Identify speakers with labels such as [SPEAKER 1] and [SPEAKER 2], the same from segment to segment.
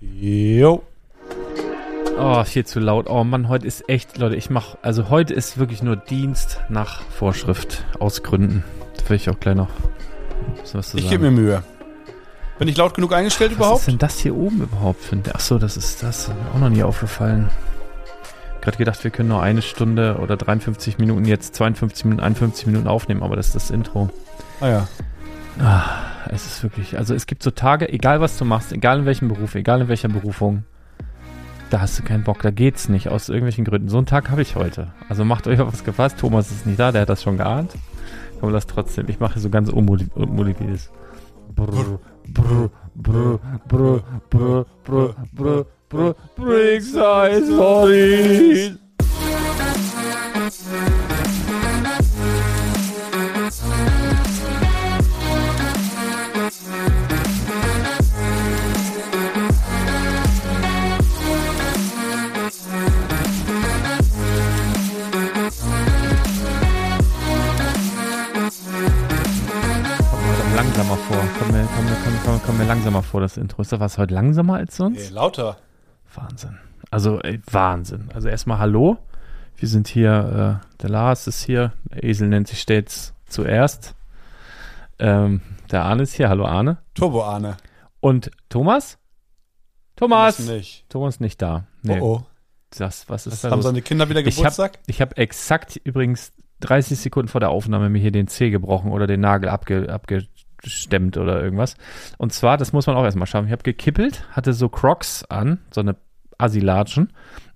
[SPEAKER 1] Jo.
[SPEAKER 2] Oh, viel zu laut. Oh Mann, heute ist echt, Leute, ich mach, also heute ist wirklich nur Dienst nach Vorschrift aus Gründen. Vielleicht auch gleich noch. müssen was zu
[SPEAKER 1] Ich
[SPEAKER 2] sagen.
[SPEAKER 1] gebe mir Mühe. Bin ich laut genug eingestellt
[SPEAKER 2] Was
[SPEAKER 1] überhaupt?
[SPEAKER 2] ist denn das hier oben überhaupt? für ein- Ach so, das ist das. Ist mir auch noch nie aufgefallen. Gerade gedacht, wir können nur eine Stunde oder 53 Minuten, jetzt 52 Minuten, 51 Minuten aufnehmen, aber das ist das Intro.
[SPEAKER 1] Ah ja.
[SPEAKER 2] Es ist wirklich, also es gibt so Tage, egal was du machst, egal in welchem Beruf, egal in welcher Berufung, da hast du keinen Bock, da geht's nicht, aus irgendwelchen Gründen. So einen Tag habe ich heute. Also macht euch auf was gefasst. Thomas ist nicht da, der hat das schon geahnt. Aber das trotzdem, ich mache so ganz unmotiv- unmotiviertes. Brr, brr, brr, brr, brr, brr, brr, brr, brings I sorry. Kommen wir doch langsamer vor. Kommen wir, kommen wir, kommen wir, kommen wir langsamer vor, das Intro. Ist das was heute langsamer als sonst?
[SPEAKER 1] Nee, lauter.
[SPEAKER 2] Wahnsinn. Also ey, Wahnsinn. Also erstmal Hallo. Wir sind hier, äh, der Lars ist hier, der Esel nennt sich stets zuerst. Ähm, der Arne ist hier, hallo Arne.
[SPEAKER 1] Turbo Arne.
[SPEAKER 2] Und Thomas? Thomas!
[SPEAKER 1] Wissen Nicht.
[SPEAKER 2] Thomas nicht da. Nee,
[SPEAKER 1] Oh oh.
[SPEAKER 2] das, was ist
[SPEAKER 1] Was
[SPEAKER 2] da
[SPEAKER 1] haben
[SPEAKER 2] los?
[SPEAKER 1] seine Kinder wieder
[SPEAKER 2] Ich hab-
[SPEAKER 1] Geburtstag?
[SPEAKER 2] Ich habe exakt übrigens 30 Sekunden vor der Aufnahme mir hier den Zeh gebrochen oder den Nagel abge, abgestemmt oder irgendwas. Und zwar, das muss man auch erstmal schaffen. Ich habe gekippelt, hatte so Crocs an, so eine Asilatschen.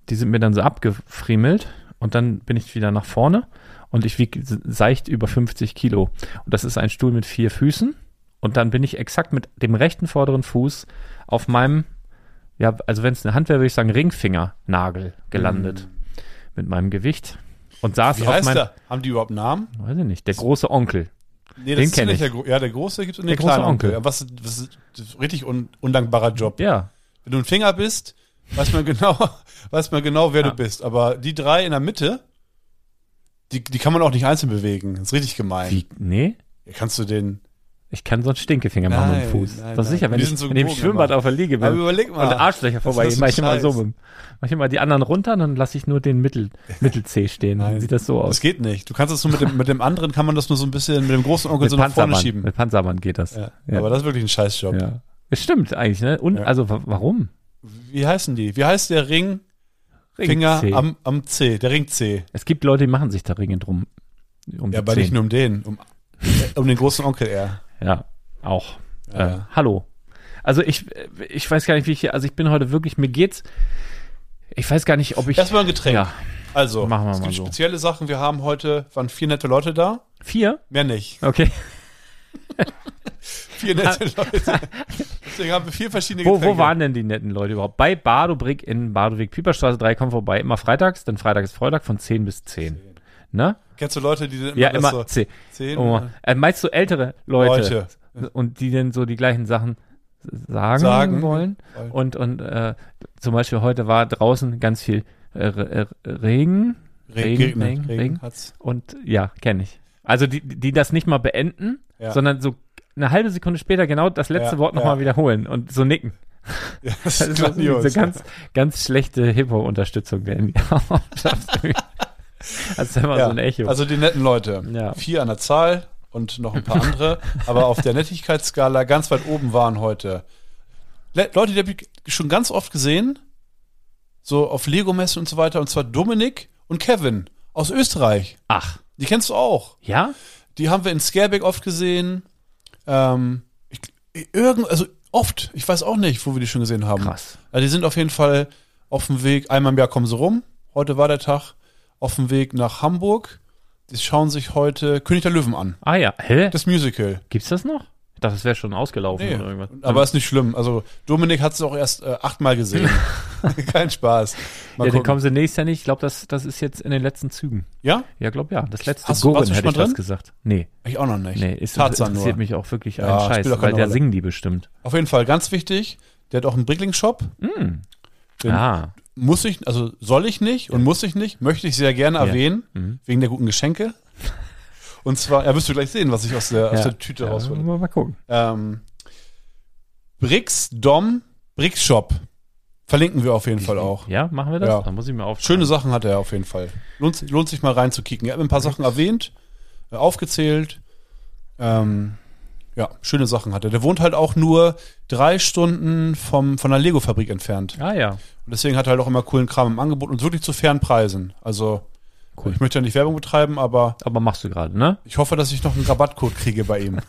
[SPEAKER 2] Die sind mir dann so abgefriemelt und dann bin ich wieder nach vorne und ich wiege seicht über 50 Kilo. Und das ist ein Stuhl mit vier Füßen und dann bin ich exakt mit dem rechten vorderen Fuß auf meinem, ja, also wenn es eine Hand wäre, würde ich sagen Ringfingernagel gelandet mit meinem Gewicht und saß
[SPEAKER 1] Wie
[SPEAKER 2] auf
[SPEAKER 1] heißt
[SPEAKER 2] meinem,
[SPEAKER 1] der? Haben die überhaupt einen Namen?
[SPEAKER 2] weiß ich nicht, der große Onkel.
[SPEAKER 1] Nee,
[SPEAKER 2] Den
[SPEAKER 1] ist
[SPEAKER 2] kenn
[SPEAKER 1] nicht
[SPEAKER 2] ich.
[SPEAKER 1] Der, Gro- ja, der große gibt es
[SPEAKER 2] Der
[SPEAKER 1] den
[SPEAKER 2] große
[SPEAKER 1] kleinen Onkel.
[SPEAKER 2] Onkel.
[SPEAKER 1] Ja, Was, was ist das ist ein richtig un, undankbarer Job.
[SPEAKER 2] Ja,
[SPEAKER 1] Wenn du ein Finger bist, weiß man genau, weiß man genau, wer
[SPEAKER 2] Ja.
[SPEAKER 1] du bist. Aber die drei in der Mitte, die, die kann man auch nicht einzeln bewegen. Das ist richtig gemein.
[SPEAKER 2] wie, nee,
[SPEAKER 1] Kannst du den.
[SPEAKER 2] ich kann so einen Stinkefinger machen mit dem
[SPEAKER 1] Nein,
[SPEAKER 2] Fuß.
[SPEAKER 1] nein,
[SPEAKER 2] das ist
[SPEAKER 1] nein.
[SPEAKER 2] sicher, wenn
[SPEAKER 1] Die
[SPEAKER 2] ich
[SPEAKER 1] sind so
[SPEAKER 2] in dem
[SPEAKER 1] gebogen
[SPEAKER 2] Schwimmbad
[SPEAKER 1] immer.
[SPEAKER 2] auf der Liege bin.
[SPEAKER 1] Aber überleg mal.
[SPEAKER 2] Und der Arschlöcher vorbei.
[SPEAKER 1] das
[SPEAKER 2] Ich
[SPEAKER 1] ist
[SPEAKER 2] mache ich immer
[SPEAKER 1] Scheiß.
[SPEAKER 2] so. mit- Mach ich immer die anderen runter, dann lasse ich nur den Mittel, Mittelzeh stehen. Dann
[SPEAKER 1] Nein.
[SPEAKER 2] sieht das so aus.
[SPEAKER 1] Das geht nicht. Du kannst es nur mit dem, mit dem anderen, kann man das nur so ein bisschen mit dem großen Onkel
[SPEAKER 2] mit,
[SPEAKER 1] so nach vorne
[SPEAKER 2] Panzerband,
[SPEAKER 1] schieben.
[SPEAKER 2] mit Panzerband geht das.
[SPEAKER 1] Ja.
[SPEAKER 2] Ja.
[SPEAKER 1] Aber das ist wirklich ein Scheißjob.
[SPEAKER 2] Ja. Es stimmt eigentlich, ne? Und
[SPEAKER 1] Ja.
[SPEAKER 2] also wa- warum?
[SPEAKER 1] Wie heißen die? Wie heißt der Ring? Finger
[SPEAKER 2] Ringzeh.
[SPEAKER 1] am, am C, der Ring C.
[SPEAKER 2] Es gibt Leute, die machen sich da Ringe drum. Um
[SPEAKER 1] Ja,
[SPEAKER 2] die
[SPEAKER 1] aber nicht
[SPEAKER 2] Zehen.
[SPEAKER 1] nur um den, um, um den großen Onkel eher.
[SPEAKER 2] Ja, auch.
[SPEAKER 1] Ja.
[SPEAKER 2] Äh, hallo. Also ich, äh, ich weiß gar nicht, wie ich hier, also ich bin heute wirklich, mir geht's, ich weiß gar nicht, ob ich,
[SPEAKER 1] Erstmal ein Getränk.
[SPEAKER 2] ja,
[SPEAKER 1] Also,
[SPEAKER 2] Machen wir
[SPEAKER 1] es
[SPEAKER 2] mal
[SPEAKER 1] gibt
[SPEAKER 2] so.
[SPEAKER 1] spezielle Sachen. Wir haben heute, waren vier nette Leute da.
[SPEAKER 2] vier?
[SPEAKER 1] Mehr nicht.
[SPEAKER 2] Okay.
[SPEAKER 1] Vier nette Leute. Deswegen haben wir vier verschiedene
[SPEAKER 2] Wo,
[SPEAKER 1] Getränke.
[SPEAKER 2] wo waren denn die netten Leute überhaupt? Bei Badobrick in Badoweg Pieperstraße 3, komm vorbei, immer freitags, denn Freitag ist Freitag von 10 bis 10. Ne?
[SPEAKER 1] Kennst du Leute, die dann
[SPEAKER 2] Ja,
[SPEAKER 1] das
[SPEAKER 2] immer
[SPEAKER 1] so
[SPEAKER 2] 10.
[SPEAKER 1] zehn?
[SPEAKER 2] Oh, äh, meinst du ältere Leute,
[SPEAKER 1] Leute.
[SPEAKER 2] und die denn so die gleichen Sachen sagen,
[SPEAKER 1] Sagen.
[SPEAKER 2] wollen? Und, und äh, zum Beispiel heute war draußen ganz viel äh, Re- äh, Regen. Regen,
[SPEAKER 1] Regen,
[SPEAKER 2] Regen,
[SPEAKER 1] Regen,
[SPEAKER 2] Regen.
[SPEAKER 1] Regen. Hat's.
[SPEAKER 2] Und ja, kenne ich. Also die, die das nicht mal beenden,
[SPEAKER 1] Ja.
[SPEAKER 2] sondern so eine halbe Sekunde später genau das letzte
[SPEAKER 1] Ja,
[SPEAKER 2] Wort
[SPEAKER 1] ja.
[SPEAKER 2] nochmal wiederholen und so nicken.
[SPEAKER 1] Ja, das
[SPEAKER 2] Das
[SPEAKER 1] ist
[SPEAKER 2] ist so
[SPEAKER 1] grandios.
[SPEAKER 2] eine ganz, ganz schlechte Hip-Hop-Unterstützung der Indianerschaft. das ist immer
[SPEAKER 1] Ja,
[SPEAKER 2] so ein Echo.
[SPEAKER 1] Also die netten Leute.
[SPEAKER 2] Ja.
[SPEAKER 1] Vier an der Zahl und noch ein paar andere. aber auf der Nettigkeitsskala ganz weit oben waren heute Le Leute, die habe ich schon ganz oft gesehen. So auf Lego-Messen und so weiter. Und zwar Dominik und Kevin aus Österreich.
[SPEAKER 2] Ach,
[SPEAKER 1] Die kennst du auch.
[SPEAKER 2] ja?
[SPEAKER 1] Die haben wir in Scareback oft gesehen. Ähm, ich, irgend, also oft. Ich weiß auch nicht, wo wir die schon gesehen haben.
[SPEAKER 2] Krass.
[SPEAKER 1] Also die sind auf jeden Fall auf dem Weg, einmal im Jahr kommen sie rum, heute war der Tag, auf dem Weg nach Hamburg. Die schauen sich heute König der Löwen an,
[SPEAKER 2] Ah ja, hä?
[SPEAKER 1] das Musical.
[SPEAKER 2] Gibt's das noch? Ich dachte, das wäre schon ausgelaufen
[SPEAKER 1] Nee,
[SPEAKER 2] oder irgendwas.
[SPEAKER 1] aber ist nicht schlimm. Also Dominik hat es auch erst äh, achtmal gesehen. Kein Spaß. Mal
[SPEAKER 2] ja, den
[SPEAKER 1] gucken.
[SPEAKER 2] kommen sie nächstes Jahr nicht. Ich glaube, das, das ist jetzt in den letzten Zügen.
[SPEAKER 1] ja?
[SPEAKER 2] Ja, glaube ja. Das letzte
[SPEAKER 1] Hast du- warst du schon
[SPEAKER 2] hätte
[SPEAKER 1] mal
[SPEAKER 2] ich das
[SPEAKER 1] drin?
[SPEAKER 2] gesagt. Nee,
[SPEAKER 1] Ich auch noch nicht.
[SPEAKER 2] nee, ist,
[SPEAKER 1] Tarzan
[SPEAKER 2] interessiert
[SPEAKER 1] nur.
[SPEAKER 2] mich auch wirklich
[SPEAKER 1] Ja,
[SPEAKER 2] ein Scheiß,
[SPEAKER 1] spielt auch
[SPEAKER 2] weil
[SPEAKER 1] keine
[SPEAKER 2] da
[SPEAKER 1] Rolle.
[SPEAKER 2] singen die bestimmt.
[SPEAKER 1] Auf jeden Fall ganz wichtig. Der hat auch einen Brickling-Shop.
[SPEAKER 2] Mm.
[SPEAKER 1] Den
[SPEAKER 2] Ah,
[SPEAKER 1] Muss ich, also soll ich nicht und muss ich nicht, möchte ich sehr gerne
[SPEAKER 2] Ja.
[SPEAKER 1] erwähnen,
[SPEAKER 2] Mhm.
[SPEAKER 1] wegen der guten Geschenke. Und zwar, ja, wirst du gleich sehen, was ich aus der, aus der Tüte
[SPEAKER 2] ja,
[SPEAKER 1] raushole.
[SPEAKER 2] Mal, mal gucken.
[SPEAKER 1] Ähm, Brix Dom Brix Shop. Verlinken wir auf jeden Fall auch.
[SPEAKER 2] Ja, machen wir das?
[SPEAKER 1] Ja.
[SPEAKER 2] Dann muss ich mir aufschreiben.
[SPEAKER 1] Schöne Sachen hat er auf jeden Fall. Lohnt, lohnt sich mal reinzukicken. Er hat ein paar Sachen erwähnt, äh, aufgezählt. Ähm, ja, schöne Sachen hat er. Der wohnt halt auch nur drei Stunden vom, von der Lego-Fabrik entfernt.
[SPEAKER 2] Ah ja.
[SPEAKER 1] Und deswegen hat er halt auch immer coolen Kram im Angebot und wirklich zu fairen Preisen. Also,
[SPEAKER 2] Cool.
[SPEAKER 1] ich möchte ja nicht Werbung betreiben, aber
[SPEAKER 2] Aber machst du gerade, ne?
[SPEAKER 1] ich hoffe, dass ich noch einen Rabattcode kriege bei ihm.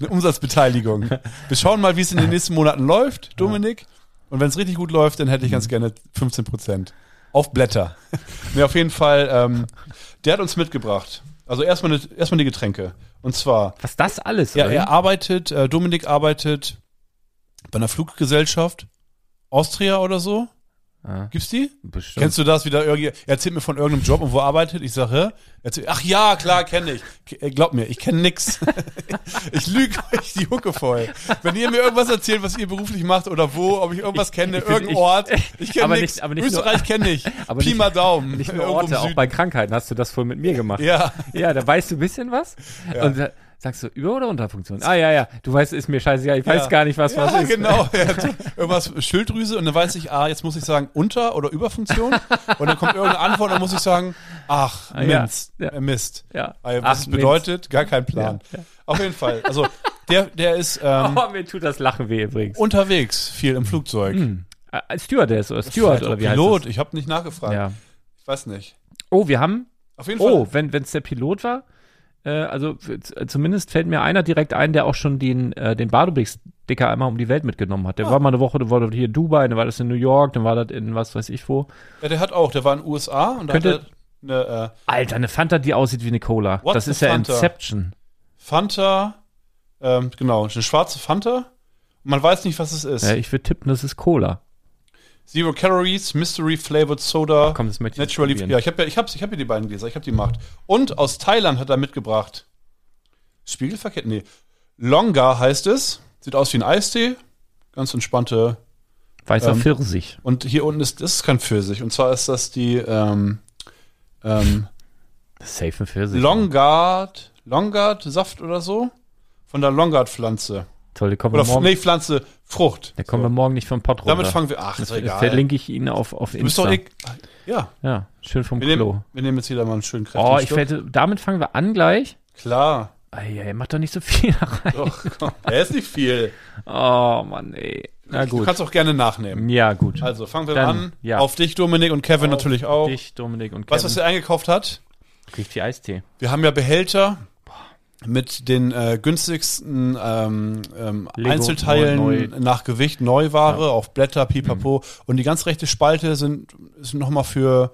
[SPEAKER 1] Eine Umsatzbeteiligung. Wir schauen mal, wie es in den nächsten Monaten läuft, Dominik. Und wenn es richtig gut läuft, dann hätte ich ganz gerne 15 Prozent. Auf Blätter. ne, auf jeden Fall, ähm, der hat uns mitgebracht. Also erstmal, ne, erstmal die Getränke. Und zwar,
[SPEAKER 2] Was das alles?
[SPEAKER 1] ja,
[SPEAKER 2] oder?
[SPEAKER 1] er arbeitet, äh, Dominik arbeitet bei einer Fluggesellschaft. Austria oder so?
[SPEAKER 2] Ah,
[SPEAKER 1] Gibt's die?
[SPEAKER 2] bestimmt.
[SPEAKER 1] Kennst du das wieder? irgendwie- Er erzählt mir von irgendeinem Job und wo er arbeitet. Ich sage, hä? Er erzählt, ach ja, klar, kenne ich. K- äh, Glaub mir, ich kenne nix. ich lüge euch die Hucke voll. Wenn ihr mir irgendwas erzählt, was ihr beruflich macht oder wo, ob ich irgendwas kenne,
[SPEAKER 2] ich-
[SPEAKER 1] irgendeinen
[SPEAKER 2] ich-
[SPEAKER 1] Ort, ich kenne
[SPEAKER 2] aber nicht-
[SPEAKER 1] nichts.
[SPEAKER 2] aber nicht
[SPEAKER 1] Österreich kenne ich.
[SPEAKER 2] aber
[SPEAKER 1] Pi
[SPEAKER 2] nicht-
[SPEAKER 1] mal Daumen.
[SPEAKER 2] Nicht nur
[SPEAKER 1] Irgendwo im
[SPEAKER 2] Orte, auch
[SPEAKER 1] Süden.
[SPEAKER 2] bei Krankheiten hast du das vorhin mit mir gemacht.
[SPEAKER 1] Ja,
[SPEAKER 2] Ja, da weißt du ein bisschen was. Und da sagst du Über- oder Unterfunktion? Ah, ja, ja. Du weißt, ist mir scheißegal. Ich weiß
[SPEAKER 1] Ja.
[SPEAKER 2] gar nicht, was
[SPEAKER 1] ja
[SPEAKER 2] was ist.
[SPEAKER 1] genau. Er hat irgendwas Schilddrüse und dann weiß ich, ah, jetzt muss ich sagen Unter- oder Überfunktion. und dann kommt irgendeine Antwort und dann muss ich sagen, ach,
[SPEAKER 2] Ah, ja.
[SPEAKER 1] Mist,
[SPEAKER 2] Ja.
[SPEAKER 1] äh, Mist.
[SPEAKER 2] Ja.
[SPEAKER 1] Äh,
[SPEAKER 2] Ach,
[SPEAKER 1] Was es
[SPEAKER 2] Mist.
[SPEAKER 1] bedeutet, gar kein Plan.
[SPEAKER 2] Ja,
[SPEAKER 1] Auf jeden Fall. Also der, der ist ähm,
[SPEAKER 2] Oh, mir tut das Lachen weh übrigens.
[SPEAKER 1] unterwegs viel im Flugzeug.
[SPEAKER 2] Äh, Stewardess oder Steward oder wie heißt
[SPEAKER 1] Pilot,
[SPEAKER 2] das?
[SPEAKER 1] ich habe nicht nachgefragt.
[SPEAKER 2] Ja.
[SPEAKER 1] Ich weiß nicht.
[SPEAKER 2] Oh, wir haben
[SPEAKER 1] Auf jeden
[SPEAKER 2] Oh,
[SPEAKER 1] Fall.
[SPEAKER 2] wenn es der Pilot war, äh, also f- z- zumindest fällt mir einer direkt ein, der auch schon den, äh, den Badebricks-Dicker einmal um die Welt mitgenommen
[SPEAKER 1] Ah.
[SPEAKER 2] hat. Der war mal eine Woche, der war hier in Dubai, dann war das in New York, dann war das in was weiß ich wo.
[SPEAKER 1] Ja, der hat auch, der war in den USA und da hat
[SPEAKER 2] Könnte-
[SPEAKER 1] er eine äh,
[SPEAKER 2] Alter, eine Fanta, die aussieht wie eine Cola.
[SPEAKER 1] What
[SPEAKER 2] das
[SPEAKER 1] the
[SPEAKER 2] ist ja
[SPEAKER 1] Fanta?
[SPEAKER 2] Inception.
[SPEAKER 1] Fanta, ähm, genau, eine schwarze Fanta. Und man weiß nicht, was es ist.
[SPEAKER 2] Ja, ich würde tippen, das ist Cola.
[SPEAKER 1] Zero Calories, Mystery Flavored Soda,
[SPEAKER 2] Komm, das möchte ich jetzt
[SPEAKER 1] Naturally.
[SPEAKER 2] probieren.
[SPEAKER 1] Ja, ich habe ja, ich hab's, ich hab hier die beiden Gläser, ich habe die gemacht. Und aus Thailand hat er mitgebracht. Spiegelverkehrt? Nee. Longa heißt es. Sieht aus wie ein Eistee. Ganz entspannte
[SPEAKER 2] Weißer
[SPEAKER 1] Ähm,
[SPEAKER 2] Pfirsich.
[SPEAKER 1] Und hier unten ist, das ist kein Pfirsich. Und zwar ist das die ähm, ähm,
[SPEAKER 2] Das ist safe ein Pfirsich.
[SPEAKER 1] Longard, Longard-Saft oder so. Von der Longard-Pflanze.
[SPEAKER 2] Toll, da kommen,
[SPEAKER 1] Oder
[SPEAKER 2] wir
[SPEAKER 1] f-
[SPEAKER 2] morgen,
[SPEAKER 1] nee, Pflanze, Frucht.
[SPEAKER 2] da kommen wir
[SPEAKER 1] so.
[SPEAKER 2] morgen nicht vom Pott runter.
[SPEAKER 1] Damit fangen wir. Ach, ist
[SPEAKER 2] das
[SPEAKER 1] doch egal.
[SPEAKER 2] verlinke ich Ihnen auf, auf
[SPEAKER 1] Du bist doch
[SPEAKER 2] Insta.
[SPEAKER 1] eh, Ja,
[SPEAKER 2] ja, schön vom
[SPEAKER 1] wir
[SPEAKER 2] Klo.
[SPEAKER 1] nehmen, wir nehmen jetzt wieder mal einen schönen Kräftigen
[SPEAKER 2] Oh, ich
[SPEAKER 1] Schluck.
[SPEAKER 2] wette, damit fangen wir an gleich.
[SPEAKER 1] Klar.
[SPEAKER 2] Eieiei, mach doch nicht so viel da rein.
[SPEAKER 1] Doch, komm. Er ist nicht viel.
[SPEAKER 2] Oh Mann, ey. Na
[SPEAKER 1] Du
[SPEAKER 2] gut.
[SPEAKER 1] kannst auch gerne nachnehmen.
[SPEAKER 2] Ja, gut.
[SPEAKER 1] Also fangen wir
[SPEAKER 2] Dann,
[SPEAKER 1] an.
[SPEAKER 2] ja.
[SPEAKER 1] Auf dich, Dominik, und Kevin
[SPEAKER 2] Auf
[SPEAKER 1] natürlich auch.
[SPEAKER 2] Dich, Dominik und
[SPEAKER 1] Weißt
[SPEAKER 2] Kevin.
[SPEAKER 1] du, was er eingekauft hat?
[SPEAKER 2] Kriegt viel Eistee.
[SPEAKER 1] Wir haben ja Behälter mit den äh, günstigsten ähm, ähm,
[SPEAKER 2] Lego,
[SPEAKER 1] Einzelteilen
[SPEAKER 2] neu- Mhm.
[SPEAKER 1] nach Gewicht, Neuware, auf Blätter, Pipapo. Und die ganz rechte Spalte sind, sind nochmal für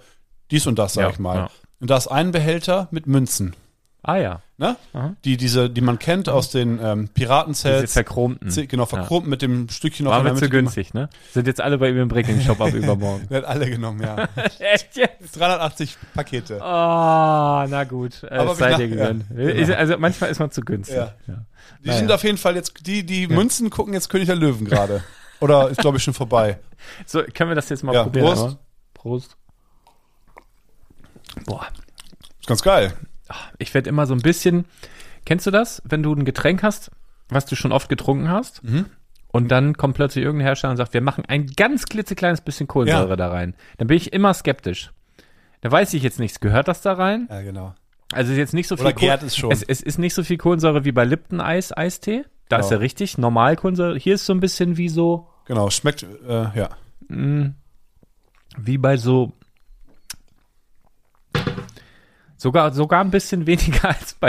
[SPEAKER 1] dies und das, sag
[SPEAKER 2] Ja,
[SPEAKER 1] ich mal.
[SPEAKER 2] ja.
[SPEAKER 1] Und da ist ein Behälter mit Münzen,
[SPEAKER 2] Ah ja,
[SPEAKER 1] ne?
[SPEAKER 2] Aha. Mhm.
[SPEAKER 1] Die, diese, die man kennt aus den ähm,
[SPEAKER 2] diese
[SPEAKER 1] Piratenzells.
[SPEAKER 2] verchromten.
[SPEAKER 1] Ze- Genau, verchromt mit dem Stückchen noch
[SPEAKER 2] Waren wir
[SPEAKER 1] in der
[SPEAKER 2] zu
[SPEAKER 1] Mitte gemacht.
[SPEAKER 2] günstig, ne? Sind jetzt alle bei ihm im Brickling-Shop ab übermorgen.
[SPEAKER 1] Der hat alle genommen, ja.
[SPEAKER 2] Echt jetzt?
[SPEAKER 1] 380 Pakete.
[SPEAKER 2] Ah, na gut. Äh,
[SPEAKER 1] Aber
[SPEAKER 2] es sei
[SPEAKER 1] wir-
[SPEAKER 2] dir
[SPEAKER 1] ja,
[SPEAKER 2] gegönnt.
[SPEAKER 1] genau.
[SPEAKER 2] Ist- Also manchmal ist man zu günstig.
[SPEAKER 1] Ja.
[SPEAKER 2] Ja.
[SPEAKER 1] Die
[SPEAKER 2] Naja.
[SPEAKER 1] sind auf jeden Fall jetzt, die, die Münzen gucken jetzt König der Löwen gerade. Oder ist, glaube ich, schon vorbei.
[SPEAKER 2] So, können wir das jetzt mal
[SPEAKER 1] Ja,
[SPEAKER 2] probieren?
[SPEAKER 1] Prost.
[SPEAKER 2] einmal? Prost. Boah,
[SPEAKER 1] Ist ganz geil.
[SPEAKER 2] ich werde immer so ein bisschen. Kennst du das, wenn du ein Getränk hast, was du schon oft getrunken hast?
[SPEAKER 1] Mhm.
[SPEAKER 2] Und dann kommt plötzlich irgendein Hersteller und sagt, wir machen ein ganz klitzekleines bisschen Kohlensäure
[SPEAKER 1] Ja.
[SPEAKER 2] da rein. Dann bin ich immer skeptisch. Da weiß ich jetzt nichts. Gehört das da rein?
[SPEAKER 1] Ja, genau.
[SPEAKER 2] Also es ist jetzt nicht so viel
[SPEAKER 1] Oder
[SPEAKER 2] Kohl-
[SPEAKER 1] gärt es schon.
[SPEAKER 2] Es, es ist nicht so viel Kohlensäure wie bei Lipton Eis Eistee. Da ist ja richtig normal Kohlensäure. Hier ist so ein bisschen wie so
[SPEAKER 1] Genau, schmeckt, äh, ja.
[SPEAKER 2] wie bei so sogar sogar ein bisschen weniger als bei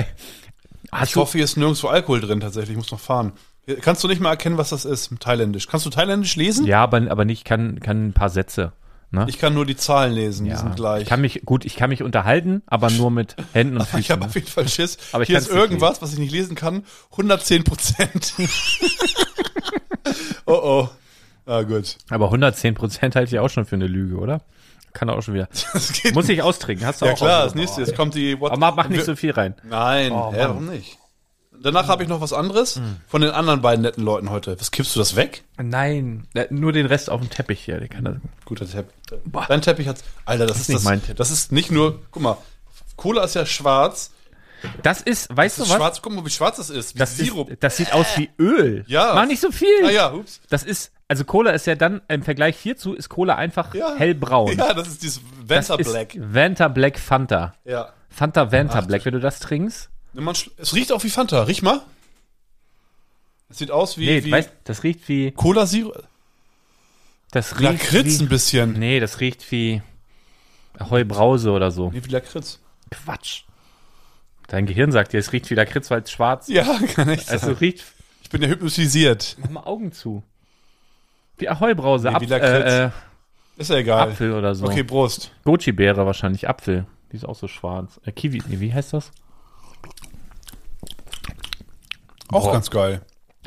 [SPEAKER 1] Ich
[SPEAKER 2] Hast du,
[SPEAKER 1] hoffe, hier ist nirgendwo Alkohol drin tatsächlich, ich muss noch fahren. Hier- Kannst du nicht mal erkennen, was das ist, thailändisch? Kannst du thailändisch lesen?
[SPEAKER 2] ja, aber, aber nicht kann kann ein paar Sätze. Ne?
[SPEAKER 1] Ich kann nur die Zahlen lesen,
[SPEAKER 2] ja.
[SPEAKER 1] die sind gleich.
[SPEAKER 2] Ich kann mich gut, ich kann mich unterhalten, aber nur mit Händen und
[SPEAKER 1] ich
[SPEAKER 2] Füßen.
[SPEAKER 1] habe
[SPEAKER 2] ne?
[SPEAKER 1] auf jeden Fall Schiss.
[SPEAKER 2] Aber ich
[SPEAKER 1] hier
[SPEAKER 2] kann's
[SPEAKER 1] ist
[SPEAKER 2] nicht
[SPEAKER 1] irgendwas, was ich nicht lesen kann. 110 Prozent. oh oh. Ah, gut.
[SPEAKER 2] Aber 110 Prozent halte ich auch schon für eine Lüge, oder? Kann auch schon wieder.
[SPEAKER 1] Das geht.
[SPEAKER 2] Muss ich austrinken? Hast du
[SPEAKER 1] ja
[SPEAKER 2] auch
[SPEAKER 1] klar,
[SPEAKER 2] auch-
[SPEAKER 1] das nächste. Jetzt kommt die What
[SPEAKER 2] Aber mach, mach nicht so viel rein.
[SPEAKER 1] Nein,
[SPEAKER 2] Oh,
[SPEAKER 1] hä,
[SPEAKER 2] Mann. Hm.
[SPEAKER 1] warum nicht? Danach habe ich noch was anderes von den anderen beiden netten Leuten heute. Was kippst du das weg?
[SPEAKER 2] Nein, äh, nur den Rest auf dem Teppich hier. Der kann das.
[SPEAKER 1] Guter Teppich.
[SPEAKER 2] Boah.
[SPEAKER 1] Dein Teppich hat's. Alter, das, ist,
[SPEAKER 2] nicht
[SPEAKER 1] das,
[SPEAKER 2] mein Teppich.
[SPEAKER 1] das ist nicht nur. Guck mal, Cola ist ja schwarz.
[SPEAKER 2] Das ist, weißt
[SPEAKER 1] Das
[SPEAKER 2] du was?
[SPEAKER 1] schwarz, guck mal, wie schwarz das ist. Wie
[SPEAKER 2] das,
[SPEAKER 1] Sirup.
[SPEAKER 2] ist, das sieht aus wie Öl.
[SPEAKER 1] Ja.
[SPEAKER 2] Mach nicht so viel.
[SPEAKER 1] ah ja, ups.
[SPEAKER 2] Das ist also Cola ist ja dann im Vergleich hierzu ist Cola einfach
[SPEAKER 1] Ja.
[SPEAKER 2] hellbraun.
[SPEAKER 1] Ja, das ist dieses
[SPEAKER 2] das
[SPEAKER 1] Venter Black.
[SPEAKER 2] Ist Vanta Black Fanta.
[SPEAKER 1] Ja.
[SPEAKER 2] Fanta Vanta
[SPEAKER 1] Ach,
[SPEAKER 2] Black, wenn du das trinkst.
[SPEAKER 1] Wenn man schl- es riecht auch wie Fanta. Riech mal. Es sieht aus wie,
[SPEAKER 2] Nee,
[SPEAKER 1] wie
[SPEAKER 2] weißt, das riecht wie
[SPEAKER 1] Cola-Sirup.
[SPEAKER 2] das riecht
[SPEAKER 1] Lakritz ein
[SPEAKER 2] wie,
[SPEAKER 1] bisschen.
[SPEAKER 2] Nee, das riecht wie Ahoi Brause oder so.
[SPEAKER 1] Nee, wie Lakritz.
[SPEAKER 2] Quatsch. Dein Gehirn sagt dir, es riecht wie Lakritz, weil es schwarz ist.
[SPEAKER 1] Ja, kann ich sagen.
[SPEAKER 2] Also riecht
[SPEAKER 1] ich bin ja hypnotisiert.
[SPEAKER 2] Mach mal Augen zu. Wie Ahoi Brause,
[SPEAKER 1] Nee,
[SPEAKER 2] Apf
[SPEAKER 1] wie Lakritz.
[SPEAKER 2] äh, äh,
[SPEAKER 1] Ist ja egal.
[SPEAKER 2] Apfel oder so.
[SPEAKER 1] Okay, Prost.
[SPEAKER 2] Goji-Beere wahrscheinlich, Apfel. Die ist auch so schwarz. Äh, Kiwi, nee, wie heißt das?
[SPEAKER 1] Auch
[SPEAKER 2] Boah.
[SPEAKER 1] ganz geil.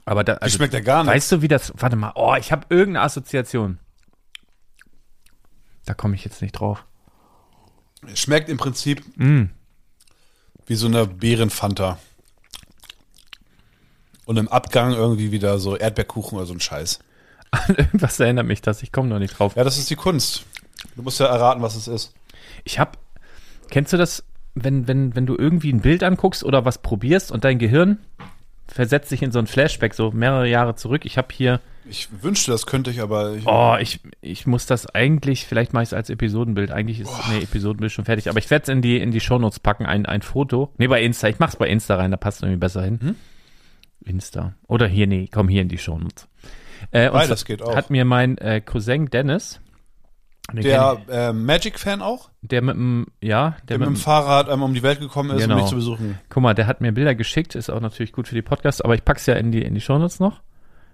[SPEAKER 2] Aber da,
[SPEAKER 1] Die
[SPEAKER 2] also,
[SPEAKER 1] schmeckt ja gar nicht.
[SPEAKER 2] weißt du, wie das, warte mal, oh, ich habe irgendeine Assoziation. Da komme ich jetzt nicht drauf.
[SPEAKER 1] Schmeckt im Prinzip
[SPEAKER 2] Mm.
[SPEAKER 1] wie so eine Beerenfanta. Und im Abgang irgendwie wieder so Erdbeerkuchen oder so ein Scheiß.
[SPEAKER 2] An irgendwas erinnert mich das, ich komme noch nicht drauf.
[SPEAKER 1] Ja, das ist die Kunst. Du musst ja erraten, was es ist.
[SPEAKER 2] Ich habe, kennst du das, wenn, wenn, wenn du irgendwie ein Bild anguckst oder was probierst und dein Gehirn versetzt sich in so ein Flashback, so mehrere Jahre zurück. Ich habe hier
[SPEAKER 1] Ich wünschte, das könnte ich, aber ich,
[SPEAKER 2] Oh, ich, ich muss das eigentlich, vielleicht mache ich es als Episodenbild. Eigentlich ist, nee, Episodenbild schon fertig. Aber ich werde es in die, in die Shownotes packen, ein, ein Foto. Nee, bei Insta. Ich mache es bei Insta rein, da passt es irgendwie besser hin.
[SPEAKER 1] Hm?
[SPEAKER 2] Insta. Oder hier, nee, komm hier in die Shownotes. Äh, und
[SPEAKER 1] beides
[SPEAKER 2] zwar
[SPEAKER 1] geht auch.
[SPEAKER 2] hat mir mein äh, Cousin Dennis, den kenn
[SPEAKER 1] der äh, Magic-Fan auch,
[SPEAKER 2] ich, der mit dem, ja,
[SPEAKER 1] der
[SPEAKER 2] der,
[SPEAKER 1] mit dem
[SPEAKER 2] dem,
[SPEAKER 1] Fahrrad einmal um die Welt gekommen ist,
[SPEAKER 2] Genau.
[SPEAKER 1] um mich zu besuchen.
[SPEAKER 2] guck mal, der hat mir Bilder geschickt, ist auch natürlich gut für die Podcasts, aber ich pack's ja in die, in die Shownotes noch.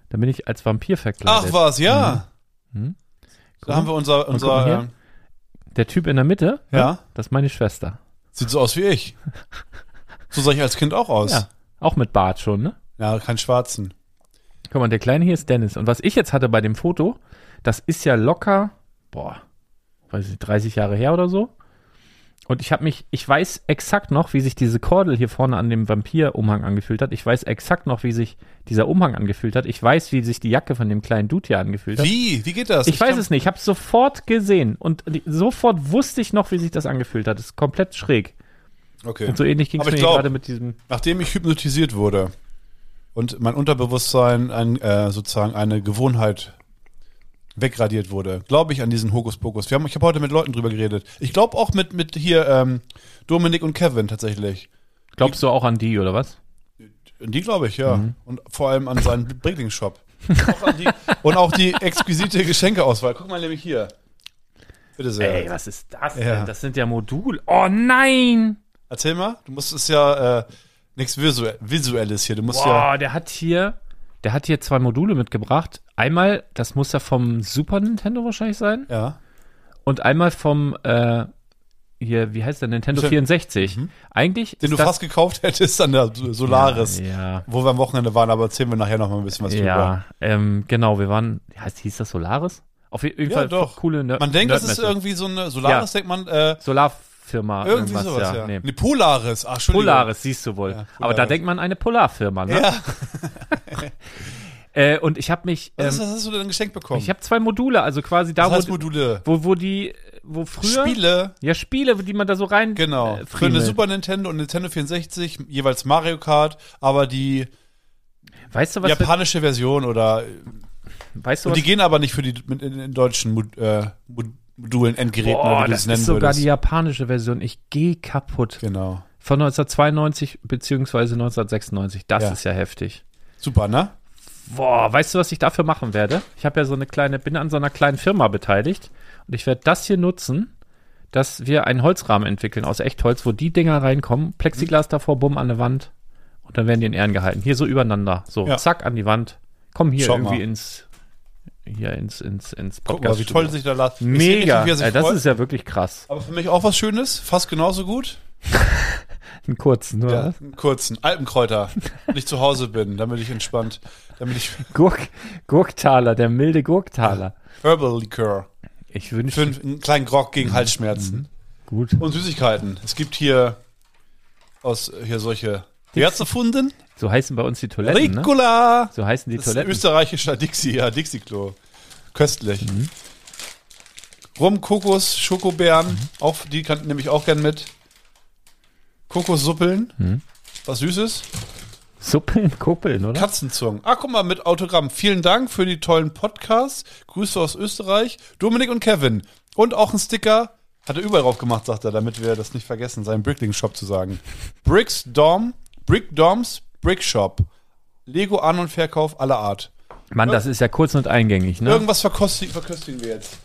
[SPEAKER 2] Da bin ich als Vampir verkleidet.
[SPEAKER 1] Ach was, ja.
[SPEAKER 2] Mhm.
[SPEAKER 1] Da haben wir unser, äh,
[SPEAKER 2] guck mal
[SPEAKER 1] unser
[SPEAKER 2] hier. Der Typ in der Mitte,
[SPEAKER 1] äh,
[SPEAKER 2] ne,
[SPEAKER 1] ja,
[SPEAKER 2] das ist meine Schwester.
[SPEAKER 1] sieht so aus wie ich. So sah ich als Kind auch aus.
[SPEAKER 2] Ja, auch mit Bart schon, ne?
[SPEAKER 1] Ja, kein Schwarzen.
[SPEAKER 2] Guck mal, der Kleine hier ist Dennis. Und was ich jetzt hatte bei dem Foto, das ist ja locker, boah, weiß ich, 30 Jahre her oder so. Und ich habe mich, ich weiß exakt noch, wie sich diese Kordel hier vorne an dem Vampir-Umhang angefühlt hat. Ich weiß exakt noch, wie sich dieser Umhang angefühlt hat. Ich weiß, wie sich die Jacke von dem kleinen Dude hier angefühlt hat.
[SPEAKER 1] Wie? Wie geht das?
[SPEAKER 2] Ich weiß
[SPEAKER 1] kann-
[SPEAKER 2] es nicht. Ich habe sofort gesehen und die- sofort wusste ich noch, wie sich das angefühlt hat. Das ist komplett schräg.
[SPEAKER 1] Okay.
[SPEAKER 2] Und so ähnlich ging es
[SPEAKER 1] Aber
[SPEAKER 2] mir
[SPEAKER 1] ich
[SPEAKER 2] hier
[SPEAKER 1] glaub-
[SPEAKER 2] gerade mit diesem.
[SPEAKER 1] Nachdem ich hypnotisiert wurde und mein Unterbewusstsein ein, äh, sozusagen eine Gewohnheit wegradiert wurde, glaube ich an diesen Hokuspokus. Wir haben, ich habe heute mit Leuten drüber geredet. Ich glaube auch mit, mit hier ähm, Dominik und Kevin tatsächlich.
[SPEAKER 2] Glaubst du auch an die oder was?
[SPEAKER 1] An Die glaube ich, ja.
[SPEAKER 2] Mhm.
[SPEAKER 1] Und vor allem an seinen Brickling-Shop. Auch an die- und auch die exquisite Geschenkeauswahl. Guck mal nämlich hier. Bitte sehr.
[SPEAKER 2] Ey, was ist das
[SPEAKER 1] Ja.
[SPEAKER 2] denn? Das sind ja Modul. Oh nein!
[SPEAKER 1] Erzähl mal, du musst es ja äh, nichts Visu- Visuelles hier. Du musst ja.
[SPEAKER 2] Boah, der hat hier, der hat hier zwei Module mitgebracht. Einmal, das muss ja vom Super Nintendo wahrscheinlich sein.
[SPEAKER 1] Ja.
[SPEAKER 2] Und einmal vom, äh, hier, wie heißt der, Nintendo
[SPEAKER 1] Nintendo- Mhm.
[SPEAKER 2] 64. Eigentlich
[SPEAKER 1] Den
[SPEAKER 2] ist
[SPEAKER 1] du
[SPEAKER 2] das,
[SPEAKER 1] fast gekauft hättest an der Sol- Solaris.
[SPEAKER 2] Ja,
[SPEAKER 1] Wo wir am Wochenende waren, aber erzählen wir nachher noch mal ein bisschen was drüber.
[SPEAKER 2] ja ähm, genau, wir waren, heißt, hieß das Solaris? Auf jeden
[SPEAKER 1] Ja,
[SPEAKER 2] Fall
[SPEAKER 1] doch.
[SPEAKER 2] coole Ner
[SPEAKER 1] Man denkt, das ist
[SPEAKER 2] Nerdmesse.
[SPEAKER 1] irgendwie so eine Solaris, denkt man, äh,
[SPEAKER 2] Solarfirma.
[SPEAKER 1] irgendwie
[SPEAKER 2] irgendwas,
[SPEAKER 1] sowas, ja.
[SPEAKER 2] ja. Nee.
[SPEAKER 1] Nee, Polaris, ach, Entschuldigung.
[SPEAKER 2] Polaris, siehst du wohl.
[SPEAKER 1] Ja,
[SPEAKER 2] Aber da
[SPEAKER 1] Polaris.
[SPEAKER 2] denkt man eine Polarfirma, ne?
[SPEAKER 1] Ja,
[SPEAKER 2] Äh, und ich habe mich,
[SPEAKER 1] was,
[SPEAKER 2] ähm,
[SPEAKER 1] ist, was hast du denn geschenkt bekommen?
[SPEAKER 2] ich habe zwei Module, also quasi da,
[SPEAKER 1] das heißt
[SPEAKER 2] wo,
[SPEAKER 1] Module.
[SPEAKER 2] wo, wo die, wo früher.
[SPEAKER 1] Spiele,
[SPEAKER 2] Ja, Spiele, die man da so rein.
[SPEAKER 1] genau.
[SPEAKER 2] Äh,
[SPEAKER 1] Für eine
[SPEAKER 2] friemelt.
[SPEAKER 1] Super Nintendo und Nintendo 64 jeweils Mario Kart, aber die
[SPEAKER 2] Weißt du, was, wir,
[SPEAKER 1] japanische Version oder.
[SPEAKER 2] weißt du,
[SPEAKER 1] Und
[SPEAKER 2] was
[SPEAKER 1] die gehen aber nicht für die mit in, in deutschen Mod, äh, Mod, Modulen, Endgeräten,
[SPEAKER 2] Boah,
[SPEAKER 1] oder wie du
[SPEAKER 2] das
[SPEAKER 1] es nennen
[SPEAKER 2] ist sogar die
[SPEAKER 1] würdest.
[SPEAKER 2] japanische Version. Ich gehe kaputt.
[SPEAKER 1] Genau.
[SPEAKER 2] Von 1992 beziehungsweise 1996. Das
[SPEAKER 1] Ja.
[SPEAKER 2] ist ja heftig.
[SPEAKER 1] Super, ne?
[SPEAKER 2] Boah, weißt du, was ich dafür machen werde? Ich habe ja so eine kleine, bin an so einer kleinen Firma beteiligt und ich werde das hier nutzen, dass wir einen Holzrahmen entwickeln aus Echtholz, wo die Dinger reinkommen, Plexiglas
[SPEAKER 1] Mhm.
[SPEAKER 2] davor, bumm an der Wand und dann werden die in Ehren gehalten. Hier so übereinander, so
[SPEAKER 1] Ja.
[SPEAKER 2] zack an die Wand. Komm hier
[SPEAKER 1] Schau
[SPEAKER 2] irgendwie
[SPEAKER 1] mal.
[SPEAKER 2] ins hier ins ins ins
[SPEAKER 1] Guck mal, wie toll sich da las. Ich seh
[SPEAKER 2] Mega.
[SPEAKER 1] Richtig, wie er sich
[SPEAKER 2] Äh, das
[SPEAKER 1] freut.
[SPEAKER 2] ist ja wirklich krass.
[SPEAKER 1] aber für mich auch was Schönes, fast genauso gut.
[SPEAKER 2] Einen kurzen, nur
[SPEAKER 1] Ja, einen kurzen Alpenkräuter, wenn ich zu Hause bin, damit ich entspannt, damit ich
[SPEAKER 2] Gurk, Gurktaler, der milde Gurktaler.
[SPEAKER 1] Herbal Liqueur
[SPEAKER 2] Ich
[SPEAKER 1] für
[SPEAKER 2] wünsche
[SPEAKER 1] einen, einen kleinen Grog
[SPEAKER 2] Mhm.
[SPEAKER 1] gegen Halsschmerzen
[SPEAKER 2] gut.
[SPEAKER 1] und Süßigkeiten. Es gibt hier aus äh, hier solche Wer hat's erfunden?
[SPEAKER 2] So heißen bei uns die Toiletten, ne?
[SPEAKER 1] Ricola.
[SPEAKER 2] So heißen die
[SPEAKER 1] Das ist ein
[SPEAKER 2] Toiletten.
[SPEAKER 1] österreichischer Dixie, ja, Dixie-Klo. Köstlich.
[SPEAKER 2] Mhm.
[SPEAKER 1] Rum, Kokos, Schokobeeren,
[SPEAKER 2] Mhm.
[SPEAKER 1] auch, die kann,
[SPEAKER 2] Mhm.
[SPEAKER 1] nehme ich auch gern mit. Kokossuppeln, was Süßes.
[SPEAKER 2] Suppeln, Kuppeln, oder?
[SPEAKER 1] Katzenzungen. Ach, guck mal, mit Autogramm. Vielen Dank für die tollen Podcasts. Grüße aus Österreich. Dominik und Kevin. Und auch ein Sticker. Hat er überall drauf gemacht, sagt er, damit wir das nicht vergessen, seinen Brickling-Shop zu sagen. Bricks Dom, Brick Doms, Brick Shop. Lego An- und Verkauf aller Art.
[SPEAKER 2] Mann, das ist ja kurz und eingängig, ne?
[SPEAKER 1] Irgendwas verkostigen, verköstigen wir jetzt.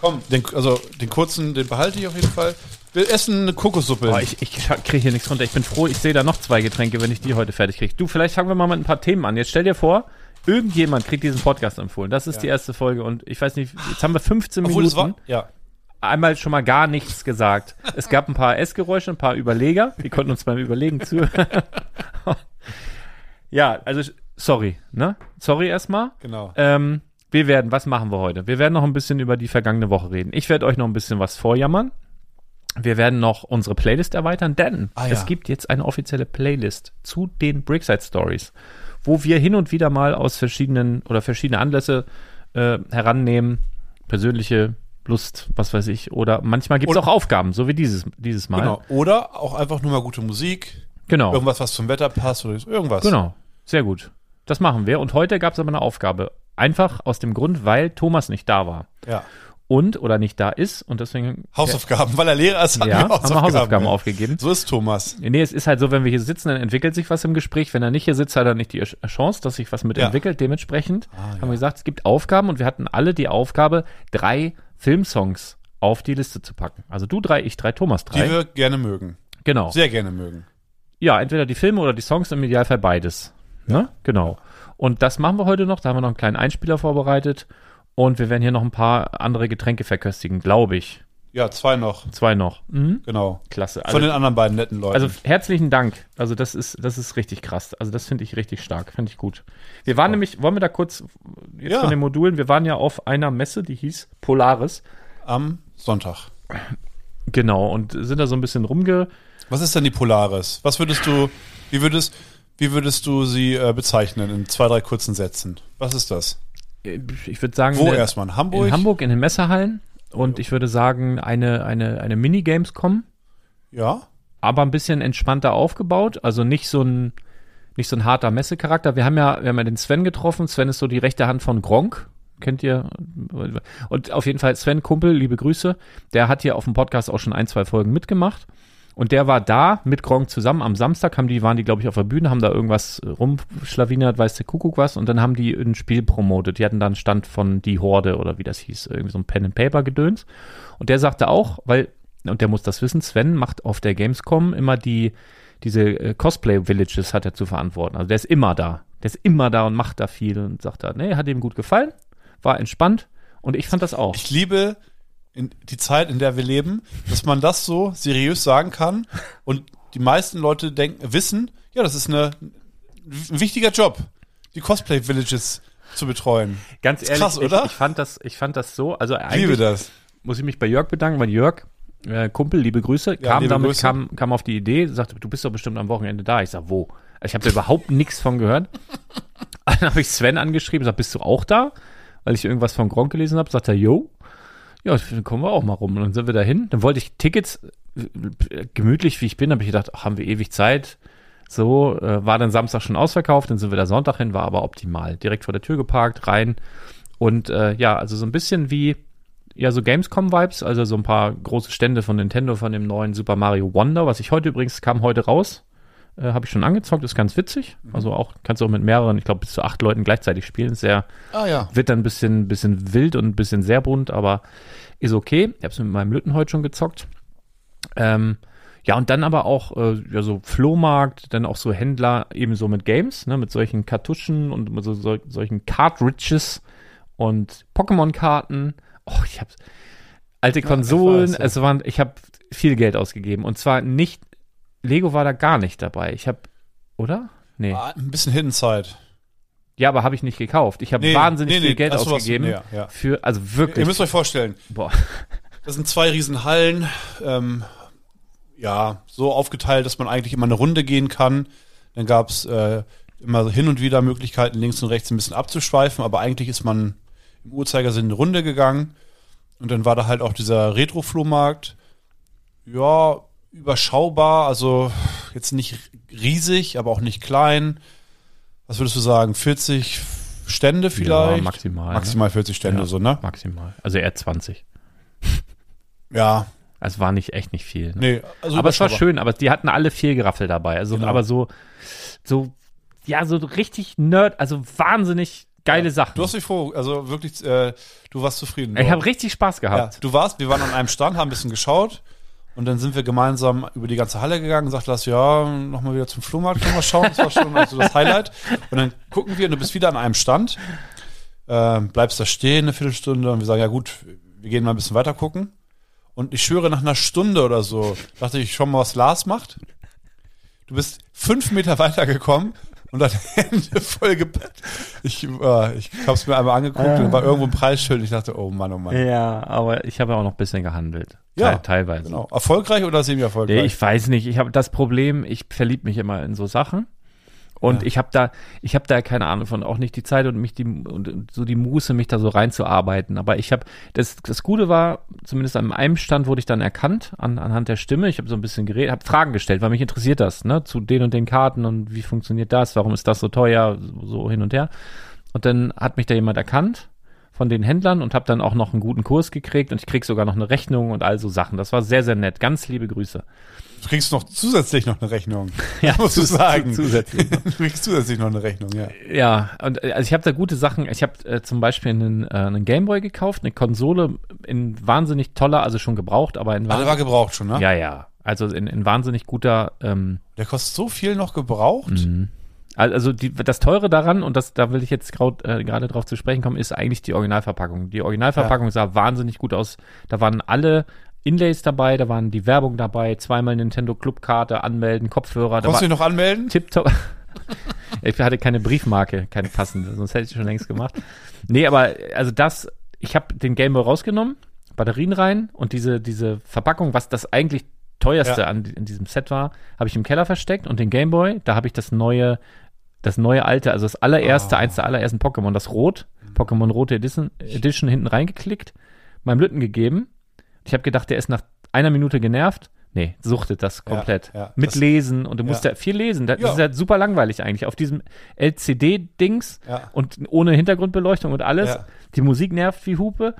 [SPEAKER 1] Komm, den, also den kurzen, den behalte ich auf jeden Fall. Wir essen eine Kokossuppe.
[SPEAKER 2] Boah, ich ich kriege hier nichts runter. Ich bin froh, ich sehe da noch zwei Getränke, wenn ich die heute fertig kriege. Du, vielleicht fangen wir mal mit ein paar Themen an. Jetzt stell dir vor, irgendjemand kriegt diesen Podcast empfohlen. Das ist die erste Folge und ich weiß nicht, jetzt haben wir 15
[SPEAKER 1] Obwohl es war,
[SPEAKER 2] Minuten.
[SPEAKER 1] ja.
[SPEAKER 2] Einmal schon mal gar nichts gesagt. Es gab ein paar Essgeräusche, ein paar Überleger. Die konnten uns beim Überlegen zuhören. ja, also sorry, ne? Sorry erstmal.
[SPEAKER 1] Genau.
[SPEAKER 2] Ähm, wir werden, was machen wir heute? Wir werden noch ein bisschen über die vergangene Woche reden. Ich werde euch noch ein bisschen was vorjammern. Wir werden noch unsere Playlist erweitern, denn
[SPEAKER 1] Ah, ja.
[SPEAKER 2] es gibt jetzt eine offizielle Playlist zu den Brickside Stories, wo wir hin und wieder mal aus verschiedenen oder verschiedene Anlässe äh, herannehmen, persönliche Lust, was weiß ich, oder manchmal gibt es
[SPEAKER 1] Oder-
[SPEAKER 2] auch Aufgaben, so wie dieses, dieses Mal.
[SPEAKER 1] Genau. Oder auch einfach nur mal gute Musik,
[SPEAKER 2] genau.
[SPEAKER 1] irgendwas, was zum Wetter passt oder irgendwas.
[SPEAKER 2] Genau, sehr gut. Das machen wir. Und heute gab es aber eine Aufgabe. Einfach aus dem Grund, weil Thomas nicht da war.
[SPEAKER 1] Ja.
[SPEAKER 2] und oder nicht da ist und deswegen
[SPEAKER 1] Hausaufgaben, weil er Lehrer ist, hat
[SPEAKER 2] ja,
[SPEAKER 1] er
[SPEAKER 2] haben wir Hausaufgaben aufgegeben.
[SPEAKER 1] So ist Thomas.
[SPEAKER 2] Nee, es ist halt so, wenn wir hier sitzen, dann entwickelt sich was im Gespräch. Wenn er nicht hier sitzt, hat er nicht die Chance, dass sich was mitentwickelt. Dementsprechend
[SPEAKER 1] Ah,
[SPEAKER 2] haben wir gesagt, es gibt Aufgaben und wir hatten alle die Aufgabe, drei Filmsongs auf die Liste zu packen. Also du drei, ich drei, Thomas
[SPEAKER 1] Die
[SPEAKER 2] drei.
[SPEAKER 1] wir gerne mögen.
[SPEAKER 2] genau.
[SPEAKER 1] Sehr gerne mögen.
[SPEAKER 2] Ja, entweder die Filme oder die Songs, im Idealfall beides. Ne? Genau. Und das machen wir heute noch. Da haben wir noch einen kleinen Einspieler vorbereitet. Und wir werden hier noch ein paar andere Getränke verköstigen, glaube ich.
[SPEAKER 1] Ja, zwei noch.
[SPEAKER 2] Zwei noch. Mhm.
[SPEAKER 1] Genau.
[SPEAKER 2] Klasse.
[SPEAKER 1] Von den anderen beiden netten Leuten.
[SPEAKER 2] Also herzlichen Dank. Also das ist, das ist richtig krass. Also das finde ich richtig stark, finde ich gut. Wir waren nämlich, wollen wir da kurz jetzt
[SPEAKER 1] Ja.
[SPEAKER 2] von den Modulen, wir waren ja auf einer Messe, die hieß Polaris.
[SPEAKER 1] Am Sonntag.
[SPEAKER 2] Genau, und sind da so ein bisschen rumge.
[SPEAKER 1] Was ist denn die Polaris? Was würdest du, wie würdest, wie würdest du sie äh, bezeichnen in zwei, drei kurzen Sätzen? Was ist das?
[SPEAKER 2] äh, Ich würde sagen,
[SPEAKER 1] Wo
[SPEAKER 2] eine-
[SPEAKER 1] erstmal? In Hamburg?
[SPEAKER 2] in Hamburg in den Messehallen. Und ich würde sagen, eine, eine, eine Minigamescom,
[SPEAKER 1] Ja.
[SPEAKER 2] aber ein bisschen entspannter aufgebaut. Also nicht so ein, nicht so ein harter Messecharakter. Wir haben ja, wir haben ja den Sven getroffen. Sven ist so die rechte Hand von Gronk. Kennt ihr? Und auf jeden Fall Sven Kumpel, liebe Grüße. Der hat hier auf dem Podcast auch schon ein, zwei Folgen mitgemacht. Und der war da mit Gronk zusammen am Samstag, haben die, waren die, glaube ich, auf der Bühne, haben da irgendwas rumschlawinert, weiß der Kuckuck was, und dann haben die ein Spiel promotet. Die hatten da einen Stand von Die Horde oder wie das hieß, irgendwie so ein Pen and Paper Gedöns. Und der sagte auch, weil, und der muss das wissen, Sven macht auf der Gamescom immer die, diese äh, Cosplay-Villages hat er zu verantworten. Also der ist immer da. Der ist immer da und macht da viel und sagt da, nee, hat ihm gut gefallen, war entspannt und ich fand das auch.
[SPEAKER 1] Ich liebe in die Zeit, in der wir leben, dass man das so seriös sagen kann und die meisten Leute denken, wissen, ja, das ist eine, ein wichtiger Job, die Cosplay Villages zu betreuen.
[SPEAKER 2] Ganz
[SPEAKER 1] ist krass, oder?
[SPEAKER 2] Ich, ich, fand das, ich fand das so, also
[SPEAKER 1] Ich liebe
[SPEAKER 2] eigentlich
[SPEAKER 1] das.
[SPEAKER 2] muss ich mich bei Jörg bedanken, weil Jörg, äh, Kumpel, liebe Grüße, kam
[SPEAKER 1] liebe
[SPEAKER 2] damit,
[SPEAKER 1] Grüße.
[SPEAKER 2] Kam, kam auf die Idee, sagte, du bist doch bestimmt am Wochenende da. Ich sag, wo? Also Ich habe da überhaupt nichts von gehört. Dann habe ich Sven angeschrieben, sag, bist du auch da? Weil ich irgendwas von Gronk gelesen habe, sagt er, yo. Ja, dann kommen wir auch mal rum. Und dann sind wir dahin. Dann wollte ich Tickets, äh, gemütlich wie ich bin, habe ich gedacht, ach, haben wir ewig Zeit. So, äh, war dann Samstag schon ausverkauft, dann sind wir da Sonntag hin, war aber optimal. Direkt vor der Tür geparkt, rein. Und äh, ja, also so ein bisschen wie, ja, so Gamescom-Vibes, also so ein paar große Stände von Nintendo, von dem neuen Super Mario Wonder, was ich heute übrigens, kam heute raus, äh, habe ich schon angezockt, ist ganz witzig. Also auch, kannst du auch mit mehreren, ich glaube bis zu acht Leuten gleichzeitig spielen, ist sehr,
[SPEAKER 1] Ah ja.
[SPEAKER 2] wird dann ein bisschen, bisschen wild und ein bisschen sehr bunt, aber ist okay. Ich habe es mit meinem Lütten heute schon gezockt. Ähm, ja, und dann aber auch äh, ja, so Flohmarkt, dann auch so Händler ebenso mit Games, ne, mit solchen Kartuschen und mit so, so, solchen Cartridges und Pokémon-Karten. Oh, ich habe alte Konsolen,
[SPEAKER 1] weiß, ja.
[SPEAKER 2] es waren, ich habe viel Geld ausgegeben und zwar nicht, Lego war da gar nicht dabei. Ich habe, oder? Nee.
[SPEAKER 1] Ah, Ein bisschen Hidden Side.
[SPEAKER 2] Ja, aber habe ich nicht gekauft. Ich habe
[SPEAKER 1] Nee,
[SPEAKER 2] wahnsinnig
[SPEAKER 1] nee, nee,
[SPEAKER 2] viel Geld
[SPEAKER 1] ach so, was-
[SPEAKER 2] ausgegeben
[SPEAKER 1] nee, ja, ja.
[SPEAKER 2] für, also
[SPEAKER 1] Ihr
[SPEAKER 2] wirklich.
[SPEAKER 1] müsst euch vorstellen,
[SPEAKER 2] boah.
[SPEAKER 1] das sind zwei riesen Hallen, ähm, ja, so aufgeteilt, dass man eigentlich immer eine Runde gehen kann. Dann gab es äh, immer hin und wieder Möglichkeiten, links und rechts ein bisschen abzuschweifen, aber eigentlich ist man im Uhrzeigersinn eine Runde gegangen. Und dann war da halt auch dieser Retro-Flohmarkt. Ja, überschaubar, also jetzt nicht riesig, aber auch nicht klein. was würdest du sagen, 40 Stände vielleicht?
[SPEAKER 2] Ja, maximal. ne?
[SPEAKER 1] Maximal 40 Stände,
[SPEAKER 2] Ja.
[SPEAKER 1] so, ne?
[SPEAKER 2] Ne? Maximal. Also eher 20.
[SPEAKER 1] Ja,
[SPEAKER 2] Es war nicht echt nicht viel. Ne?
[SPEAKER 1] nee. Also
[SPEAKER 2] aber es war
[SPEAKER 1] überschaubar.
[SPEAKER 2] schön, aber die hatten alle viel Geraffel dabei. Also,
[SPEAKER 1] Genau.
[SPEAKER 2] aber so, so, ja, so richtig Nerd, also wahnsinnig geile Sachen.
[SPEAKER 1] Du hast dich froh, also wirklich, äh, du warst zufrieden.
[SPEAKER 2] ich habe richtig Spaß
[SPEAKER 1] ja,
[SPEAKER 2] gehabt.
[SPEAKER 1] du warst, wir waren an einem Stand, haben ein bisschen geschaut und dann sind wir gemeinsam über die ganze Halle gegangen, sagte das, ja, nochmal wieder zum Flohmarkt können wir schauen, das war schon also das Highlight. Und dann gucken wir und du bist wieder an einem Stand, äh, bleibst da stehen eine Viertelstunde und wir sagen, ja gut, wir gehen mal ein bisschen weiter gucken. Und ich schwöre, nach einer Stunde oder so, dachte ich schon mal, was Lars macht. Du bist fünf Meter weitergekommen und deine Hände vollgepackt. Ich, äh, ich hab's mir einmal angeguckt und war irgendwo ein Preisschild und ich dachte, oh Mann, oh Mann.
[SPEAKER 2] Ja, aber ich habe auch noch ein bisschen gehandelt.
[SPEAKER 1] Ja,
[SPEAKER 2] Te- teilweise.
[SPEAKER 1] Genau. Erfolgreich oder
[SPEAKER 2] Nee,
[SPEAKER 1] semi-erfolgreich?
[SPEAKER 2] ich weiß nicht. Ich habe das Problem, ich verlieb mich immer in so Sachen. Und
[SPEAKER 1] Ja.
[SPEAKER 2] ich habe da, ich habe da keine Ahnung von, auch nicht die Zeit und mich die und und so die Muße, mich da so reinzuarbeiten. Aber ich habe das, das Gute war, zumindest an einem Stand wurde ich dann erkannt an, anhand der Stimme. Ich habe so ein bisschen geredet, habe Fragen gestellt, weil mich interessiert das, ne, zu den und den Karten und wie funktioniert das, warum ist das so teuer, so hin und her. Und dann hat mich da jemand erkannt von den Händlern und habe dann auch noch einen guten Kurs gekriegt und ich krieg sogar noch eine Rechnung und all so Sachen. Das war sehr, sehr nett. Ganz liebe Grüße.
[SPEAKER 1] Du kriegst noch zusätzlich noch eine Rechnung.
[SPEAKER 2] Ja,
[SPEAKER 1] musst du
[SPEAKER 2] zus-
[SPEAKER 1] sagen.
[SPEAKER 2] zusätzlich.
[SPEAKER 1] Du kriegst zusätzlich noch eine Rechnung, ja.
[SPEAKER 2] Ja, und äh, also ich habe da gute Sachen. Ich habe äh, zum Beispiel einen, äh, einen Gameboy gekauft, eine Konsole in wahnsinnig toller, also schon gebraucht, aber in
[SPEAKER 1] Ah, der
[SPEAKER 2] wahnsinnig,
[SPEAKER 1] war gebraucht schon, ne?
[SPEAKER 2] ja, ja, also in, in wahnsinnig guter, ähm,
[SPEAKER 1] Der kostet so viel noch gebraucht.
[SPEAKER 2] al- also die, das Teure daran und das, da will ich jetzt grad, äh, gerade drauf zu sprechen kommen, ist eigentlich die Originalverpackung. Die Originalverpackung sah wahnsinnig gut aus. Da waren alle Inlays dabei, da waren die Werbung dabei, zweimal Nintendo Clubkarte anmelden, Kopfhörer. da war-
[SPEAKER 1] Konntest du dich noch anmelden?
[SPEAKER 2] tipptopp. ich hatte keine Briefmarke, keine passende, sonst hätte ich schon längst gemacht. Nee, aber also das, ich habe den Gameboy rausgenommen, Batterien rein und diese, diese Verpackung, was das eigentlich teuerste
[SPEAKER 1] Ja.
[SPEAKER 2] an in diesem Set war, habe ich im Keller versteckt und den Gameboy, da habe ich das neue, das neue alte, also das allererste,
[SPEAKER 1] Ah. Mhm.
[SPEAKER 2] eins der allerersten Pokémon, das Rot, Pokémon Rote Edition, Edition hinten reingeklickt, meinem Lütten gegeben. Ich habe gedacht, der ist nach einer Minute genervt. Nee, suchtet das komplett.
[SPEAKER 1] ja,
[SPEAKER 2] Mit
[SPEAKER 1] das-
[SPEAKER 2] Lesen und du musst
[SPEAKER 1] Ja.
[SPEAKER 2] ja viel lesen. Das
[SPEAKER 1] Ja.
[SPEAKER 2] ist ja super langweilig eigentlich. Auf diesem LCD-Dings
[SPEAKER 1] Ja.
[SPEAKER 2] und ohne Hintergrundbeleuchtung und alles.
[SPEAKER 1] Ja.
[SPEAKER 2] Die Musik nervt wie Hupe.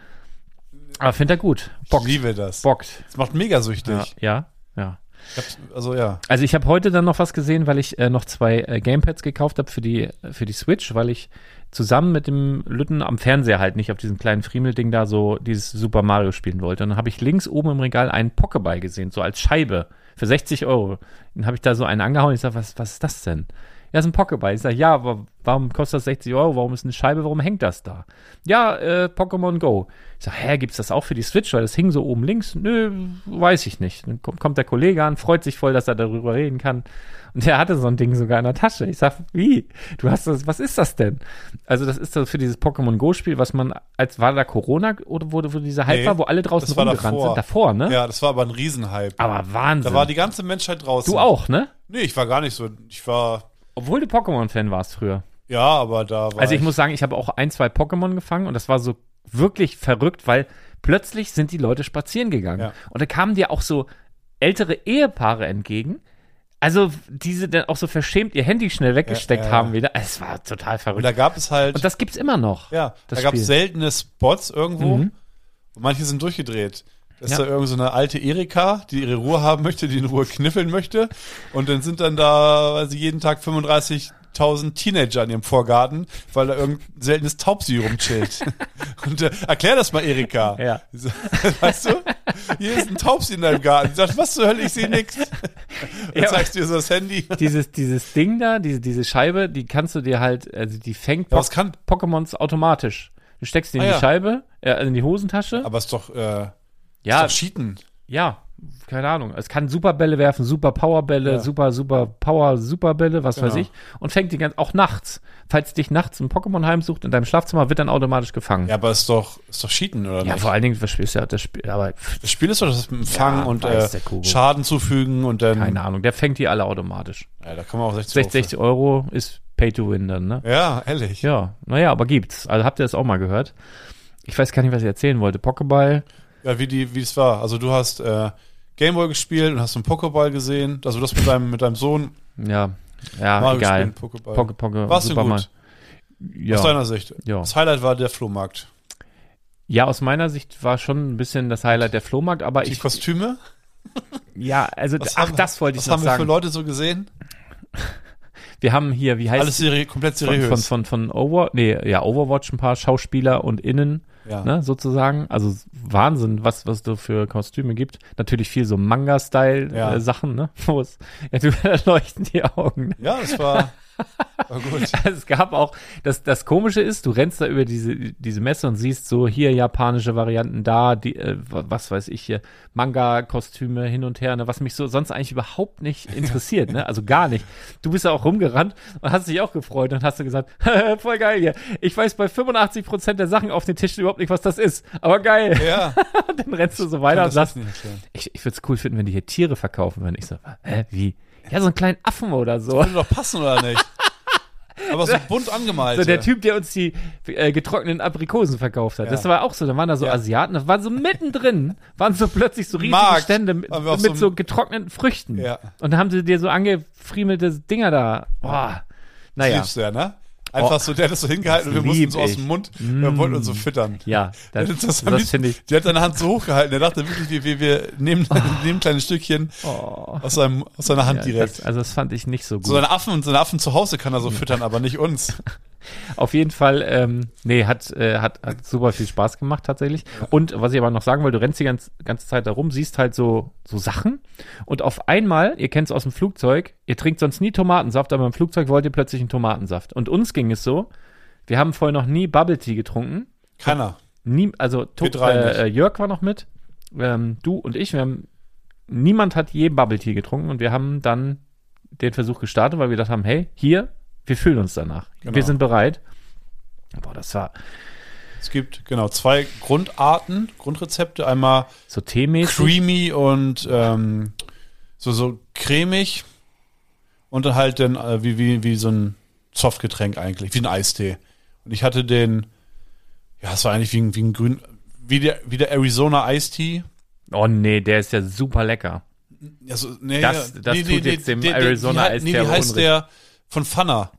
[SPEAKER 2] Aber findet er gut. Bockt.
[SPEAKER 1] Ich liebe das.
[SPEAKER 2] Bockt.
[SPEAKER 1] Das macht mega
[SPEAKER 2] Ja,
[SPEAKER 1] süchtig.
[SPEAKER 2] ja, ja.
[SPEAKER 1] Ich hab's- Also ja.
[SPEAKER 2] Also ich habe heute dann noch was gesehen, weil ich äh, noch zwei äh, Gamepads gekauft habe für die, äh, für die Switch, weil ich zusammen mit dem Lütten am Fernseher halt nicht auf diesem kleinen Friemel-Ding da so dieses Super Mario spielen wollte. Und dann habe ich links oben im Regal einen Pokéball gesehen, so als Scheibe für 60 Euro. Dann habe ich da so einen angehauen. Ich sage, was, was ist das denn? Ja, ist ein Pokéball. Ich sage, ja, aber warum kostet das 60 Euro? Warum ist eine Scheibe? Warum hängt das da? Ja, äh, Pokémon Go. Ich sage, hä, gibt's das auch für die Switch? Weil das hing so oben links. Nö, weiß ich nicht. Dann kommt, kommt der Kollege an, freut sich voll, dass er darüber reden kann. Und der hatte so ein Ding sogar in der Tasche. Ich sag, wie? Du hast das, was ist das denn? Also, das ist das für dieses Pokémon Go-Spiel, was man, als war da Corona oder wurde, wo dieser Hype
[SPEAKER 1] Nee,
[SPEAKER 2] war, wo alle draußen
[SPEAKER 1] das war
[SPEAKER 2] rumgerannt
[SPEAKER 1] davor.
[SPEAKER 2] sind. Davor, ne?
[SPEAKER 1] Ja, das war aber ein Riesenhype.
[SPEAKER 2] Aber Wahnsinn.
[SPEAKER 1] da war die ganze Menschheit draußen.
[SPEAKER 2] du auch, ne?
[SPEAKER 1] Nee, ich war gar nicht so. Ich war.
[SPEAKER 2] Obwohl du Pokémon-Fan warst früher.
[SPEAKER 1] Ja, aber da war.
[SPEAKER 2] Also ich muss sagen, ich habe auch ein, zwei Pokémon gefangen und das war so wirklich verrückt, weil plötzlich sind die Leute spazieren gegangen.
[SPEAKER 1] Ja.
[SPEAKER 2] Und da kamen dir auch so ältere Ehepaare entgegen. Also diese dann auch so verschämt ihr Handy schnell weggesteckt
[SPEAKER 1] ja, ja.
[SPEAKER 2] haben wieder. Es war total
[SPEAKER 1] Und
[SPEAKER 2] verrückt.
[SPEAKER 1] da gab es halt.
[SPEAKER 2] Und das gibt's immer noch.
[SPEAKER 1] Ja,
[SPEAKER 2] das
[SPEAKER 1] da gab es
[SPEAKER 2] Spiel.
[SPEAKER 1] seltene Spots irgendwo
[SPEAKER 2] Mhm.
[SPEAKER 1] und manche sind durchgedreht. Da ist
[SPEAKER 2] Ja.
[SPEAKER 1] da irgend so eine alte Erika, die ihre Ruhe haben möchte, die in Ruhe kniffeln möchte. Und dann sind dann da, weiß ich, jeden Tag 35.000 Teenager in ihrem Vorgarten, weil da irgendein seltenes Taubsi rumchillt. und äh, erklär das mal Erika.
[SPEAKER 2] Ja.
[SPEAKER 1] Weißt du? Hier ist ein Taubsi in deinem Garten. Sie sagt, was zur Hölle, ich sehe nichts. Dann
[SPEAKER 2] Ja, aber-
[SPEAKER 1] zeigst du ihr so das Handy.
[SPEAKER 2] Dieses, dieses Ding da, diese, diese Scheibe, die kannst du dir halt, also die fängt
[SPEAKER 1] Ja, was kann-
[SPEAKER 2] Pokémons automatisch. Du steckst die in
[SPEAKER 1] Ah,
[SPEAKER 2] die
[SPEAKER 1] ja.
[SPEAKER 2] Scheibe, äh, also in die Hosentasche.
[SPEAKER 1] Aber es ist doch, äh, ist
[SPEAKER 2] ja,
[SPEAKER 1] doch Cheaten.
[SPEAKER 2] Ja, keine Ahnung. Es kann Superbälle werfen, super Powerbälle,
[SPEAKER 1] Ja.
[SPEAKER 2] super, super Power, Superbälle, was weiß
[SPEAKER 1] Genau.
[SPEAKER 2] ich. Und fängt die ganz, auch nachts. Falls dich nachts ein Pokémon heimsucht in deinem Schlafzimmer, wird dann automatisch gefangen.
[SPEAKER 1] Ja, aber es ist doch, ist doch Cheaten, oder
[SPEAKER 2] Ja,
[SPEAKER 1] nicht?
[SPEAKER 2] vor allen Dingen, was spielst du ja das Spiel, aber pff,
[SPEAKER 1] Das Spiel ist doch das mit dem Fang
[SPEAKER 2] Ja,
[SPEAKER 1] und äh,
[SPEAKER 2] weiß der Kugel.
[SPEAKER 1] Schaden zufügen und dann.
[SPEAKER 2] keine Ahnung, der fängt die alle automatisch.
[SPEAKER 1] Ja, da kann man Mhm. auch 60,
[SPEAKER 2] 60, 60 Euro ist Pay to Win dann, ne?
[SPEAKER 1] drauf. Ja, ehrlich. Ja.
[SPEAKER 2] Ja, naja, aber gibt's. Also habt ihr das auch mal gehört? Ich weiß gar nicht, was ich erzählen wollte. Pokéball,
[SPEAKER 1] wie die, wie es war. Also du hast äh, Gameboy gespielt und hast einen Pokéball gesehen. Also das mit deinem, mit deinem Sohn.
[SPEAKER 2] ja, Ja,
[SPEAKER 1] Mario
[SPEAKER 2] Ah, egal.
[SPEAKER 1] spielen, Pokéball.
[SPEAKER 2] Poke, Poke,
[SPEAKER 1] Warst du
[SPEAKER 2] Super
[SPEAKER 1] gut?
[SPEAKER 2] Mario.
[SPEAKER 1] Aus
[SPEAKER 2] Ja,
[SPEAKER 1] deiner Sicht.
[SPEAKER 2] ja.
[SPEAKER 1] Das Highlight war der Flohmarkt.
[SPEAKER 2] ja, aus meiner Sicht war schon ein bisschen das Highlight der Flohmarkt, aber
[SPEAKER 1] Die
[SPEAKER 2] ich,
[SPEAKER 1] Kostüme?
[SPEAKER 2] ja, also,
[SPEAKER 1] Was
[SPEAKER 2] ach,
[SPEAKER 1] haben-
[SPEAKER 2] das wollte ich
[SPEAKER 1] Was
[SPEAKER 2] noch
[SPEAKER 1] haben wir für
[SPEAKER 2] sagen.
[SPEAKER 1] Leute so gesehen?
[SPEAKER 2] Wir haben hier, wie heißt
[SPEAKER 1] Alles seri komplett
[SPEAKER 2] von,
[SPEAKER 1] seriös.
[SPEAKER 2] von, von, von Over, nee, ja, Overwatch ein paar Schauspieler und Innen,
[SPEAKER 1] ja.
[SPEAKER 2] ne, sozusagen. Also Wahnsinn, was, was du für Kostüme gibt. Natürlich viel so
[SPEAKER 1] Ja.
[SPEAKER 2] Manga-Style-Sachen, ne? Wo es, ja, du da leuchten die Augen.
[SPEAKER 1] ja, das war, war gut.
[SPEAKER 2] Es gab auch, das, das Komische ist, du rennst da über diese, diese Messe und siehst so hier japanische Varianten da, die, äh, wa- was weiß ich hier, Manga-Kostüme hin und her, ne, was mich so sonst eigentlich überhaupt nicht interessiert, ne? Also gar nicht. Du bist ja auch rumgerannt und hast dich auch gefreut und hast du gesagt, voll geil hier. Ich weiß bei 85% der Sachen auf den Tischen überhaupt nicht, was das ist. Aber geil.
[SPEAKER 1] Ja,
[SPEAKER 2] Und dann rennst du so weiter und
[SPEAKER 1] das
[SPEAKER 2] sagst,
[SPEAKER 1] ist nicht schön.
[SPEAKER 2] ich, ich würde es cool finden, wenn die hier Tiere verkaufen würden. Ich so, hä, wie? Ja, so einen kleinen Affen oder so.
[SPEAKER 1] Würde doch passen, oder nicht? Aber so bunt angemalt.
[SPEAKER 2] So der Typ, der uns die äh, getrockneten Aprikosen verkauft hat.
[SPEAKER 1] Ja.
[SPEAKER 2] Das war auch so. Da waren da so
[SPEAKER 1] Ja.
[SPEAKER 2] Asiaten, da waren so mittendrin, waren so plötzlich so riesige
[SPEAKER 1] Markt.
[SPEAKER 2] Stände mit,
[SPEAKER 1] Waren wir auf
[SPEAKER 2] mit
[SPEAKER 1] so
[SPEAKER 2] so,
[SPEAKER 1] einem-
[SPEAKER 2] getrockneten Früchten.
[SPEAKER 1] Ja.
[SPEAKER 2] Und da haben sie dir so angefriemelte Dinger da. Boah. Naja.
[SPEAKER 1] Liebst du ja, ne? Einfach
[SPEAKER 2] Ah, Oh.
[SPEAKER 1] so, der hat das so hingehalten und wir
[SPEAKER 2] Das
[SPEAKER 1] mussten
[SPEAKER 2] lieb
[SPEAKER 1] so aus
[SPEAKER 2] ich. Mm.
[SPEAKER 1] dem Mund, wir wollten uns so füttern.
[SPEAKER 2] Ja,
[SPEAKER 1] Der hat
[SPEAKER 2] das,
[SPEAKER 1] uns
[SPEAKER 2] das,
[SPEAKER 1] am liebsten-
[SPEAKER 2] finde ich.
[SPEAKER 1] Der hat seine Hand so hochgehalten, der dachte wirklich, wir, wir, wir nehmen, nehmen kleine Stückchen
[SPEAKER 2] Oh,
[SPEAKER 1] aus, seinem, aus seiner Hand
[SPEAKER 2] ja,
[SPEAKER 1] direkt.
[SPEAKER 2] das, also das fand ich nicht so gut.
[SPEAKER 1] so seine Affen und seine Affen zu Hause kann er so füttern, aber nicht uns.
[SPEAKER 2] Auf jeden Fall, ähm, nee, hat, äh, hat, hat super viel Spaß gemacht tatsächlich. Und was ich aber noch sagen wollte, du rennst die ganz, ganze Zeit da rum, siehst halt so, so Sachen und auf einmal, ihr kennt es aus dem Flugzeug, ihr trinkt sonst nie Tomatensaft, aber im Flugzeug wollt ihr plötzlich einen Tomatensaft. Und uns ging es so, wir haben vorher noch nie Bubble Tea getrunken.
[SPEAKER 1] Keiner.
[SPEAKER 2] Nie, also to,
[SPEAKER 1] Wir drei nicht.
[SPEAKER 2] äh, äh, Jörg war noch mit, ähm, du und ich, wir haben, niemand hat je Bubble Tea getrunken und wir haben dann den Versuch gestartet, weil wir gedacht haben, hey, hier, wir fühlen uns danach.
[SPEAKER 1] Genau.
[SPEAKER 2] Wir sind bereit. Boah, das war
[SPEAKER 1] Es gibt genau zwei Grundarten, Grundrezepte. Einmal
[SPEAKER 2] so teemäßig.
[SPEAKER 1] creamy und ähm, so, so cremig und dann halt dann äh, wie, wie, wie so ein Softgetränk eigentlich, wie ein Eistee. Und ich hatte den, ja, es war eigentlich wie ein, wie ein grün, wie der, wie der Arizona Eistee.
[SPEAKER 2] Oh nee, der ist ja super lecker.
[SPEAKER 1] Also, nee,
[SPEAKER 2] Das- das tut jetzt dem
[SPEAKER 1] der- der-
[SPEAKER 2] Arizona
[SPEAKER 1] die, hei- Nee,
[SPEAKER 2] Eistee
[SPEAKER 1] wie
[SPEAKER 2] aber
[SPEAKER 1] heißt
[SPEAKER 2] Unrecht.
[SPEAKER 1] der von Fanna?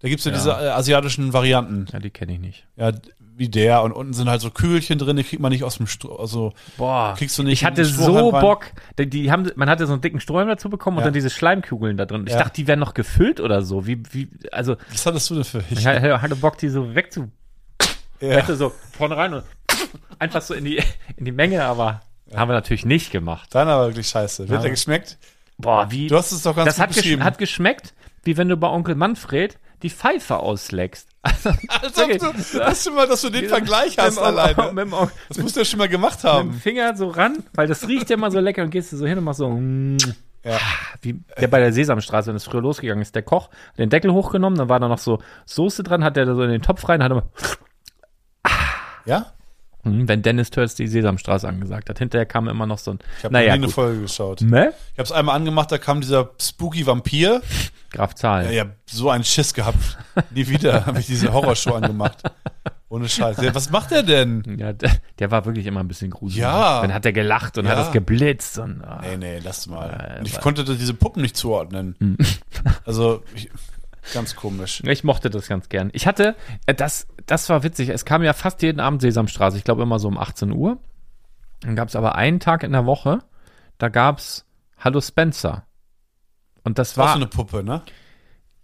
[SPEAKER 1] Da gibt's ja,
[SPEAKER 2] Ja.
[SPEAKER 1] diese äh, asiatischen Varianten.
[SPEAKER 2] Ja, die kenne ich nicht.
[SPEAKER 1] Ja, wie der. Und unten sind halt so Kügelchen drin, die kriegt man nicht aus dem Stro also
[SPEAKER 2] Boah,
[SPEAKER 1] Kriegst du nicht
[SPEAKER 2] ich hatte
[SPEAKER 1] einen Strohhalm
[SPEAKER 2] so
[SPEAKER 1] rein?
[SPEAKER 2] Bock. Die, die haben, man hatte so einen dicken Strohhalm dazu bekommen
[SPEAKER 1] Ja.
[SPEAKER 2] und dann diese Schleimkugeln da drin. Ich
[SPEAKER 1] Ja.
[SPEAKER 2] dachte, die wären noch gefüllt oder so. Wie, wie, also
[SPEAKER 1] Was hattest du denn für
[SPEAKER 2] ich hatte hatte Bock, die so wegzu,
[SPEAKER 1] Ja.
[SPEAKER 2] hätte so vorne rein und einfach so in die, in die Menge, aber haben wir natürlich nicht gemacht.
[SPEAKER 1] Deiner war wirklich scheiße. Wird
[SPEAKER 2] Ja.
[SPEAKER 1] der geschmeckt?
[SPEAKER 2] Boah, wie.
[SPEAKER 1] Du hast es doch ganz
[SPEAKER 2] das
[SPEAKER 1] gut
[SPEAKER 2] hat, gesch
[SPEAKER 1] beschrieben.
[SPEAKER 2] hat geschmeckt, wie wenn du bei Onkel Manfred die Pfeife ausleckst. Also,
[SPEAKER 1] Als ob
[SPEAKER 2] wirklich.
[SPEAKER 1] du, das schon mal, dass du den Vergleich
[SPEAKER 2] Mit
[SPEAKER 1] hast
[SPEAKER 2] dem Onkel-
[SPEAKER 1] alleine.
[SPEAKER 2] Mit dem, Onkel-
[SPEAKER 1] Das musst du ja schon mal gemacht
[SPEAKER 2] mit dem
[SPEAKER 1] haben.
[SPEAKER 2] Finger so ran, weil das riecht ja immer so lecker und gehst du so hin und machst so. mm,
[SPEAKER 1] Ja.
[SPEAKER 2] Wie der bei der Sesamstraße, wenn es früher losgegangen ist, der Koch hat den Deckel hochgenommen, dann war da noch so Soße dran, hat der da so in den Topf rein, hat immer,
[SPEAKER 1] ja?
[SPEAKER 2] Hm, wenn Dennis Törs die Sesamstraße angesagt hat. Hinterher kam immer noch so ein,
[SPEAKER 1] Ich habe
[SPEAKER 2] naja,
[SPEAKER 1] nie eine
[SPEAKER 2] gut.
[SPEAKER 1] Folge geschaut.
[SPEAKER 2] Ne?
[SPEAKER 1] Ich habe es einmal angemacht, da kam dieser spooky Vampir.
[SPEAKER 2] Graf Zahl.
[SPEAKER 1] Ja, ich hab so einen Schiss gehabt. Nie wieder habe ich diese Horrorshow angemacht. Ohne Scheiß. Ja, was macht er denn?
[SPEAKER 2] Ja, der, der war wirklich immer ein bisschen gruselig.
[SPEAKER 1] Ja.
[SPEAKER 2] Dann hat er gelacht und
[SPEAKER 1] Ja.
[SPEAKER 2] hat es geblitzt und ah.
[SPEAKER 1] Nee, nee, lass mal.
[SPEAKER 2] Äh,
[SPEAKER 1] Und ich
[SPEAKER 2] was?
[SPEAKER 1] konnte diese Puppen nicht zuordnen.
[SPEAKER 2] Hm.
[SPEAKER 1] Also, ich, ganz komisch.
[SPEAKER 2] ich mochte das ganz gern. Ich hatte, äh, das, das war witzig, es kam ja fast jeden Abend Sesamstraße, ich glaube immer so um 18 Uhr. Dann gab es aber einen Tag in der Woche, da gab es Hallo Spencer. Und das
[SPEAKER 1] War so
[SPEAKER 2] war
[SPEAKER 1] eine Puppe, ne?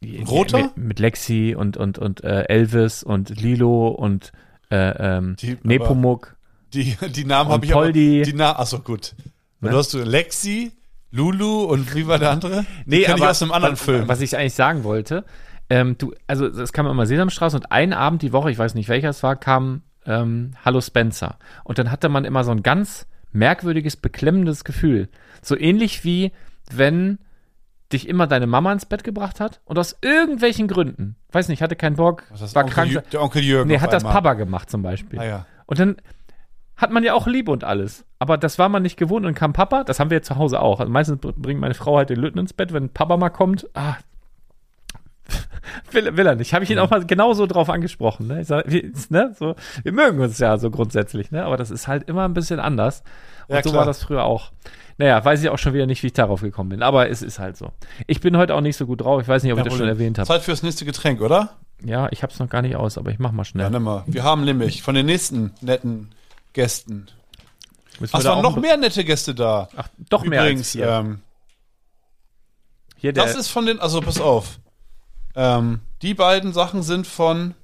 [SPEAKER 2] mit,
[SPEAKER 1] roter?
[SPEAKER 2] mit, mit Lexi und, und, und äh, Elvis und Lilo und äh, ähm,
[SPEAKER 1] Die- aber-
[SPEAKER 2] Nepomuk.
[SPEAKER 1] Die, die Namen
[SPEAKER 2] Und
[SPEAKER 1] habe ich aber.
[SPEAKER 2] Poldi.
[SPEAKER 1] Die Na Achso, gut. Und
[SPEAKER 2] Ne?
[SPEAKER 1] du hast du Lexi, Lulu und wie war der andere?
[SPEAKER 2] Nee,
[SPEAKER 1] kenn ich
[SPEAKER 2] aber
[SPEAKER 1] aus einem anderen
[SPEAKER 2] was,
[SPEAKER 1] Film.
[SPEAKER 2] Was ich eigentlich sagen wollte, ähm, du, also es kam immer Sesamstraße und einen Abend die Woche, ich weiß nicht welcher es war, kam ähm, Hallo Spencer. Und dann hatte man immer so ein ganz merkwürdiges, beklemmendes Gefühl. So ähnlich wie wenn dich immer deine Mama ins Bett gebracht hat und aus irgendwelchen Gründen, weiß nicht, hatte keinen Bock,
[SPEAKER 1] Was ist
[SPEAKER 2] war
[SPEAKER 1] Onkel
[SPEAKER 2] krank.
[SPEAKER 1] Jü- der Onkel Jürgen.
[SPEAKER 2] nee,
[SPEAKER 1] auf
[SPEAKER 2] hat das
[SPEAKER 1] einmal.
[SPEAKER 2] Papa gemacht zum Beispiel.
[SPEAKER 1] Ah, ja.
[SPEAKER 2] Und dann hat man ja auch lieb und alles. Aber das war man nicht gewohnt und kam Papa, das haben wir zu Hause auch. Also meistens br- bringt meine Frau halt den Lütten ins Bett, wenn Papa mal kommt. Ah, will, will er nicht. Habe ich ihn auch mal genauso drauf angesprochen. Ne? Ich sag, wir, ne? so, wir mögen uns ja so grundsätzlich, ne? aber das ist halt immer ein bisschen anders. Und
[SPEAKER 1] Ja,
[SPEAKER 2] so
[SPEAKER 1] klar.
[SPEAKER 2] war das früher auch. Naja, weiß ich auch schon wieder nicht, wie ich darauf gekommen bin. Aber es ist halt so. Ich bin heute auch nicht so gut drauf. Ich weiß nicht, ob ich das schon erwähnt habe.
[SPEAKER 1] Zeit fürs nächste Getränk, oder?
[SPEAKER 2] Ja, ich habe es noch gar nicht aus, aber ich mach
[SPEAKER 1] Ja,
[SPEAKER 2] mal
[SPEAKER 1] ne?
[SPEAKER 2] schnell.
[SPEAKER 1] nimm mal. Wir haben nämlich von den nächsten netten Gästen. Ach,
[SPEAKER 2] Müssen wir
[SPEAKER 1] es
[SPEAKER 2] da
[SPEAKER 1] waren
[SPEAKER 2] auch
[SPEAKER 1] noch
[SPEAKER 2] ein-
[SPEAKER 1] mehr nette Gäste da.
[SPEAKER 2] Ach, doch mehr als
[SPEAKER 1] Übrigens,
[SPEAKER 2] hier.
[SPEAKER 1] ähm,
[SPEAKER 2] hier der,
[SPEAKER 1] das ist von den, also pass auf. Ähm, die beiden Sachen sind von.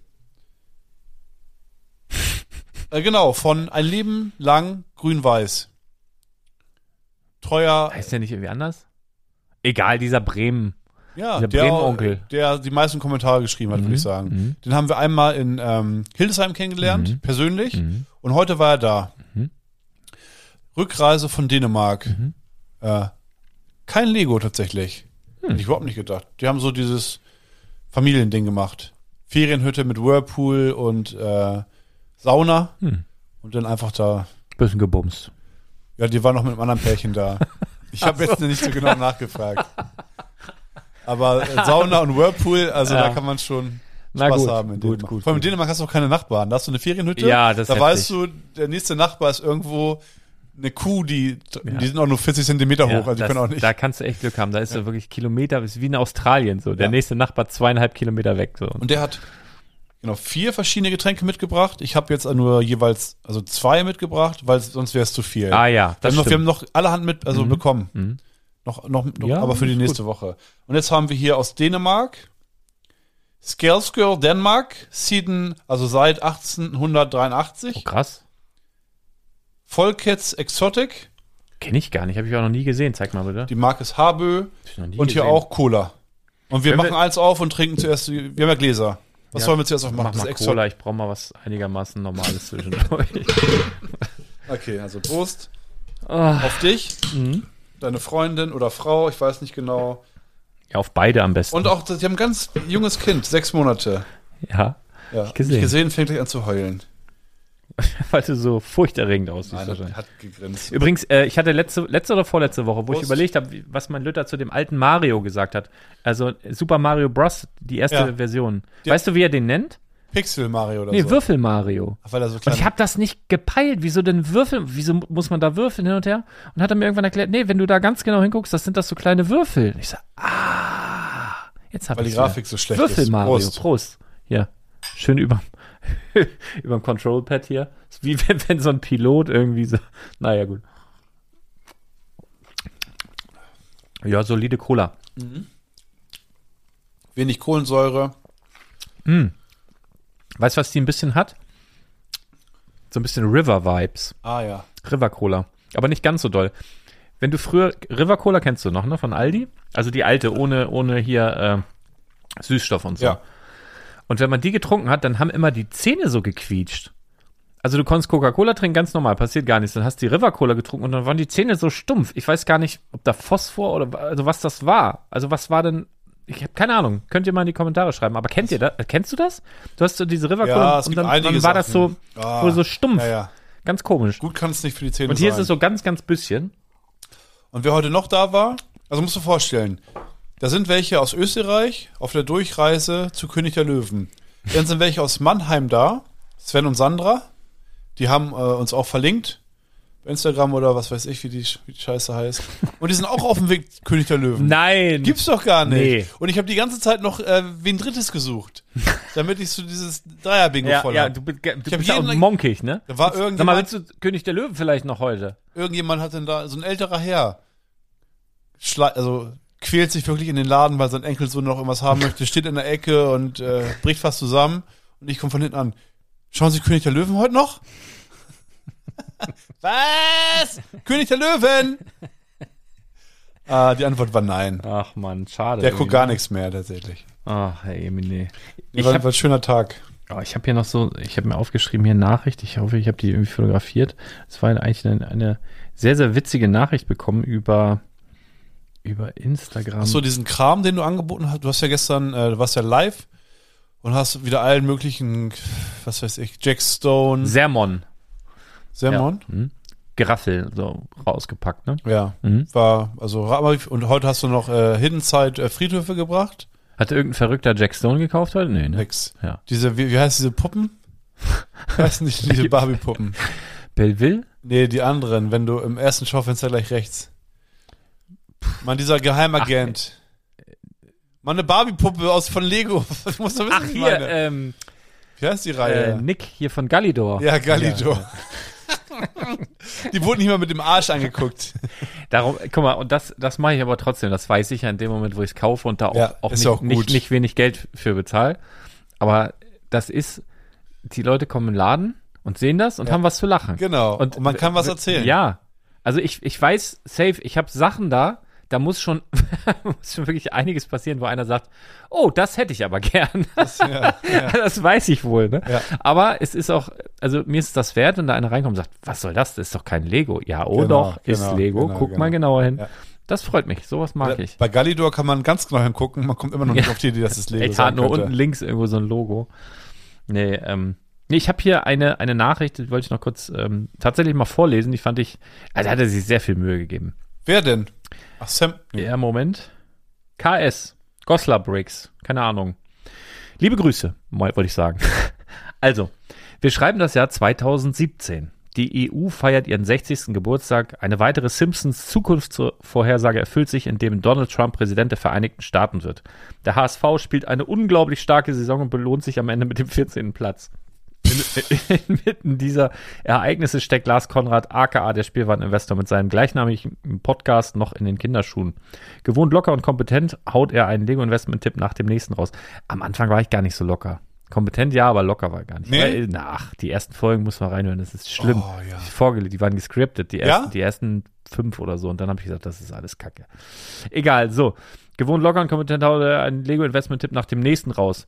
[SPEAKER 1] Äh, genau, von Ein Leben lang grün-weiß. Treuer,
[SPEAKER 2] heißt der nicht irgendwie anders? Egal, dieser Bremen.
[SPEAKER 1] ja,
[SPEAKER 2] der Bremen-Onkel.
[SPEAKER 1] der die meisten Kommentare geschrieben hat, würde ich sagen.
[SPEAKER 2] mhm.
[SPEAKER 1] Den haben wir einmal in ähm, Hildesheim kennengelernt,
[SPEAKER 2] Mhm.
[SPEAKER 1] persönlich.
[SPEAKER 2] Mhm.
[SPEAKER 1] Und heute war er da.
[SPEAKER 2] Mhm.
[SPEAKER 1] Rückreise von Dänemark.
[SPEAKER 2] Mhm.
[SPEAKER 1] Äh, kein Lego tatsächlich.
[SPEAKER 2] Hm.
[SPEAKER 1] Hätte ich überhaupt nicht gedacht. Die haben so dieses Familiending gemacht. Ferienhütte mit Whirlpool und äh, Sauna.
[SPEAKER 2] Hm.
[SPEAKER 1] Und dann einfach da.
[SPEAKER 2] Bisschen gebumst.
[SPEAKER 1] Ja, die waren noch mit einem anderen Pärchen da. Ich habe jetzt nicht so genau nachgefragt. Aber äh, Sauna und Whirlpool, also
[SPEAKER 2] Ja.
[SPEAKER 1] da kann man schon
[SPEAKER 2] Na
[SPEAKER 1] Spaß
[SPEAKER 2] gut,
[SPEAKER 1] haben in
[SPEAKER 2] gut,
[SPEAKER 1] Dänemark.
[SPEAKER 2] gut,
[SPEAKER 1] Vor allem in
[SPEAKER 2] gut.
[SPEAKER 1] Dänemark hast du auch keine Nachbarn. Da hast du eine Ferienhütte.
[SPEAKER 2] Ja, das ist
[SPEAKER 1] Da
[SPEAKER 2] heftig.
[SPEAKER 1] weißt du, der nächste Nachbar ist irgendwo eine Kuh, die,
[SPEAKER 2] Ja.
[SPEAKER 1] die sind auch nur 40 Zentimeter hoch, also die
[SPEAKER 2] das,
[SPEAKER 1] können auch nicht.
[SPEAKER 2] Da kannst du echt Glück haben. Da ist so wirklich Kilometer, ist wie in Australien so. Der
[SPEAKER 1] Ja.
[SPEAKER 2] nächste Nachbar zweieinhalb Kilometer weg. So.
[SPEAKER 1] Und der hat genau vier verschiedene Getränke mitgebracht. Ich habe jetzt nur jeweils also zwei mitgebracht, weil sonst wäre es zu viel.
[SPEAKER 2] ah
[SPEAKER 1] wir,
[SPEAKER 2] ja, das
[SPEAKER 1] haben Also noch, wir haben
[SPEAKER 2] stimmt.
[SPEAKER 1] noch allerhand mit also bekommen.
[SPEAKER 2] Mhm.
[SPEAKER 1] Noch, noch, noch
[SPEAKER 2] Ja,
[SPEAKER 1] aber für die
[SPEAKER 2] ist
[SPEAKER 1] nächste Woche. Und jetzt haben wir hier aus Dänemark Skelskirl, Dänemark, Siden, also seit 1883,
[SPEAKER 2] Oh, krass.
[SPEAKER 1] Volkets Exotic,
[SPEAKER 2] Kenne ich gar nicht. Habe ich auch noch nie gesehen. Zeig mal bitte.
[SPEAKER 1] die Marke ist Habö,
[SPEAKER 2] Hab ich noch nie
[SPEAKER 1] Und hier
[SPEAKER 2] gesehen.
[SPEAKER 1] auch Cola. Und wir
[SPEAKER 2] Wenn
[SPEAKER 1] machen
[SPEAKER 2] wir-
[SPEAKER 1] eins auf und trinken zuerst, die- wir haben ja Gläser. Was
[SPEAKER 2] Ja,
[SPEAKER 1] wollen wir zuerst aufmachen?
[SPEAKER 2] Mach
[SPEAKER 1] Das
[SPEAKER 2] mal
[SPEAKER 1] ist
[SPEAKER 2] Cola. Ich brauche mal was einigermaßen Normales zwischendurch.
[SPEAKER 1] Okay, also Prost
[SPEAKER 2] Ah,
[SPEAKER 1] auf dich,
[SPEAKER 2] mhm.
[SPEAKER 1] deine Freundin oder Frau, ich weiß nicht genau.
[SPEAKER 2] ja, auf beide am besten.
[SPEAKER 1] Und auch, sie haben ein ganz junges Kind, sechs Monate.
[SPEAKER 2] ja,
[SPEAKER 1] Ja. Hab
[SPEAKER 2] gesehen.
[SPEAKER 1] Ich gesehen, fängt gleich an zu heulen.
[SPEAKER 2] weil du so furchterregend aussiehst.
[SPEAKER 1] Nein,
[SPEAKER 2] wahrscheinlich.
[SPEAKER 1] hat, hat gegrinst.
[SPEAKER 2] Übrigens, äh, ich hatte letzte, letzte oder vorletzte Woche, wo ich
[SPEAKER 1] Prost.
[SPEAKER 2] überlegt habe, wie- was mein Lütter zu dem alten Mario gesagt hat. Also äh, Super Mario Bros., die erste
[SPEAKER 1] Ja.
[SPEAKER 2] Version.
[SPEAKER 1] Ja. Also.
[SPEAKER 2] Weißt du, wie er den nennt?
[SPEAKER 1] Pixel Mario oder
[SPEAKER 2] Nee,
[SPEAKER 1] so.
[SPEAKER 2] Würfel Mario.
[SPEAKER 1] Ach, Weil er so
[SPEAKER 2] Und
[SPEAKER 1] klein
[SPEAKER 2] ich habe das nicht gepeilt. Wieso denn Würfel? Wieso mu- muss man da würfeln hin und her? Und hat er mir irgendwann erklärt, nee, wenn du da ganz genau hinguckst, das sind das so kleine Würfel. Und ich sag, ah, jetzt habe
[SPEAKER 1] weil
[SPEAKER 2] ich
[SPEAKER 1] die Grafik so schlecht
[SPEAKER 2] Würfel
[SPEAKER 1] ist.
[SPEAKER 2] Mario, Prost.
[SPEAKER 1] Prost.
[SPEAKER 2] Ja, schön über überm Control-Pad hier. Ist wie wenn, wenn so ein Pilot irgendwie so. Naja, gut. Ja, solide Cola.
[SPEAKER 1] Wenig Kohlensäure.
[SPEAKER 2] Weißt du, was die ein bisschen hat? So ein bisschen River-Vibes.
[SPEAKER 1] Ah ja.
[SPEAKER 2] River-Cola. Aber nicht ganz so doll. Wenn du früher. River-Cola kennst du noch, ne? Von Aldi? Also die alte, ohne, ohne hier äh, Süßstoff und so.
[SPEAKER 1] Ja.
[SPEAKER 2] Und wenn man die getrunken hat, dann haben immer die Zähne so gequietscht. Also du konntest Coca-Cola trinken, ganz normal, passiert gar nichts. Dann hast du die River-Cola getrunken und dann waren die Zähne so stumpf. Ich weiß gar nicht, ob da Phosphor oder wa- also was das war. Also was war denn? Ich habe keine Ahnung. Könnt ihr mal in die Kommentare schreiben. Aber kennt ihr das? Kennst du das? Du hast so diese River-Cola
[SPEAKER 1] Ja, es
[SPEAKER 2] und
[SPEAKER 1] gibt
[SPEAKER 2] dann,
[SPEAKER 1] einige
[SPEAKER 2] dann war das so,
[SPEAKER 1] Sachen. Ah,
[SPEAKER 2] wurde so stumpf.
[SPEAKER 1] Ja, ja.
[SPEAKER 2] Ganz komisch.
[SPEAKER 1] Gut kann es nicht für die Zähne
[SPEAKER 2] Und hier ist
[SPEAKER 1] sein.
[SPEAKER 2] es so ganz, ganz bisschen.
[SPEAKER 1] Und wer heute noch da war, also musst du vorstellen, da sind welche aus Österreich auf der Durchreise zu König der Löwen. Dann sind welche aus Mannheim da, Sven und Sandra. Die haben äh, uns auch verlinkt. bei Instagram oder was weiß ich, wie die, Sch- wie die Scheiße heißt. Und die sind auch auf dem Weg zu König der Löwen.
[SPEAKER 2] Nein.
[SPEAKER 1] Gibt's doch gar nicht.
[SPEAKER 2] Nee.
[SPEAKER 1] Und ich habe die ganze Zeit noch äh, wen Drittes gesucht, damit ich so dieses Dreier-Bingo
[SPEAKER 2] ja,
[SPEAKER 1] voll
[SPEAKER 2] ja,
[SPEAKER 1] hab.
[SPEAKER 2] du, bist- du
[SPEAKER 1] hab
[SPEAKER 2] bist ja auch
[SPEAKER 1] jeden-
[SPEAKER 2] monkig, ne?
[SPEAKER 1] Da war
[SPEAKER 2] Sag mal,
[SPEAKER 1] irgendjemand,
[SPEAKER 2] willst du König der Löwen vielleicht noch heute?
[SPEAKER 1] irgendjemand hat denn da, so ein älterer Herr, schle- also quält sich wirklich in den Laden, weil sein Enkelsohn noch irgendwas haben möchte, steht in der Ecke und äh, bricht fast zusammen. Und ich komme von hinten an. Schauen Sie König der Löwen heute noch? Was? König der Löwen? Ah, die Antwort war nein.
[SPEAKER 2] Ach man, schade.
[SPEAKER 1] Der guckt gar
[SPEAKER 2] nicht.
[SPEAKER 1] nichts mehr tatsächlich.
[SPEAKER 2] Ach, Herr Emine. Ich
[SPEAKER 1] War,
[SPEAKER 2] habe
[SPEAKER 1] war ein schöner Tag.
[SPEAKER 2] oh, ich hab hier noch so, ich habe mir aufgeschrieben hier Nachricht. Ich hoffe, ich habe die irgendwie fotografiert. Es war eigentlich eine, eine sehr, sehr witzige Nachricht bekommen über, über Instagram.
[SPEAKER 1] Ach so diesen Kram, den du angeboten hast. Du hast ja gestern, äh, du warst ja live und hast wieder allen möglichen, was weiß ich, Jack Stone,
[SPEAKER 2] Sermon.
[SPEAKER 1] Sermon.
[SPEAKER 2] Ja. Hm. Geraffel, so rausgepackt, ne?
[SPEAKER 1] Ja,
[SPEAKER 2] Mhm.
[SPEAKER 1] war also aber- und heute hast du noch äh, Hidden Side äh, Friedhöfe gebracht.
[SPEAKER 2] Hat irgendein verrückter Jack Stone gekauft heute? Nee, ne?
[SPEAKER 1] Nix.
[SPEAKER 2] Ja.
[SPEAKER 1] Diese, wie, wie heißt diese Puppen? Ich weiß nicht, diese Barbie-Puppen.
[SPEAKER 2] Belleville?
[SPEAKER 1] Nee, die anderen, wenn du im ersten Schaufenster gleich rechts. Mann, dieser Geheimagent. Mann, eine Barbie-Puppe aus von Lego. Ich muss doch wissen,
[SPEAKER 2] äh, Ach,
[SPEAKER 1] was ich
[SPEAKER 2] hier,
[SPEAKER 1] meine.
[SPEAKER 2] ähm,
[SPEAKER 1] Wie heißt die
[SPEAKER 2] äh,
[SPEAKER 1] Reihe?
[SPEAKER 2] Nick hier von Gallidor.
[SPEAKER 1] ja, Gallido. die wurden nicht mal mit dem Arsch angeguckt.
[SPEAKER 2] Darum, guck mal, und das, das mache ich aber trotzdem. Das weiß ich ja in dem Moment, wo ich es kaufe und da auch,
[SPEAKER 1] Ja,
[SPEAKER 2] auch,
[SPEAKER 1] ist
[SPEAKER 2] nicht,
[SPEAKER 1] ja auch gut.
[SPEAKER 2] nicht, nicht wenig Geld für bezahle. Aber das ist, die Leute kommen in den Laden und sehen das und haben was zu lachen.
[SPEAKER 1] Genau. Und, man kann was
[SPEAKER 2] w-
[SPEAKER 1] erzählen.
[SPEAKER 2] Ja. Also ich, ich weiß, safe, ich habe Sachen da, da muss schon, muss schon wirklich einiges passieren, wo einer sagt, oh, das hätte ich aber gern.
[SPEAKER 1] Das, ja, ja.
[SPEAKER 2] Das weiß ich wohl, ne?
[SPEAKER 1] Ja.
[SPEAKER 2] Aber es ist auch, also mir ist das wert, wenn da einer reinkommt und sagt, was soll das? Das ist doch kein Lego. Ja, oh
[SPEAKER 1] Genau,
[SPEAKER 2] doch, ist
[SPEAKER 1] genau,
[SPEAKER 2] Lego.
[SPEAKER 1] genau,
[SPEAKER 2] Guck
[SPEAKER 1] genau.
[SPEAKER 2] mal genauer hin.
[SPEAKER 1] Ja.
[SPEAKER 2] Das freut mich, sowas mag ich.
[SPEAKER 1] Bei Galidor kann man ganz genau hingucken, man kommt immer noch nicht auf die Idee, dass es Lego
[SPEAKER 2] Ey,
[SPEAKER 1] ist.
[SPEAKER 2] tat nur unten links irgendwo so ein Logo. Nee, ähm. Nee, ich habe hier eine, eine Nachricht, die wollte ich noch kurz ähm, tatsächlich mal vorlesen. Die fand ich, also da hat er sich sehr viel Mühe gegeben.
[SPEAKER 1] Wer denn? Ach, Sam. Nee.
[SPEAKER 2] Ja, Moment. KS. Goslar Bricks. Keine Ahnung. Liebe Grüße, moll- wollte ich sagen. Also, wir schreiben das Jahr 2017. Die EU feiert ihren 60. Geburtstag. Eine weitere Simpsons Zukunftsvorhersage erfüllt sich, indem Donald Trump Präsident der Vereinigten Staaten wird. Der HSV spielt eine unglaublich starke Saison und belohnt sich am Ende mit dem 14. Platz. In- Inmitten dieser Ereignisse steckt Lars Konrad, aka der Spielwareninvestor, mit seinem gleichnamigen Podcast noch in den Kinderschuhen. Gewohnt locker und kompetent haut er einen Lego-Investment-Tipp nach dem nächsten raus. Am Anfang war ich gar nicht so locker. Kompetent ja, aber locker war ich gar nicht.
[SPEAKER 1] Nee?
[SPEAKER 2] Weil, na, ach, die ersten Folgen muss man reinhören, das ist schlimm.
[SPEAKER 1] Oh, ja.
[SPEAKER 2] Die Vorgele, die waren gescriptet, die
[SPEAKER 1] Ja?
[SPEAKER 2] ersten, die ersten fünf oder so. Und dann habe ich gesagt, das ist alles Kacke. Egal, so. Gewohnt locker und kompetent haut er einen Lego-Investment-Tipp nach dem nächsten raus.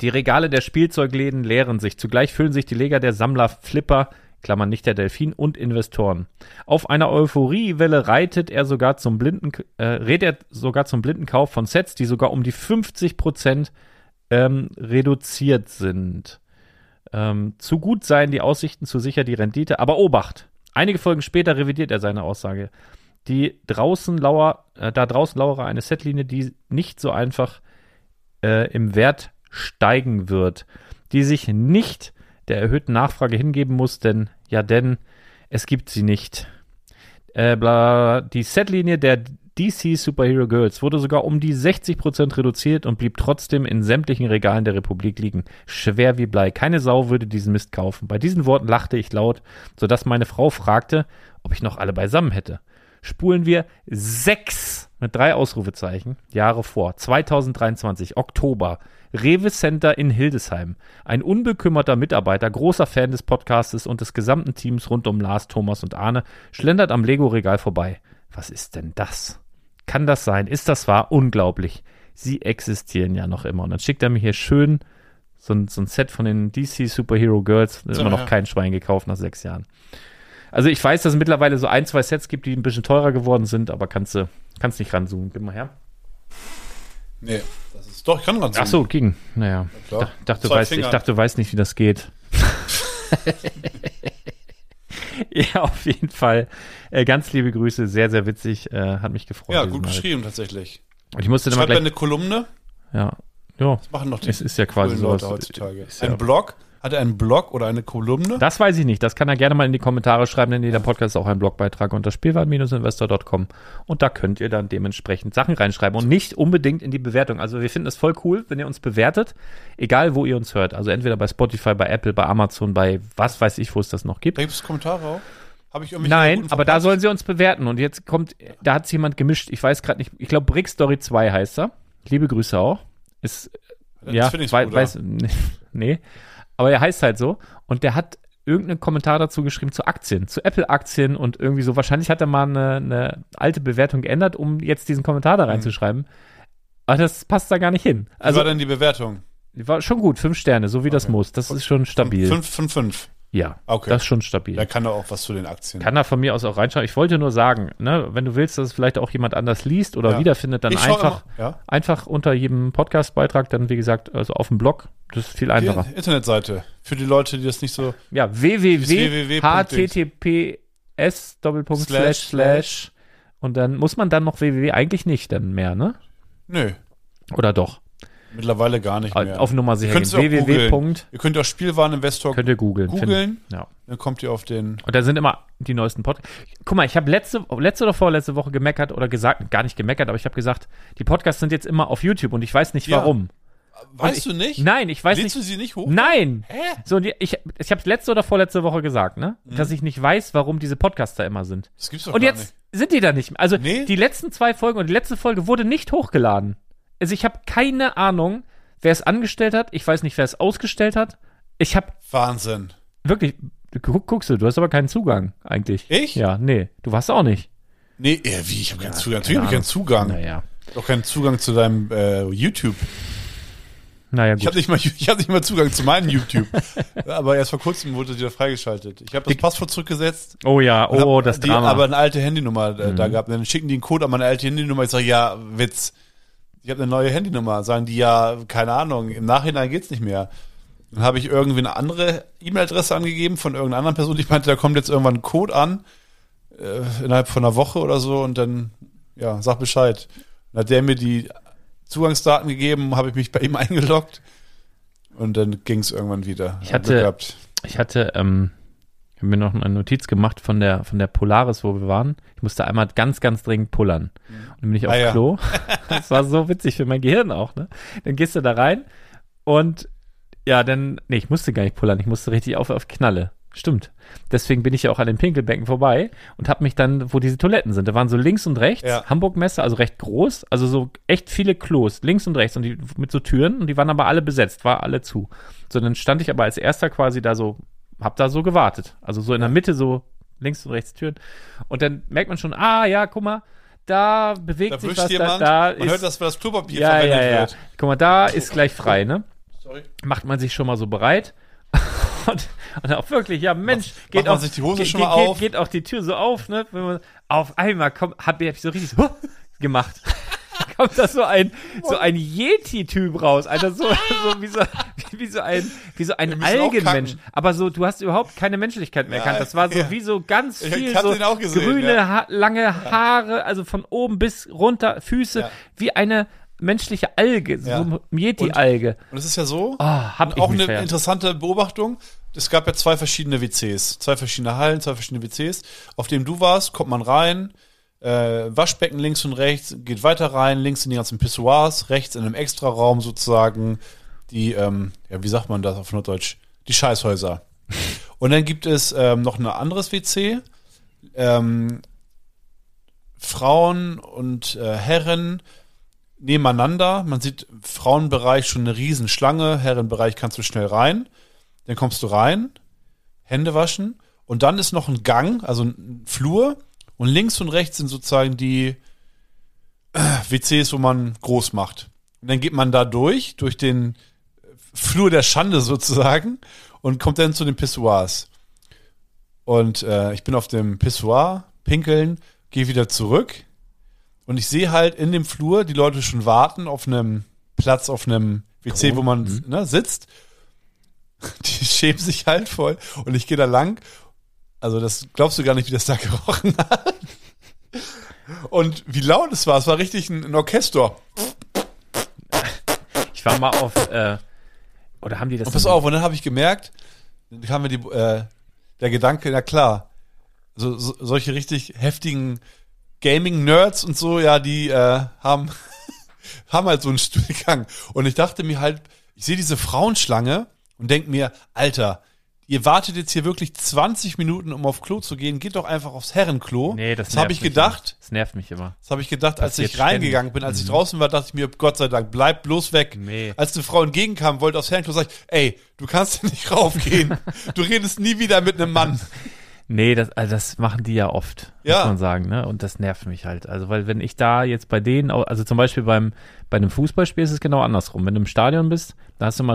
[SPEAKER 2] Die Regale der Spielzeugläden leeren sich. Zugleich füllen sich die Leger der Sammler Flipper, Klammern nicht der Delfin, und Investoren. Auf einer Euphoriewelle reitet er sogar zum blinden, äh, rät er sogar zum blinden Kauf von Sets, die sogar um die 50 Prozent ähm, reduziert sind. Ähm, zu gut seien die Aussichten, zu sicher die Rendite, aber Obacht! Einige Folgen später revidiert er seine Aussage. Die draußen lauer, äh, da draußen lauere eine Setlinie, die nicht so einfach äh, im Wert steigen wird, die sich nicht der erhöhten Nachfrage hingeben muss, denn ja, denn es gibt sie nicht. Äh, bla, die Setlinie der DC Superhero Girls wurde sogar um die 60% reduziert und blieb trotzdem in sämtlichen Regalen der Republik liegen. Schwer wie Blei. Keine Sau würde diesen Mist kaufen. Bei diesen Worten lachte ich laut, sodass meine Frau fragte, ob ich noch alle beisammen hätte. Spulen wir sechs mit drei Ausrufezeichen Jahre vor. 2023, Oktober. Rewe Center in Hildesheim. Ein unbekümmerter Mitarbeiter, großer Fan des Podcastes und des gesamten Teams rund um Lars, Thomas und Arne, schlendert am Lego-Regal vorbei. Was ist denn das? Kann das sein? Ist das wahr? Unglaublich. Sie existieren ja noch immer. Und dann schickt er mir hier schön so ein, so ein Set von den DC Superhero Girls. Da ist
[SPEAKER 1] So,
[SPEAKER 2] immer noch
[SPEAKER 1] ja.
[SPEAKER 2] kein Schwein gekauft nach sechs Jahren. Also ich weiß, dass es mittlerweile so ein, zwei Sets gibt, die ein bisschen teurer geworden sind, aber kannst du kannst nicht ranzoomen. Gib mal her.
[SPEAKER 1] nee, das ist doch, ich kann ganz
[SPEAKER 2] Ach so, ging. Naja.
[SPEAKER 1] klar.
[SPEAKER 2] Ich dach- dachte,
[SPEAKER 1] Zwei
[SPEAKER 2] weiß, ich
[SPEAKER 1] Finger.
[SPEAKER 2] dachte, du weißt nicht, wie das geht. ja, auf jeden Fall. Äh, ganz liebe Grüße, sehr, sehr witzig. Äh, hat mich gefreut.
[SPEAKER 1] Ja,
[SPEAKER 2] diesen
[SPEAKER 1] gut
[SPEAKER 2] Mal.
[SPEAKER 1] geschrieben tatsächlich.
[SPEAKER 2] Und ich musste dann mal
[SPEAKER 1] Schreibt
[SPEAKER 2] gleich.
[SPEAKER 1] eine Kolumne,
[SPEAKER 2] ja. ja,
[SPEAKER 1] das machen doch die
[SPEAKER 2] es ist ja quasi
[SPEAKER 1] coolen Leute
[SPEAKER 2] sowas.
[SPEAKER 1] heutzutage.
[SPEAKER 2] Ist
[SPEAKER 1] Ein
[SPEAKER 2] ja,
[SPEAKER 1] Blog, hat er einen Blog oder eine Kolumne?
[SPEAKER 2] das weiß ich nicht. Das kann er gerne mal in die Kommentare schreiben, denn jeder Podcast ist auch ein Blogbeitrag unter spielwaren-investor.com. Und da könnt ihr dann dementsprechend Sachen reinschreiben und nicht unbedingt in die Bewertung. Also wir finden es voll cool, wenn ihr uns bewertet, egal wo ihr uns hört. Also entweder bei Spotify, bei Apple, bei Amazon, bei was weiß ich, wo es das noch gibt.
[SPEAKER 1] Da gibt es Kommentare auch. Habe ich irgendwelche
[SPEAKER 2] Nein,
[SPEAKER 1] guten
[SPEAKER 2] aber da
[SPEAKER 1] verpasst?
[SPEAKER 2] sollen sie uns bewerten. Und jetzt kommt, da hat es jemand gemischt. Ich weiß gerade nicht. Ich glaube, Brick Story 2 heißt er. Liebe Grüße auch. Ist,
[SPEAKER 1] Äh, Das
[SPEAKER 2] ja,
[SPEAKER 1] finde ich
[SPEAKER 2] wei-
[SPEAKER 1] gut,
[SPEAKER 2] weiß, nee. Aber er heißt halt so. Und der hat irgendeinen Kommentar dazu geschrieben zu Aktien, zu Apple-Aktien und irgendwie so. Wahrscheinlich hat er mal eine, eine alte Bewertung geändert, um jetzt diesen Kommentar da reinzuschreiben. Aber das passt da gar nicht hin.
[SPEAKER 1] Mhm. Wie
[SPEAKER 2] Also
[SPEAKER 1] war denn die Bewertung?
[SPEAKER 2] war schon gut, fünf Sterne, so wie das
[SPEAKER 1] Okay.
[SPEAKER 2] muss. Das ist schon stabil.
[SPEAKER 1] Fünf von fünf. Ah,
[SPEAKER 2] Ja,
[SPEAKER 1] Okay.
[SPEAKER 2] das ist schon stabil.
[SPEAKER 1] Da kann er auch was zu den Aktien.
[SPEAKER 2] Kann da von mir aus auch reinschauen. Ich wollte nur sagen, ne, wenn du willst, dass es vielleicht auch jemand anders liest oder
[SPEAKER 1] Ja.
[SPEAKER 2] wiederfindet, dann
[SPEAKER 1] Ich schau
[SPEAKER 2] einfach,
[SPEAKER 1] immer- ja.
[SPEAKER 2] einfach unter jedem Podcast-Beitrag, dann wie gesagt, also auf dem Blog. Das ist viel
[SPEAKER 1] Die
[SPEAKER 2] einfacher.
[SPEAKER 1] Internetseite. Für die Leute, die das nicht so.
[SPEAKER 2] Ja, www.https Doppelpunkt slash
[SPEAKER 1] Slash,
[SPEAKER 2] slash und dann muss man dann noch www eigentlich nicht dann mehr, ne?
[SPEAKER 1] Nö.
[SPEAKER 2] Oder doch?
[SPEAKER 1] Mittlerweile gar nicht mehr.
[SPEAKER 2] Auf Nummer sicher
[SPEAKER 1] könnt's
[SPEAKER 2] gehen.
[SPEAKER 1] auch
[SPEAKER 2] www.
[SPEAKER 1] googeln. Ihr könnt auch Spielwareninvestor
[SPEAKER 2] Könnt ihr googeln. finden.
[SPEAKER 1] googeln,
[SPEAKER 2] Ja.
[SPEAKER 1] dann kommt ihr auf den.
[SPEAKER 2] Und da sind immer die neuesten Podcasts. Guck mal, ich habe letzte, letzte oder vorletzte Woche gemeckert oder gesagt, gar nicht gemeckert, aber ich habe gesagt, die Podcasts sind jetzt immer auf YouTube und ich weiß nicht
[SPEAKER 1] Ja.
[SPEAKER 2] warum.
[SPEAKER 1] Weißt
[SPEAKER 2] ich-
[SPEAKER 1] du nicht?
[SPEAKER 2] Nein, ich weiß
[SPEAKER 1] Lädst du
[SPEAKER 2] nicht.
[SPEAKER 1] sie nicht hoch?
[SPEAKER 2] Nein!
[SPEAKER 1] Hä?
[SPEAKER 2] So, und ich, ich habe es letzte oder vorletzte Woche gesagt, ne? Dass ich nicht weiß, warum diese Podcasts da immer sind.
[SPEAKER 1] Das gibt's doch
[SPEAKER 2] und
[SPEAKER 1] gar
[SPEAKER 2] jetzt sind die da nicht mehr. Also
[SPEAKER 1] Nee.
[SPEAKER 2] die letzten zwei Folgen und die letzte Folge wurde nicht hochgeladen. Also ich habe keine Ahnung, wer es angestellt hat. Ich weiß nicht, wer es ausgestellt hat. Ich habe
[SPEAKER 1] nicht. Wahnsinn.
[SPEAKER 2] wirklich, guck, guckst du, du hast aber keinen Zugang eigentlich.
[SPEAKER 1] Ich?
[SPEAKER 2] Ja, nee, du warst auch nicht.
[SPEAKER 1] Nee, äh, wie? Ich habe keinen Zugang. Natürlich habe
[SPEAKER 2] keine
[SPEAKER 1] ich keinen
[SPEAKER 2] Ahnung.
[SPEAKER 1] Zugang.
[SPEAKER 2] Naja,
[SPEAKER 1] Doch keinen Zugang zu deinem äh, YouTube.
[SPEAKER 2] naja
[SPEAKER 1] Ich
[SPEAKER 2] gut.
[SPEAKER 1] habe nicht, mal- ich hab nicht mal Zugang zu meinem YouTube. aber erst vor kurzem wurde die da freigeschaltet. Ich habe das Passwort zurückgesetzt.
[SPEAKER 2] Oh ja,
[SPEAKER 1] und
[SPEAKER 2] oh,
[SPEAKER 1] hab
[SPEAKER 2] das
[SPEAKER 1] die,
[SPEAKER 2] Drama. Mhm.
[SPEAKER 1] Aber eine alte Handynummer äh, da gehabt. Und dann schicken die einen Code an meine alte Handynummer. Ich sage, ja, Witz. Ich habe eine neue Handynummer. Sagen die, ja, keine Ahnung. Im Nachhinein geht's nicht mehr. Dann habe ich irgendwie eine andere E-Mail-Adresse angegeben von irgendeiner anderen Person. Ich meinte, da kommt jetzt irgendwann ein Code an. Äh, innerhalb von einer Woche oder so. Und dann, ja, sag Bescheid. Dann hat der mir die Zugangsdaten gegeben, habe ich mich bei ihm eingeloggt. Und dann ging's irgendwann wieder.
[SPEAKER 2] Ich
[SPEAKER 1] Hab
[SPEAKER 2] hatte-
[SPEAKER 1] Glück gehabt.
[SPEAKER 2] Ich hatte ähm, ich hab mir noch eine Notiz gemacht von der, von der Polaris, wo wir waren. Ich musste einmal ganz, ganz dringend pullern. Und dann bin ich auf
[SPEAKER 1] Ah, ja.
[SPEAKER 2] Klo. Das war so witzig für mein Gehirn auch, ne? Dann gehst du da rein und ja, dann, nee, ich musste gar nicht pullern. Ich musste richtig auf, auf Knalle. Stimmt. Deswegen bin ich ja auch an den Pinkelbecken vorbei und habe mich dann, wo diese Toiletten sind, da waren so links und rechts,
[SPEAKER 1] Ja.
[SPEAKER 2] Hamburg-Messe, also recht groß, also so echt viele Klos, links und rechts und die mit so Türen und die waren aber alle besetzt, war alle zu. So, dann stand ich aber als erster quasi da so, hab da so gewartet. Also so in der Mitte so links und rechts Türen. Und dann merkt man schon, ah ja, guck mal, da bewegt
[SPEAKER 1] Da
[SPEAKER 2] sich
[SPEAKER 1] wischt
[SPEAKER 2] was,
[SPEAKER 1] jemand.
[SPEAKER 2] da, da
[SPEAKER 1] man
[SPEAKER 2] ist,
[SPEAKER 1] hört, dass das Klopapier
[SPEAKER 2] ja,
[SPEAKER 1] verwendet
[SPEAKER 2] ja, ja.
[SPEAKER 1] wird.
[SPEAKER 2] Guck mal, da ist gleich frei, ne?
[SPEAKER 1] Sorry.
[SPEAKER 2] macht man sich schon mal so bereit. Und, und auch wirklich, ja Mensch,
[SPEAKER 1] Macht-
[SPEAKER 2] geht
[SPEAKER 1] macht man
[SPEAKER 2] auch,
[SPEAKER 1] sich die Hose
[SPEAKER 2] geht,
[SPEAKER 1] schon
[SPEAKER 2] geht,
[SPEAKER 1] mal auf?
[SPEAKER 2] Geht, geht auch die Tür so auf, ne? Wenn man, auf einmal kommt, hab, hab ich so richtig so gemacht. kommt da so ein, so ein Yeti-Typ raus, Alter, so, so, wie so, wie so ein, wie so ein
[SPEAKER 1] müssen auch
[SPEAKER 2] Algenmensch.
[SPEAKER 1] kacken.
[SPEAKER 2] Aber so, du hast überhaupt keine Menschlichkeit mehr
[SPEAKER 1] Ja,
[SPEAKER 2] erkannt. Das war so
[SPEAKER 1] ja.
[SPEAKER 2] wie so ganz
[SPEAKER 1] Ich
[SPEAKER 2] viel
[SPEAKER 1] hab
[SPEAKER 2] so
[SPEAKER 1] den auch gesehen,
[SPEAKER 2] grüne,
[SPEAKER 1] ja.
[SPEAKER 2] ha lange Haare, also von oben bis runter, Füße,
[SPEAKER 1] Ja.
[SPEAKER 2] wie eine menschliche Alge,
[SPEAKER 1] Ja.
[SPEAKER 2] so eine Yeti-Alge.
[SPEAKER 1] Und es ist ja so,
[SPEAKER 2] Ah, hab ich
[SPEAKER 1] auch
[SPEAKER 2] mich
[SPEAKER 1] eine
[SPEAKER 2] verhört.
[SPEAKER 1] interessante Beobachtung. Es gab ja zwei verschiedene WCs, zwei verschiedene Hallen, zwei verschiedene WCs. Auf dem du warst, kommt man rein, äh, Waschbecken links und rechts, geht weiter rein, links in die ganzen Pissoirs, rechts in einem Extraraum sozusagen die, ähm, ja, wie sagt man das auf Norddeutsch? Die Scheißhäuser. und dann gibt es ähm, noch ein anderes WC. Ähm, Frauen und äh, Herren nebeneinander. Man sieht im Frauenbereich schon eine riesen Schlange, Herrenbereich kannst du schnell rein. Dann kommst du rein, Hände waschen und dann ist noch ein Gang, also ein Flur und links und rechts sind sozusagen die äh, WCs, wo man groß macht. Und dann geht man da durch, durch den Flur der Schande sozusagen und kommt dann zu den Pissoirs. Und äh, ich bin auf dem Pissoir, pinkeln, gehe wieder zurück, und ich sehe halt in dem Flur die Leute schon warten auf einem Platz, auf einem WC, wo man ne, sitzt. Die schämen sich halt voll. Und ich gehe da lang. Also, das glaubst du gar nicht, wie das da gerochen hat. Und wie laut es war. Es war richtig ein, ein Orchester.
[SPEAKER 2] Ich war mal auf, äh, oder haben die das?
[SPEAKER 1] Und pass
[SPEAKER 2] denn-
[SPEAKER 1] auf, und dann habe ich gemerkt, dann kam mir die, äh, der Gedanke, na klar, so, so, solche richtig heftigen Gaming-Nerds und so, ja, die äh, haben, haben halt so einen Stuhlgang. Und ich dachte mir halt, ich sehe diese Frauenschlange und denke mir, Alter, ihr wartet jetzt hier wirklich 20 Minuten, um auf Klo zu gehen, geht doch einfach aufs Herrenklo.
[SPEAKER 2] Nee, das,
[SPEAKER 1] das habe
[SPEAKER 2] nervt
[SPEAKER 1] ich
[SPEAKER 2] mich
[SPEAKER 1] gedacht.
[SPEAKER 2] Immer. Das nervt mich immer.
[SPEAKER 1] Das habe ich gedacht, als
[SPEAKER 2] Passiert Mhm.
[SPEAKER 1] ich reingegangen bin, als ich draußen war, dachte ich mir, oh Gott sei Dank, bleib bloß weg.
[SPEAKER 2] Nee.
[SPEAKER 1] Als eine Frau entgegenkam, wollte aufs Herrenklo, sag ich, ey, du kannst hier nicht raufgehen. du redest nie wieder mit einem Mann.
[SPEAKER 2] Nee, das, also das machen die ja oft,
[SPEAKER 1] Ja.
[SPEAKER 2] muss man sagen, ne? Und das nervt mich halt. Also, weil wenn ich da jetzt bei denen, au- also zum Beispiel beim, bei einem Fußballspiel ist es genau andersrum. Wenn du im Stadion bist, da hast du mal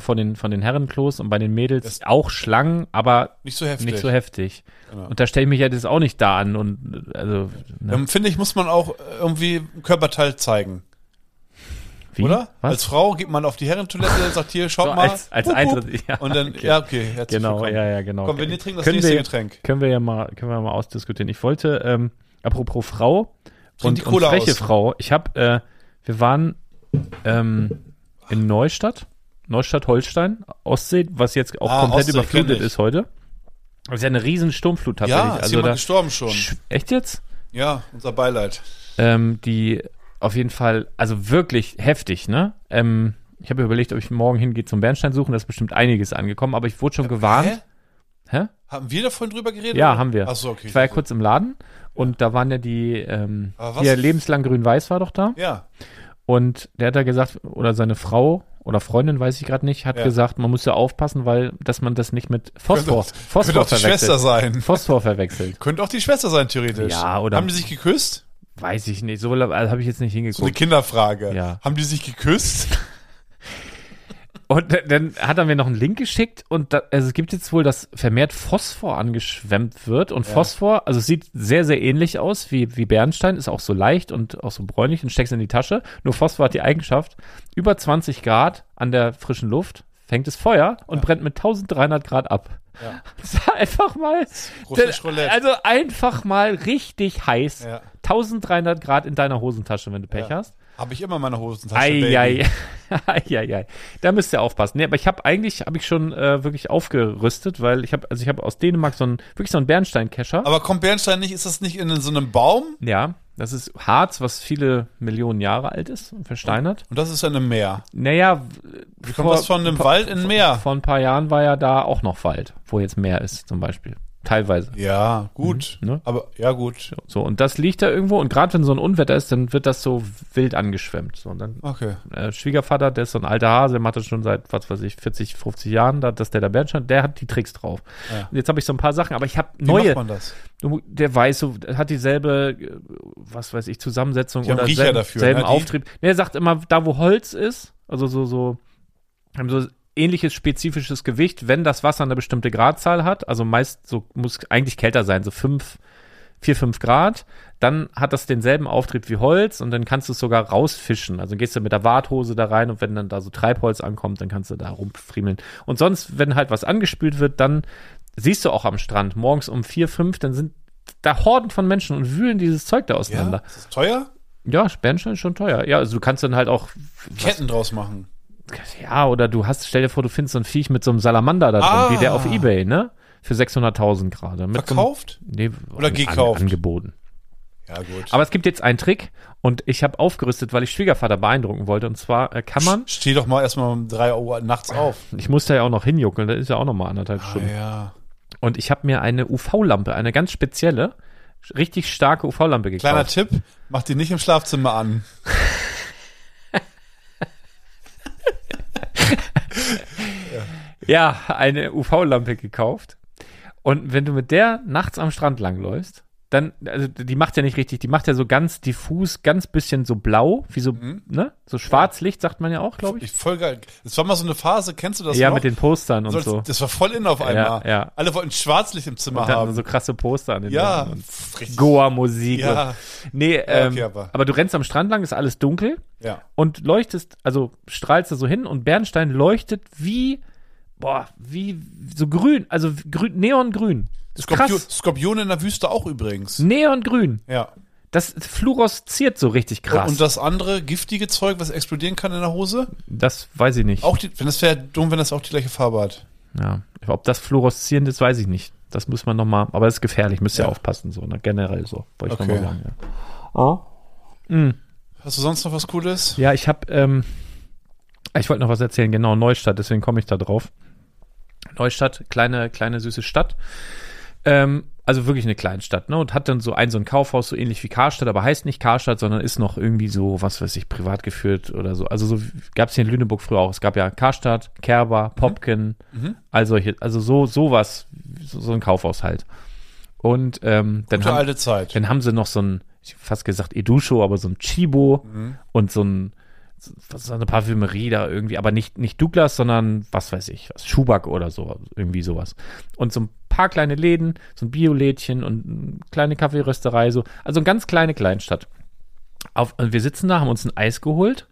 [SPEAKER 1] Ja.
[SPEAKER 2] von den, von den Herrenklos und bei den Mädels auch Schlangen, aber
[SPEAKER 1] Nicht so heftig. Genau.
[SPEAKER 2] nicht so heftig. Und da stelle ich mich halt jetzt auch nicht da an und, äh, also, ne?
[SPEAKER 1] Ähm, Finde ich, muss man auch äh, irgendwie einen Körperteil zeigen,
[SPEAKER 2] Wie?
[SPEAKER 1] oder?
[SPEAKER 2] Was?
[SPEAKER 1] Als Frau geht man auf die Herrentoilette, sagt hier, schaut
[SPEAKER 2] So
[SPEAKER 1] mal.
[SPEAKER 2] als- als Eintritt, ja,
[SPEAKER 1] Und dann,
[SPEAKER 2] okay.
[SPEAKER 1] ja, okay. herzlich
[SPEAKER 2] Genau,
[SPEAKER 1] willkommen.
[SPEAKER 2] ja, ja, genau.
[SPEAKER 1] Komm, wir trinken das
[SPEAKER 2] Können
[SPEAKER 1] nächste
[SPEAKER 2] wir-
[SPEAKER 1] Getränk.
[SPEAKER 2] Können wir ja mal, können wir mal ausdiskutieren. Ich wollte, ähm, apropos Frau
[SPEAKER 1] Trink
[SPEAKER 2] und,
[SPEAKER 1] die Cola
[SPEAKER 2] und freche
[SPEAKER 1] aus.
[SPEAKER 2] Frau, ich habe, äh, wir waren ähm, in Neustadt, Neustadt-Holstein, Ostsee, was jetzt auch
[SPEAKER 1] Ah,
[SPEAKER 2] komplett
[SPEAKER 1] Ostsee,
[SPEAKER 2] überflutet
[SPEAKER 1] kenn ich.
[SPEAKER 2] ist heute. Das ist ja eine riesen Sturmflut tatsächlich.
[SPEAKER 1] Ja, ist
[SPEAKER 2] also
[SPEAKER 1] jemand
[SPEAKER 2] da,
[SPEAKER 1] gestorben schon.
[SPEAKER 2] Sch- echt jetzt?
[SPEAKER 1] Ja, unser Beileid.
[SPEAKER 2] Ähm, die auf jeden Fall, also wirklich heftig, ne? Ähm, ich habe überlegt, ob ich morgen hingehe zum Bernstein suchen, da ist bestimmt einiges angekommen, aber ich wurde schon gewarnt. Hä?
[SPEAKER 1] Haben wir davon drüber geredet?
[SPEAKER 2] Ja, haben wir.
[SPEAKER 1] Achso, okay.
[SPEAKER 2] Ich war ja kurz im Laden und da waren ja die, ähm,
[SPEAKER 1] Aber was-
[SPEAKER 2] hier lebenslang grün-weiß war doch da.
[SPEAKER 1] Ja,
[SPEAKER 2] Und der hat da gesagt, oder seine Frau oder Freundin, weiß ich gerade nicht, hat
[SPEAKER 1] Ja.
[SPEAKER 2] gesagt, man muss ja aufpassen, weil, dass man das nicht mit Phosphor,
[SPEAKER 1] Könnte auch- könnte
[SPEAKER 2] Phosphor
[SPEAKER 1] auch die Schwester
[SPEAKER 2] verwechselt.
[SPEAKER 1] sein.
[SPEAKER 2] Phosphor verwechselt.
[SPEAKER 1] Könnte auch die Schwester sein, theoretisch.
[SPEAKER 2] Ja, oder-
[SPEAKER 1] Haben die sich geküsst?
[SPEAKER 2] Weiß ich nicht, so also habe ich jetzt nicht
[SPEAKER 1] So eine
[SPEAKER 2] hingeguckt.
[SPEAKER 1] Kinderfrage.
[SPEAKER 2] Ja.
[SPEAKER 1] Haben die sich geküsst?
[SPEAKER 2] Und dann- dann hat er mir noch einen Link geschickt und da, also es gibt jetzt wohl, dass vermehrt Phosphor angeschwemmt wird und Phosphor, also es sieht sehr, sehr ähnlich aus wie, wie Bernstein, ist auch so leicht und auch so bräunlich und steckst in die Tasche. Nur Phosphor hat die Eigenschaft, über 20 Grad an der frischen Luft fängt es Feuer und brennt mit 1300 Grad ab.
[SPEAKER 1] Ja.
[SPEAKER 2] Das ist einfach mal,
[SPEAKER 1] Russisch Roulette.
[SPEAKER 2] also einfach mal richtig heiß.
[SPEAKER 1] Ja.
[SPEAKER 2] 1300 Grad in deiner Hosentasche, wenn du Pech
[SPEAKER 1] Ja.
[SPEAKER 2] hast.
[SPEAKER 1] Habe ich immer in meiner Hosentasche. Baby.
[SPEAKER 2] Eieiei. Eieiei. Da müsst ihr aufpassen. Nee, aber ich habe eigentlich habe ich schon äh, wirklich aufgerüstet, weil ich habe also ich habe aus Dänemark so einen wirklich so einen Bernsteinkescher.
[SPEAKER 1] Aber kommt Bernstein nicht, ist das nicht in so einem Baum?
[SPEAKER 2] Ja, das ist Harz, was viele Millionen Jahre alt ist und versteinert.
[SPEAKER 1] Und das ist dann im Meer.
[SPEAKER 2] Naja, wie
[SPEAKER 1] Kommt das von einem Wald in ein Meer?
[SPEAKER 2] Vor ein paar Jahren war ja da auch noch Wald, wo jetzt Meer ist zum Beispiel. Teilweise.
[SPEAKER 1] Ja, gut.
[SPEAKER 2] Mhm, ne?
[SPEAKER 1] Aber ja, gut.
[SPEAKER 2] So, und das liegt da irgendwo. Und gerade wenn so ein Unwetter ist, dann wird das so wild angeschwemmt. So, und dann
[SPEAKER 1] Okay.
[SPEAKER 2] äh, Schwiegervater, der ist so ein alter Hase, der macht das schon seit, was weiß ich, 40, 50 Jahren, da, dass der da Bernstein, der hat die Tricks drauf.
[SPEAKER 1] Ah, Ja.
[SPEAKER 2] Und jetzt habe ich so ein paar Sachen, aber ich habe
[SPEAKER 1] Wie
[SPEAKER 2] neue.
[SPEAKER 1] macht man das?
[SPEAKER 2] Du- Der weiß so, hat dieselbe, äh, was weiß ich, Zusammensetzung
[SPEAKER 1] Die haben
[SPEAKER 2] oder
[SPEAKER 1] Riecher
[SPEAKER 2] selben,
[SPEAKER 1] dafür,
[SPEAKER 2] selben
[SPEAKER 1] ne? Die-
[SPEAKER 2] Auftrieb. Nee, er sagt immer, da wo Holz ist, also so, so, haben so ähnliches spezifisches Gewicht, wenn das Wasser eine bestimmte Gradzahl hat, also meist so, muss eigentlich kälter sein, so fünf 4, 5 Grad, dann hat das denselben Auftrieb wie Holz und dann kannst du es sogar rausfischen. Also gehst du mit der Warthose da rein und wenn dann da so Treibholz ankommt, dann kannst du da rumfriemeln. Und sonst, wenn halt was angespült wird, dann siehst du auch am Strand morgens um 4, 5, dann sind da Horden von Menschen und wühlen dieses Zeug da
[SPEAKER 1] Ja?
[SPEAKER 2] auseinander.
[SPEAKER 1] Ist das teuer?
[SPEAKER 2] Ja, Bernstein ist schon teuer. Ja, also du kannst dann halt auch
[SPEAKER 1] Ketten draus machen.
[SPEAKER 2] ja, oder du hast, stell dir vor, du findest so ein Viech mit so einem Salamander da drin,
[SPEAKER 1] Ah.
[SPEAKER 2] wie der auf Ebay, ne? Für 600.000 gerade. Mit so einem-
[SPEAKER 1] Verkauft?
[SPEAKER 2] Nee,
[SPEAKER 1] Oder
[SPEAKER 2] an-
[SPEAKER 1] gekauft?
[SPEAKER 2] An, angeboten.
[SPEAKER 1] Ja, gut.
[SPEAKER 2] Aber es gibt jetzt einen Trick und ich habe aufgerüstet, weil ich Schwiegervater beeindrucken wollte. Und zwar äh, kann man,
[SPEAKER 1] Steh doch mal erstmal um 3 Uhr nachts auf.
[SPEAKER 2] ich musste ja auch noch hinjuckeln, das ist ja auch noch mal anderthalb
[SPEAKER 1] Ah,
[SPEAKER 2] Stunden.
[SPEAKER 1] ja.
[SPEAKER 2] Und ich habe mir eine UV-Lampe, eine ganz spezielle, richtig starke UV-Lampe gekauft.
[SPEAKER 1] Kleiner Tipp, mach die nicht im Schlafzimmer an.
[SPEAKER 2] Ja, eine UV-Lampe gekauft. Und wenn du mit der nachts am Strand langläufst, dann, also die macht ja nicht richtig, die macht ja so ganz diffus, ganz bisschen so blau, wie so, ne? So Schwarzlicht, sagt man ja auch, glaube ich.
[SPEAKER 1] Ich voll geil. Es war mal so eine Phase, kennst du das
[SPEAKER 2] ja,
[SPEAKER 1] noch?
[SPEAKER 2] mit den Postern und
[SPEAKER 1] Sollst-
[SPEAKER 2] so.
[SPEAKER 1] Das war voll in auf einmal.
[SPEAKER 2] ja.
[SPEAKER 1] Alle wollten Schwarzlicht im Zimmer
[SPEAKER 2] Und hatten
[SPEAKER 1] haben.
[SPEAKER 2] so krasse Poster an den Wänden
[SPEAKER 1] ja,
[SPEAKER 2] und
[SPEAKER 1] pff, richtig.
[SPEAKER 2] Goa-Musik.
[SPEAKER 1] Ja.
[SPEAKER 2] Nee, ähm,
[SPEAKER 1] okay,
[SPEAKER 2] aber.
[SPEAKER 1] aber-
[SPEAKER 2] du rennst am Strand lang, ist alles dunkel
[SPEAKER 1] Ja.
[SPEAKER 2] und leuchtest, also strahlst da so hin und Bernstein leuchtet wie, boah, wie so grün, also wie grün, neongrün. Das ist
[SPEAKER 1] Skorpion,
[SPEAKER 2] krass. Hm.
[SPEAKER 1] Skorpione in der Wüste auch übrigens.
[SPEAKER 2] Neongrün.
[SPEAKER 1] Ja.
[SPEAKER 2] Das fluoresziert so richtig krass.
[SPEAKER 1] Und das andere giftige Zeug, was explodieren kann in der Hose,
[SPEAKER 2] das weiß ich nicht.
[SPEAKER 1] auch die, wenn das wäre dumm, wenn das auch die gleiche Farbe hat.
[SPEAKER 2] Ja. Ob das fluoreszierend ist, weiß ich nicht. Das muss man nochmal, aber das ist gefährlich, müsst ihr
[SPEAKER 1] Ja.
[SPEAKER 2] aufpassen, so, ne? generell so. Wollte ich
[SPEAKER 1] Okay.
[SPEAKER 2] nochmal sagen. Ja.
[SPEAKER 1] Hast du sonst noch was Cooles?
[SPEAKER 2] Ja, ich habe, ähm, ich wollte noch was erzählen, genau, Neustadt, deswegen komme ich da drauf. Neustadt, kleine, kleine süße Stadt. Ähm, also wirklich eine Kleinstadt, ne? Und hat dann so ein, so ein Kaufhaus, so ähnlich wie Karstadt, aber heißt nicht Karstadt, sondern ist noch irgendwie so, was weiß ich, privat geführt oder so. Also so gab es hier in Lüneburg früher auch. Es gab ja Karstadt, Kerber, Popken, all solche, also so, sowas, so, so ein Kaufhaus halt. Und ähm, dann
[SPEAKER 1] Gute
[SPEAKER 2] haben-
[SPEAKER 1] alte Zeit.
[SPEAKER 2] dann haben sie noch so ein, ich hab fast gesagt Edusho, aber so ein Chibo
[SPEAKER 1] Mhm.
[SPEAKER 2] und so ein, was ist das, eine Parfümerie da irgendwie, aber nicht, nicht Douglas, sondern was weiß ich, was, Schuback oder so, irgendwie sowas. Und so ein paar kleine Läden, so ein Biolädchen und eine kleine Kaffeerösterei, so, also eine ganz kleine Kleinstadt. Auf, und wir sitzen da, haben uns ein Eis geholt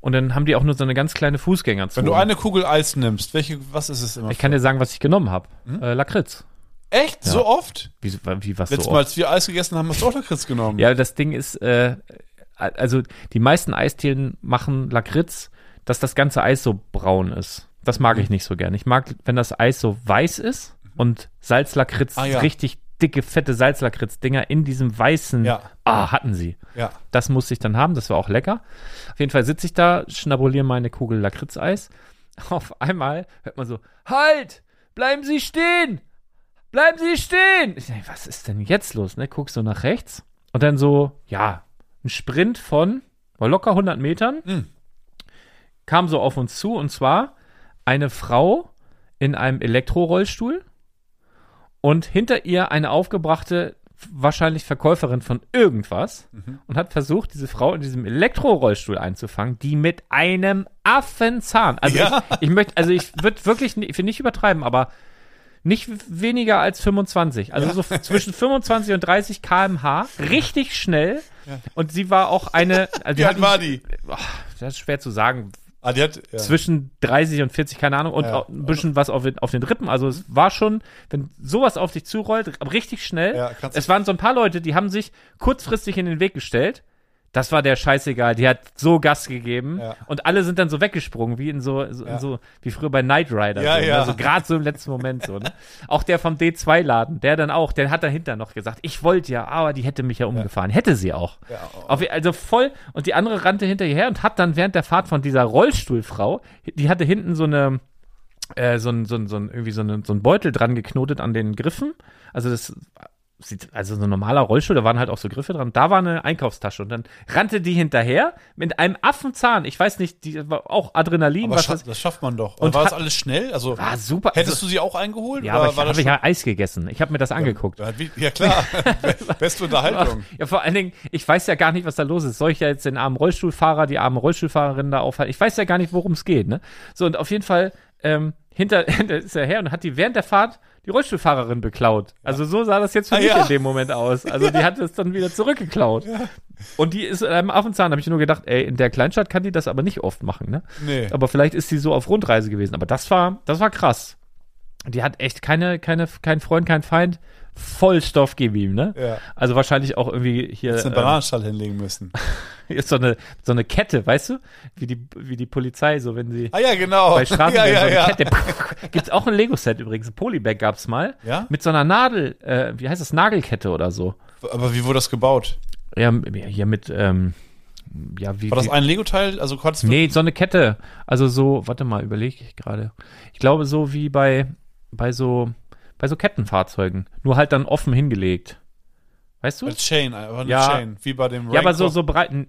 [SPEAKER 2] und dann haben die auch nur so eine ganz kleine Fußgängerzone.
[SPEAKER 1] Wenn du eine Kugel Eis nimmst, welche, was ist es immer?
[SPEAKER 2] ich kann dir sagen, was ich genommen habe.
[SPEAKER 1] Hm?
[SPEAKER 2] Äh, Lakritz.
[SPEAKER 1] Echt? So oft?
[SPEAKER 2] Wie, wie was
[SPEAKER 1] Letztes
[SPEAKER 2] so
[SPEAKER 1] Mal,
[SPEAKER 2] oft?
[SPEAKER 1] als wir Eis gegessen haben, hast du auch Lakritz genommen.
[SPEAKER 2] Ja, das Ding ist, äh, also die meisten Eisthelen machen Lakritz. dass das ganze Eis so braun ist. Das mag
[SPEAKER 1] Mhm.
[SPEAKER 2] ich nicht so gern. Ich mag, wenn das Eis so weiß ist und Salzlakritz,
[SPEAKER 1] Ah, ja.
[SPEAKER 2] richtig dicke, fette Salzlakritz-Dinger in diesem weißen.
[SPEAKER 1] Ja.
[SPEAKER 2] Ah, hatten sie.
[SPEAKER 1] Ja.
[SPEAKER 2] Das musste ich dann haben, das war auch lecker. Auf jeden Fall sitze ich da, schnabuliere meine Kugel Lakritzeis. Auf einmal hört man so: Halt! Bleiben Sie stehen! Bleiben Sie stehen! Ich denke, was ist denn jetzt los? Ne? Guckst so nach rechts und dann so, ja, ein Sprint von war locker 100 Metern
[SPEAKER 1] Mhm.
[SPEAKER 2] kam so auf uns zu und zwar eine Frau in einem Elektrorollstuhl und hinter ihr eine aufgebrachte, wahrscheinlich Verkäuferin von irgendwas und hat versucht, diese Frau in diesem Elektrorollstuhl einzufangen, die mit einem Affenzahn. Also
[SPEAKER 1] Ja.
[SPEAKER 2] ich, ich möchte, also ich würde wirklich, ni- ich will nicht übertreiben, aber nicht w- weniger als 25. Also so f- zwischen 25 und 30 km/h, richtig schnell. Und sie war auch eine. Also
[SPEAKER 1] Wie
[SPEAKER 2] wir
[SPEAKER 1] alt
[SPEAKER 2] hatten-
[SPEAKER 1] war die?
[SPEAKER 2] das ist schwer zu sagen.
[SPEAKER 1] Ah, die hat. Ja.
[SPEAKER 2] Zwischen 30 und 40, keine Ahnung, und
[SPEAKER 1] Ja.
[SPEAKER 2] auch ein bisschen was auf, den- auf den Rippen. Also es war schon, wenn sowas auf dich zurollt, aber richtig schnell.
[SPEAKER 1] Ja, kannst du-
[SPEAKER 2] es waren so ein paar Leute, die haben sich kurzfristig in den Weg gestellt. Das war der scheißegal, die hat so Gas gegeben
[SPEAKER 1] Ja.
[SPEAKER 2] und alle sind dann so weggesprungen, wie in so, so,
[SPEAKER 1] Ja.
[SPEAKER 2] in so wie früher bei Knight Rider.
[SPEAKER 1] Ja,
[SPEAKER 2] so, ne?
[SPEAKER 1] ja.
[SPEAKER 2] Also gerade so im letzten Moment so. Ne? Auch der vom D2-Laden, der dann auch, der hat dahinter noch gesagt, ich wollte ja, aber die hätte mich ja umgefahren. Hätte sie auch.
[SPEAKER 1] Ja, oh,
[SPEAKER 2] Auf, also voll. Und die andere rannte hinter ihr her und hat dann während der Fahrt von dieser Rollstuhlfrau, die hatte hinten so eine, äh, so ein, so ein, so ein, irgendwie so, eine, so ein Beutel dran geknotet an den Griffen. Also das sieht, also so ein normaler Rollstuhl, da waren halt auch so Griffe dran. Da war eine Einkaufstasche und dann rannte die hinterher mit einem Affenzahn. Ich weiß nicht, die war auch Adrenalin,
[SPEAKER 1] aber
[SPEAKER 2] was
[SPEAKER 1] scha
[SPEAKER 2] das
[SPEAKER 1] das schafft man doch.
[SPEAKER 2] Und
[SPEAKER 1] Und war
[SPEAKER 2] hat-
[SPEAKER 1] das alles schnell? Also
[SPEAKER 2] war super.
[SPEAKER 1] hättest
[SPEAKER 2] also,
[SPEAKER 1] du sie auch eingeholt?
[SPEAKER 2] ja, aber ich
[SPEAKER 1] war
[SPEAKER 2] habe ja Eis gegessen. Ich habe mir das angeguckt.
[SPEAKER 1] Ja, wie- ja klar. Beste Unterhaltung.
[SPEAKER 2] Ach, Ja, vor allen Dingen, ich weiß ja gar nicht, was da los ist. Soll ich ja jetzt den armen Rollstuhlfahrer, die armen Rollstuhlfahrerinnen da aufhalten? Ich weiß ja gar nicht, worum es geht, ne? So, und auf jeden Fall, ähm, hinter, hinter ist er her und hat die während der Fahrt die Rollstuhlfahrerin beklaut. Also so sah das jetzt für
[SPEAKER 1] Ah,
[SPEAKER 2] mich
[SPEAKER 1] ja.
[SPEAKER 2] in dem Moment aus. Also die hat es dann wieder zurückgeklaut. Und die ist in einem Affenzahn, habe ich nur gedacht, ey, in der Kleinstadt kann die das aber nicht oft machen, ne?
[SPEAKER 1] Nee.
[SPEAKER 2] Aber vielleicht ist sie so auf Rundreise gewesen. Aber das war, das war krass. Die hat echt keine, keine, kein Freund, kein Feind. Voll Stoff gib ihm, ne?
[SPEAKER 1] Ja.
[SPEAKER 2] Also wahrscheinlich auch irgendwie hier.
[SPEAKER 1] Hättest du einen
[SPEAKER 2] ähm,
[SPEAKER 1] Bananenstall hinlegen müssen.
[SPEAKER 2] Hier ist so eine, so eine Kette, weißt du? Wie die, wie die Polizei, so wenn sie
[SPEAKER 1] Ah ja, genau.
[SPEAKER 2] bei Straßen
[SPEAKER 1] ja,
[SPEAKER 2] so
[SPEAKER 1] ja,
[SPEAKER 2] eine
[SPEAKER 1] ja.
[SPEAKER 2] Kette. Gibt's auch ein Lego-Set übrigens, ein Polybag gab's mal.
[SPEAKER 1] Ja?
[SPEAKER 2] Mit so einer Nadel, äh, wie heißt das? Nagelkette oder so.
[SPEAKER 1] Aber wie wurde das gebaut?
[SPEAKER 2] Ja, m- hier mit, ähm, ja, wie.
[SPEAKER 1] War das
[SPEAKER 2] wie,
[SPEAKER 1] ein Lego-Teil? Also konntest du.
[SPEAKER 2] Nee, so eine Kette. Also so, warte mal, überlege ich gerade. Ich glaube, so wie bei, bei so, bei so Kettenfahrzeugen. Nur halt dann offen hingelegt. Weißt du?
[SPEAKER 1] Als Chain, einfach eine
[SPEAKER 2] Ja.
[SPEAKER 1] Chain. Wie bei dem
[SPEAKER 2] Ja, aber
[SPEAKER 1] Rank-
[SPEAKER 2] so, so breit. n-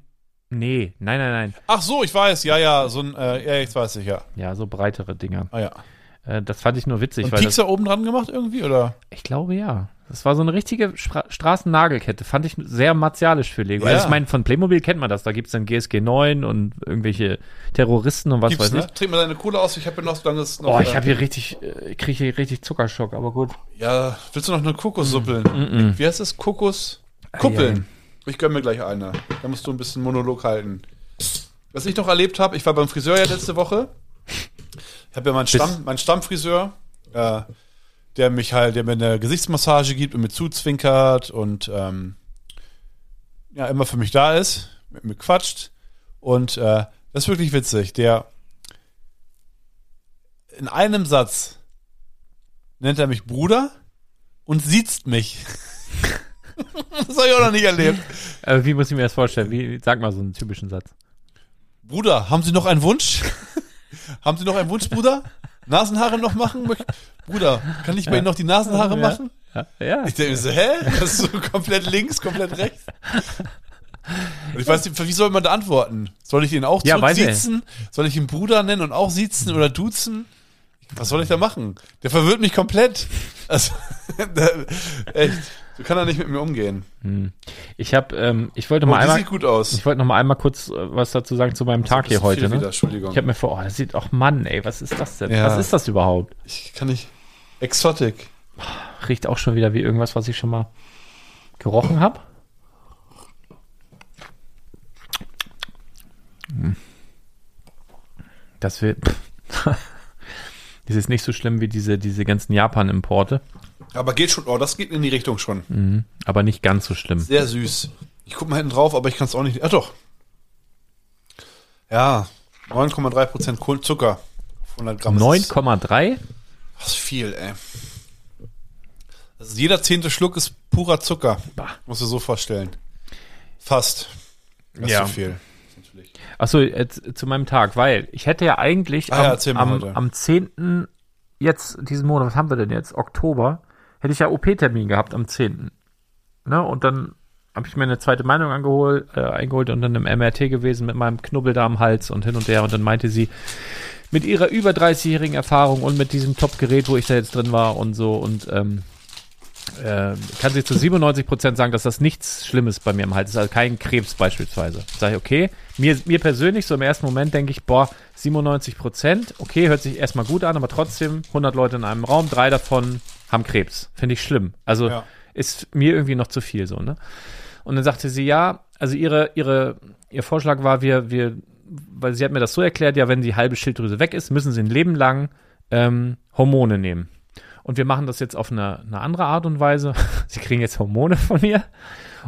[SPEAKER 2] Nee, nein, nein, nein.
[SPEAKER 1] Ach so, ich weiß, ja, ja, so ein, äh, ja, jetzt weiß ich, ja.
[SPEAKER 2] Ja, so breitere Dinger.
[SPEAKER 1] Ah ja.
[SPEAKER 2] Äh, das fand ich nur witzig,
[SPEAKER 1] Und
[SPEAKER 2] weil das,
[SPEAKER 1] Piekser oben dran gemacht irgendwie, oder?
[SPEAKER 2] ich glaube ja. Das war so eine richtige Stra Straßennagelkette. Fand ich sehr martialisch für Lego. Also
[SPEAKER 1] Ja.
[SPEAKER 2] ich meine, von Playmobil kennt man das. Da gibt es dann GSG 9 und irgendwelche Terroristen und was weiß ich.
[SPEAKER 1] Trink mal deine Kohle aus, ich habe noch so lange es noch.
[SPEAKER 2] Oh, ich
[SPEAKER 1] äh,
[SPEAKER 2] habe hier richtig, äh, kriege hier richtig Zuckerschock, aber gut.
[SPEAKER 1] Ja, willst du noch eine
[SPEAKER 2] Hm.
[SPEAKER 1] Kokossuppeln? Wie heißt das? Kokos?
[SPEAKER 2] Ei, ei.
[SPEAKER 1] Kuppeln. Ich gönn mir gleich eine. Da musst du ein bisschen Monolog halten. Was ich noch erlebt habe, ich war beim Friseur ja letzte Woche. Ich habe ja meinen, Stamm, meinen Stammfriseur, äh, der mich halt, der mir eine Gesichtsmassage gibt und mir zuzwinkert und ähm, ja, immer für mich da ist, mit mir quatscht. Und äh, das ist wirklich witzig. Der in einem Satz nennt er mich Bruder und siezt mich. das habe ich auch noch nicht erlebt.
[SPEAKER 2] Aber wie muss ich mir das vorstellen? Wie, sag mal so einen typischen Satz.
[SPEAKER 1] Bruder, haben Sie noch einen Wunsch? haben Sie noch einen Wunsch, Bruder? Nasenhaare noch machen? Möcht- Bruder, kann ich bei Ihnen noch die Nasenhaare
[SPEAKER 2] Ja.
[SPEAKER 1] machen?
[SPEAKER 2] Ja, ja.
[SPEAKER 1] Ich denke mir so, hä? Das ist so komplett links, komplett rechts. Und ich weiß nicht, wie soll man da antworten? Soll ich ihn auch
[SPEAKER 2] Ja, weiß ich.
[SPEAKER 1] siezen? Soll ich ihn Bruder nennen und auch siezen oder duzen? Was soll ich da machen? Der verwirrt mich komplett. Also, da- echt. So kann er nicht mit mir umgehen.
[SPEAKER 2] ich habe, ähm, ich wollte
[SPEAKER 1] Oh,
[SPEAKER 2] mal
[SPEAKER 1] die
[SPEAKER 2] einmal,
[SPEAKER 1] sieht gut aus.
[SPEAKER 2] ich wollte noch mal einmal kurz äh, was dazu sagen zu meinem Tag hier
[SPEAKER 1] Bisschen viel
[SPEAKER 2] heute. Ne?
[SPEAKER 1] Wieder, Entschuldigung.
[SPEAKER 2] Ich habe mir vor, oh, das sieht, ach Mann, ey, was ist das denn?
[SPEAKER 1] Ja.
[SPEAKER 2] Was ist das überhaupt?
[SPEAKER 1] ich kann nicht. Exotic.
[SPEAKER 2] Riecht auch schon wieder wie irgendwas, was ich schon mal gerochen habe. Hm. Das wird. Das ist nicht so schlimm wie diese, diese ganzen Japan-Importe,
[SPEAKER 1] Aber geht schon, oh, das geht in die Richtung schon.
[SPEAKER 2] aber nicht ganz so schlimm.
[SPEAKER 1] Sehr süß. Ich guck mal hinten drauf, aber ich kann es auch nicht. Ah doch. Ja. 9,3% Kohl- Zucker auf 100 Gramm. Das ist-
[SPEAKER 2] 9,3.
[SPEAKER 1] Das ist viel, ey. Das ist, jeder zehnte Schluck ist purer Zucker.
[SPEAKER 2] Bah.
[SPEAKER 1] Musst du so vorstellen. Fast. Das
[SPEAKER 2] Ja.
[SPEAKER 1] ist zu viel. Natürlich.
[SPEAKER 2] Achso, jetzt äh, zu meinem Tag, weil ich hätte ja eigentlich
[SPEAKER 1] Ah ja, erzähl mal
[SPEAKER 2] am, am,
[SPEAKER 1] heute.
[SPEAKER 2] am 10. jetzt, diesen Monat, was haben wir denn jetzt? Oktober, hätte ich ja OP-Termin gehabt am 10. Ne? Und dann habe ich mir eine zweite Meinung angeholt, äh, eingeholt und dann im MRT gewesen mit meinem Knubbeldarmhals und hin und her. Und dann meinte sie, mit ihrer über 30-jährigen Erfahrung und mit diesem Top-Gerät, wo ich da jetzt drin war und so und ähm, äh, kann sie zu 97% sagen, dass das nichts Schlimmes bei mir im Hals ist, also kein Krebs beispielsweise. Sage ich, okay, mir, mir persönlich so im ersten Moment denke ich, boah, 97%, okay, hört sich erstmal gut an, aber trotzdem 100 Leute in einem Raum, drei davon haben Krebs. Finde ich schlimm. Also
[SPEAKER 1] Ja.
[SPEAKER 2] ist mir irgendwie noch zu viel so, ne? Und dann sagte sie, ja, also ihre, ihre, ihr Vorschlag war, wir, wir, weil sie hat mir das so erklärt, ja, wenn die halbe Schilddrüse weg ist, müssen sie ein Leben lang ähm, Hormone nehmen. Und wir machen das jetzt auf eine, eine andere Art und Weise. sie kriegen jetzt Hormone von mir.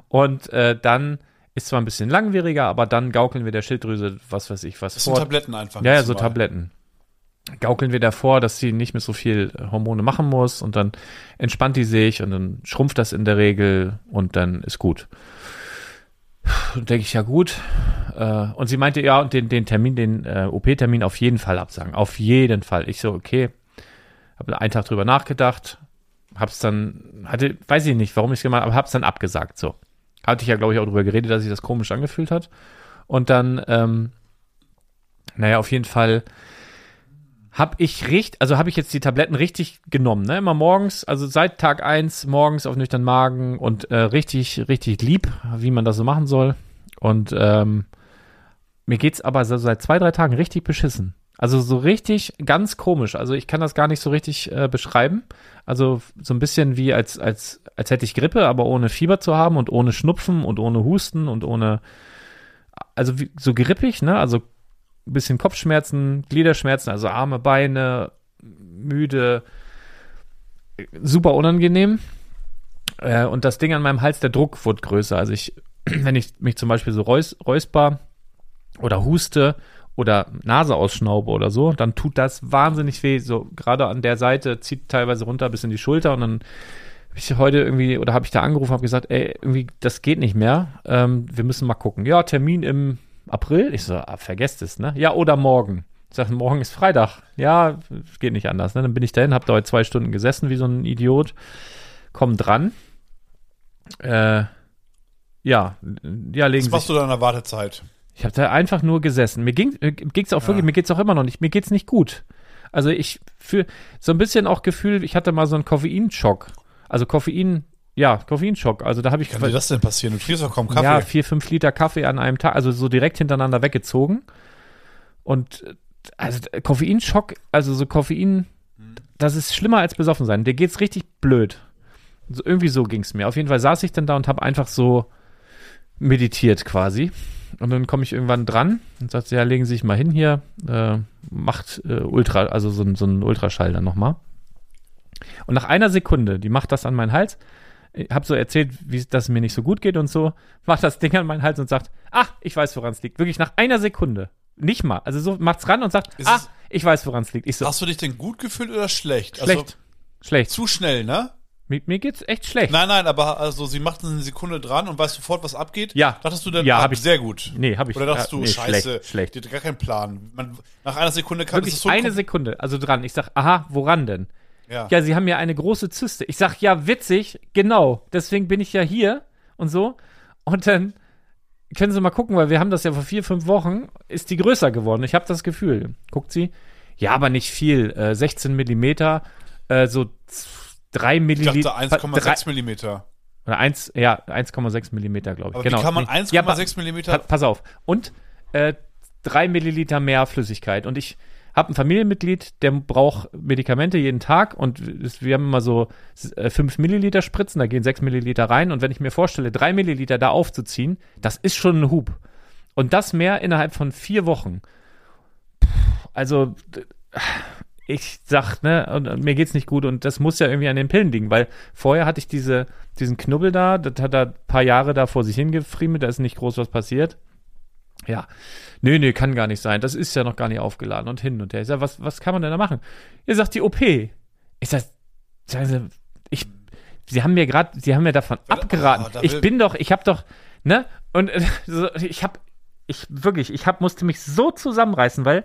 [SPEAKER 2] Und äh, dann ist zwar ein bisschen langwieriger, aber dann gaukeln wir der Schilddrüse, was weiß ich, was
[SPEAKER 1] Das sind Tabletten einfach.
[SPEAKER 2] ja, ja,
[SPEAKER 1] jetzt
[SPEAKER 2] so
[SPEAKER 1] mal.
[SPEAKER 2] Tabletten. Gaukeln wir davor, dass sie nicht mehr so viel äh, Hormone machen muss und dann entspannt die sich und dann schrumpft das in der Regel und dann ist gut. Und denke ich, ja gut. Äh, Und sie meinte, ja, und den, den Termin, den äh, OP-Termin auf jeden Fall absagen. Auf jeden Fall. Ich so, okay. Habe einen Tag drüber nachgedacht, hab's dann, hatte, weiß ich nicht, warum ich es gemacht habe, hab's dann abgesagt. So. Hatte ich ja, glaube ich, auch drüber geredet, dass sich das komisch angefühlt hat. Und dann, ähm, naja, auf jeden Fall habe ich richtig, also habe ich jetzt die Tabletten richtig genommen, ne? Immer morgens, also seit Tag 1 morgens auf nüchtern Magen und äh, richtig, richtig lieb, wie man das so machen soll. Und ähm, mir geht's aber so seit zwei, drei Tagen richtig beschissen. Also so richtig ganz komisch. Also ich kann das gar nicht so richtig äh, beschreiben. Also so ein bisschen wie als, als, als hätte ich Grippe, aber ohne Fieber zu haben und ohne Schnupfen und ohne Husten und ohne, also wie, so grippig, ne? Also ein bisschen Kopfschmerzen, Gliederschmerzen, also Arme, Beine, müde, super unangenehm. Äh, und das Ding an meinem Hals, der Druck wurde größer. Also ich, wenn ich mich zum Beispiel so räus räusper oder huste oder Nase ausschnaube oder so, dann tut das wahnsinnig weh. So gerade an der Seite zieht teilweise runter bis in die Schulter und dann hab ich heute irgendwie oder habe ich da angerufen, habe gesagt, ey, irgendwie das geht nicht mehr. Ähm, wir müssen mal gucken. Ja, Termin im April. Ich so, ah, vergesst es, ne? Ja, oder morgen. Ich sage, morgen ist Freitag. Ja, geht nicht anders. Ne? Dann bin ich dahin, habe da heute zwei Stunden gesessen wie so ein Idiot. Komm dran. Äh, ja, ja, legen
[SPEAKER 1] Was
[SPEAKER 2] Sie
[SPEAKER 1] machst du da in der Wartezeit?
[SPEAKER 2] ich habe da einfach nur gesessen. Mir ging mir ging's auch wirklich, mir geht's auch immer noch nicht. Mir geht's nicht gut. Also ich fühle so ein bisschen auch Gefühl, ich hatte mal so einen Koffeinschock. Also Koffein, ja, Koffeinschock. Also da habe ich
[SPEAKER 1] Kann dir das denn passieren? Du trinkst doch kaum Kaffee.
[SPEAKER 2] ja, vier, fünf Liter Kaffee an einem Tag, also so direkt hintereinander weggezogen. Und äh, also äh, Koffeinschock, also so Koffein, das ist schlimmer als besoffen sein. Dir geht's richtig blöd. So, irgendwie so ging's mir. Auf jeden Fall saß ich dann da und habe einfach so meditiert quasi. Und dann komme ich irgendwann dran und sagte, ja, legen Sie sich mal hin hier, äh, macht äh, Ultra, also so, ein- so einen Ultraschall dann nochmal. Und nach einer Sekunde, die macht das an meinen Hals, ich hab so erzählt, wie dass es mir nicht so gut geht und so, macht das Ding an meinen Hals und sagt, ach, ich weiß, woran es liegt. Wirklich nach einer Sekunde. Nicht mal. Also so macht's ran und sagt,
[SPEAKER 1] Ist
[SPEAKER 2] ach,
[SPEAKER 1] es-
[SPEAKER 2] ich weiß, woran es liegt. Ich so,
[SPEAKER 1] Hast du dich denn gut gefühlt oder schlecht?
[SPEAKER 2] schlecht.
[SPEAKER 1] Also,
[SPEAKER 2] schlecht.
[SPEAKER 1] zu schnell, ne?
[SPEAKER 2] Mir, mir geht's echt schlecht.
[SPEAKER 1] Nein, nein, aber also sie macht eine Sekunde dran und weiß sofort, was abgeht.
[SPEAKER 2] Ja.
[SPEAKER 1] Dachtest du denn,
[SPEAKER 2] Ja,
[SPEAKER 1] ah,
[SPEAKER 2] hab ich-
[SPEAKER 1] sehr gut.
[SPEAKER 2] Nee, hab ich-
[SPEAKER 1] Oder dachtest
[SPEAKER 2] ah,
[SPEAKER 1] du,
[SPEAKER 2] nee,
[SPEAKER 1] scheiße,
[SPEAKER 2] schlecht, schlecht.
[SPEAKER 1] die hat gar keinen Plan. Man, nach einer Sekunde kann
[SPEAKER 2] Wirklich
[SPEAKER 1] es so
[SPEAKER 2] eine Sekunde, also dran. Ich sag, aha, woran denn?
[SPEAKER 1] Ja.
[SPEAKER 2] Ja, sie haben ja eine große Zyste. Ich sag, ja, witzig, genau. Deswegen bin ich ja hier und so. Und dann können Sie mal gucken, weil wir haben das ja vor vier, fünf Wochen, ist die größer geworden. Ich habe das Gefühl. Guckt sie. Ja, aber nicht viel. Äh, 16 Millimeter, äh, so 3
[SPEAKER 1] ich
[SPEAKER 2] Milliliter.
[SPEAKER 1] dachte 1,6 Millimeter.
[SPEAKER 2] Oder 1, ja, 1,6 Millimeter, glaube ich.
[SPEAKER 1] Aber
[SPEAKER 2] genau.
[SPEAKER 1] wie kann man
[SPEAKER 2] Nee. Ja, aber-
[SPEAKER 1] 1,6
[SPEAKER 2] Pa
[SPEAKER 1] Millimeter?
[SPEAKER 2] pass auf. Und äh, drei Milliliter mehr Flüssigkeit. Und ich habe ein Familienmitglied, der braucht Medikamente jeden Tag. Und es- wir haben immer so s- äh, fünf Milliliter Spritzen, da gehen sechs Milliliter rein. Und wenn ich mir vorstelle, drei Milliliter da aufzuziehen, das ist schon ein Hub. Und das mehr innerhalb von vier Wochen. Puh, Also, d- ich sag, ne, und, und mir geht's nicht gut und das muss ja irgendwie an den Pillen liegen, weil vorher hatte ich diese, diesen Knubbel da, das hat er ein paar Jahre da vor sich hingefriemelt, da ist nicht groß was passiert. Ja, nee, nee, kann gar nicht sein. Das ist ja noch gar nicht aufgeladen und hin und her. Ich sag, was, was kann man denn da machen? Ihr sagt die OP. Ich sag, sagen Sie, ich, Sie haben mir gerade, Sie haben mir davon
[SPEAKER 1] Ja,
[SPEAKER 2] abgeraten.
[SPEAKER 1] oh, da
[SPEAKER 2] ich
[SPEAKER 1] will-
[SPEAKER 2] bin doch, ich hab doch, ne? Und äh, so, ich hab, ich wirklich, ich hab, musste mich so zusammenreißen, weil,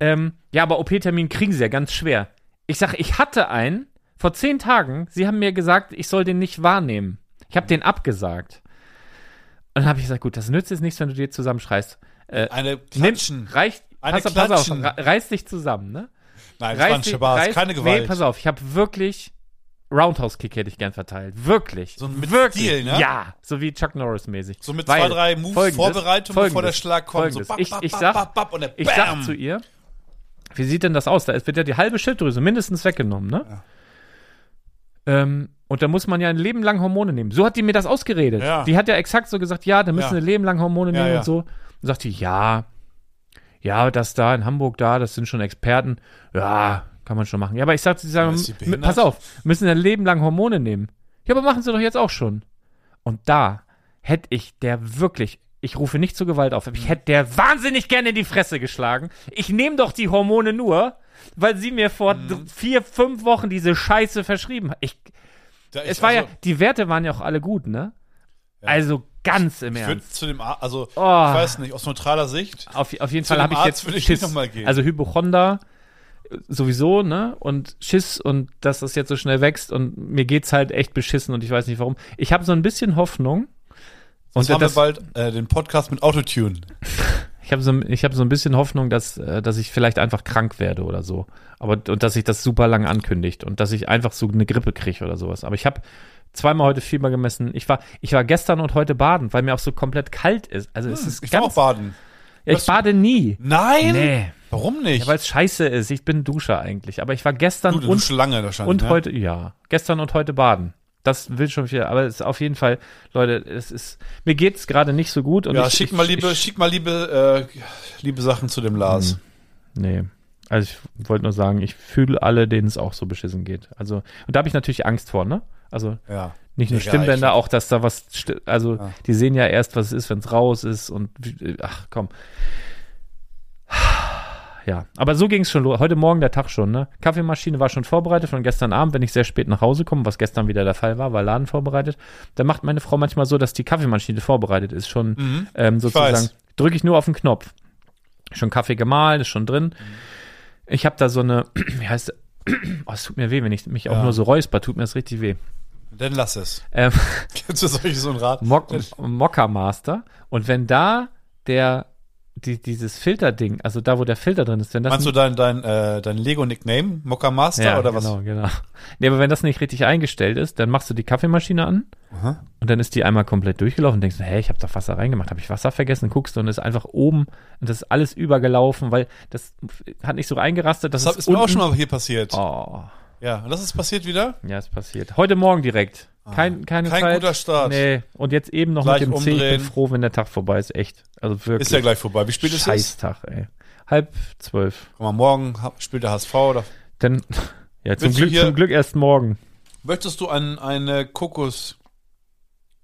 [SPEAKER 2] ähm, ja, aber OP-Termin kriegen Sie ja ganz schwer. Ich sag, ich hatte einen vor zehn Tagen. Sie haben mir gesagt, ich soll den nicht wahrnehmen. Ich habe den abgesagt. Und dann habe ich gesagt, gut, das nützt jetzt nichts, wenn du dir zusammenschreist. Äh,
[SPEAKER 1] Eine
[SPEAKER 2] nimm,
[SPEAKER 1] Klatschen.
[SPEAKER 2] reicht,
[SPEAKER 1] Eine
[SPEAKER 2] pass, auf, pass auf,
[SPEAKER 1] Klatschen.
[SPEAKER 2] re- reiß dich zusammen, ne?
[SPEAKER 1] Nein, das
[SPEAKER 2] Reiß
[SPEAKER 1] war ein
[SPEAKER 2] dich-
[SPEAKER 1] Spaß.
[SPEAKER 2] reiß-
[SPEAKER 1] Keine Gewalt.
[SPEAKER 2] Nee, pass auf, ich habe wirklich Roundhouse-Kick hätte ich gern verteilt. Wirklich.
[SPEAKER 1] So mit
[SPEAKER 2] wirklich.
[SPEAKER 1] Stil, ne?
[SPEAKER 2] Ja, so wie Chuck Norris mäßig.
[SPEAKER 1] so mit
[SPEAKER 2] Weil
[SPEAKER 1] zwei, drei Moves
[SPEAKER 2] Folgendes-
[SPEAKER 1] Vorbereitung, bevor der
[SPEAKER 2] Folgendes-
[SPEAKER 1] Schlag kommt. So
[SPEAKER 2] Folgendes. ich, ich sag,
[SPEAKER 1] und der
[SPEAKER 2] ich
[SPEAKER 1] Bam.
[SPEAKER 2] sag zu ihr, wie sieht denn das aus? Da wird ja die halbe Schilddrüse mindestens weggenommen, ne? Ähm, und da muss man ja ein Leben lang Hormone nehmen. So hat die mir das ausgeredet.
[SPEAKER 1] Ja.
[SPEAKER 2] Die hat ja exakt so gesagt, ja, da müssen
[SPEAKER 1] Ja.
[SPEAKER 2] wir ein Leben lang Hormone
[SPEAKER 1] Ja,
[SPEAKER 2] nehmen
[SPEAKER 1] ja.
[SPEAKER 2] und so. Und sagt die, ja, ja, das da in Hamburg da, das sind schon Experten. Ja, kann man schon machen. Ja, aber ich sag, sie sagen,
[SPEAKER 1] ist sie
[SPEAKER 2] m-
[SPEAKER 1] behindert?
[SPEAKER 2] pass auf, müssen ein Leben lang Hormone nehmen. Ja, aber machen sie doch jetzt auch schon. Und da hätte ich der wirklich, ich rufe nicht zur Gewalt auf, aber ich hätte der wahnsinnig gerne in die Fresse geschlagen. Ich nehme doch die Hormone nur, weil sie mir vor
[SPEAKER 1] Mhm.
[SPEAKER 2] dr- vier, fünf Wochen diese Scheiße verschrieben hat. Ich,
[SPEAKER 1] Da ich-
[SPEAKER 2] es war
[SPEAKER 1] also,
[SPEAKER 2] ja, die Werte waren ja auch alle gut, ne?
[SPEAKER 1] Ja.
[SPEAKER 2] Also ganz im
[SPEAKER 1] Ich würde
[SPEAKER 2] Ernst.
[SPEAKER 1] zu dem Ar also ich
[SPEAKER 2] Oh.
[SPEAKER 1] weiß nicht, aus neutraler Sicht.
[SPEAKER 2] Auf, auf jeden
[SPEAKER 1] zu
[SPEAKER 2] Fall habe
[SPEAKER 1] dem
[SPEAKER 2] ich
[SPEAKER 1] Arzt
[SPEAKER 2] jetzt
[SPEAKER 1] würde ich
[SPEAKER 2] Schiss.
[SPEAKER 1] nicht noch mal gehen.
[SPEAKER 2] Also Hypochonder äh, sowieso, ne? Und Schiss und dass das jetzt so schnell wächst und mir geht's halt echt beschissen und ich weiß nicht warum. Ich habe so ein bisschen Hoffnung.
[SPEAKER 1] Sonst haben
[SPEAKER 2] das-
[SPEAKER 1] wir bald äh, den Podcast mit Autotune.
[SPEAKER 2] Ich habe so, ich hab so ein bisschen Hoffnung, dass, äh, dass ich vielleicht einfach krank werde oder so. Aber, und dass sich das super lang ankündigt und dass ich einfach so eine Grippe kriege oder sowas. Aber ich habe zweimal heute Fieber gemessen. Ich war, ich war gestern und heute baden, weil mir auch so komplett kalt ist. Also es ist
[SPEAKER 1] Hm, Ich war auch
[SPEAKER 2] ganz,
[SPEAKER 1] baden.
[SPEAKER 2] ja, ich bade nie.
[SPEAKER 1] Nein!
[SPEAKER 2] Nee,
[SPEAKER 1] Warum nicht?
[SPEAKER 2] ja, weil es scheiße ist. Ich bin Duscher eigentlich. Aber ich war gestern
[SPEAKER 1] du, du
[SPEAKER 2] und
[SPEAKER 1] schon lange wahrscheinlich.
[SPEAKER 2] und
[SPEAKER 1] ne?
[SPEAKER 2] heute, ja, gestern und heute baden. Das will schon viel, aber es ist auf jeden Fall, Leute, es ist, mir geht's gerade nicht so gut. Und
[SPEAKER 1] Ja,
[SPEAKER 2] ich,
[SPEAKER 1] schick
[SPEAKER 2] ich,
[SPEAKER 1] mal liebe,
[SPEAKER 2] Ich,
[SPEAKER 1] schick mal liebe, äh, liebe Sachen zu dem Lars.
[SPEAKER 2] Mhm. nee. Also ich wollte nur sagen, ich fühle alle, denen es auch so beschissen geht. Also, und da habe ich natürlich Angst vor, ne? Also
[SPEAKER 1] Ja.
[SPEAKER 2] nicht nur
[SPEAKER 1] Digga,
[SPEAKER 2] Stimmbänder,
[SPEAKER 1] ich-
[SPEAKER 2] auch dass da was, sti- also
[SPEAKER 1] Ja.
[SPEAKER 2] die sehen ja erst, was es ist, wenn es raus ist und wie- ach komm. Ja, aber so ging es schon los. Heute Morgen der Tag schon, ne? Kaffeemaschine war schon vorbereitet von gestern Abend, wenn ich sehr spät nach Hause komme, was gestern wieder der Fall war, war Laden vorbereitet. Dann macht meine Frau manchmal so, dass die Kaffeemaschine vorbereitet ist, schon ähm, sozusagen.
[SPEAKER 1] Mhm. weiß.
[SPEAKER 2] Drücke ich nur auf den Knopf. Schon Kaffee gemahlen, ist schon drin.
[SPEAKER 1] Mhm.
[SPEAKER 2] Ich habe da so eine, wie heißt, oh, es tut mir weh, wenn ich mich auch
[SPEAKER 1] Ja.
[SPEAKER 2] nur so räusper, tut mir das richtig weh.
[SPEAKER 1] Dann lass es.
[SPEAKER 2] Ähm,
[SPEAKER 1] Kennst du solche so einen Rat?
[SPEAKER 2] Mock, Mocker Master. Und wenn da der, die, dieses Filterding, also da, wo der Filter drin ist, wenn das.
[SPEAKER 1] Meinst du dein, dein, äh, dein Lego-Nickname? Mocker Master
[SPEAKER 2] ja,
[SPEAKER 1] oder
[SPEAKER 2] genau, genau. Nee, aber wenn das nicht richtig eingestellt ist, dann machst du die Kaffeemaschine an
[SPEAKER 1] was? Aha.
[SPEAKER 2] und dann ist die einmal komplett durchgelaufen und denkst, hä, ich habe doch Wasser reingemacht, habe ich Wasser vergessen, guckst du und ist einfach oben und das ist alles übergelaufen, weil das hat nicht so eingerastet, dass
[SPEAKER 1] Das
[SPEAKER 2] es
[SPEAKER 1] ist mir auch
[SPEAKER 2] unten-
[SPEAKER 1] schon mal hier passiert.
[SPEAKER 2] Oh,
[SPEAKER 1] Ja, und das ist passiert wieder?
[SPEAKER 2] ja, ist passiert. Heute Morgen direkt. Kein, keine
[SPEAKER 1] Ah, Kein
[SPEAKER 2] Zeit.
[SPEAKER 1] guter Start.
[SPEAKER 2] Nee, und jetzt eben noch
[SPEAKER 1] Gleich
[SPEAKER 2] mit dem C. Ich bin
[SPEAKER 1] umdrehen.
[SPEAKER 2] froh, wenn der Tag vorbei ist, echt. Also wirklich.
[SPEAKER 1] Ist ja gleich vorbei. Wie spät ist es?
[SPEAKER 2] Scheißtag, ey. Halb zwölf.
[SPEAKER 1] Guck mal, morgen hab- spielt der HSV. Oder
[SPEAKER 2] Dann, ja, zum
[SPEAKER 1] Willst du
[SPEAKER 2] Glück,
[SPEAKER 1] hier-
[SPEAKER 2] zum Glück erst morgen.
[SPEAKER 1] Möchtest du ein, eine Kokos?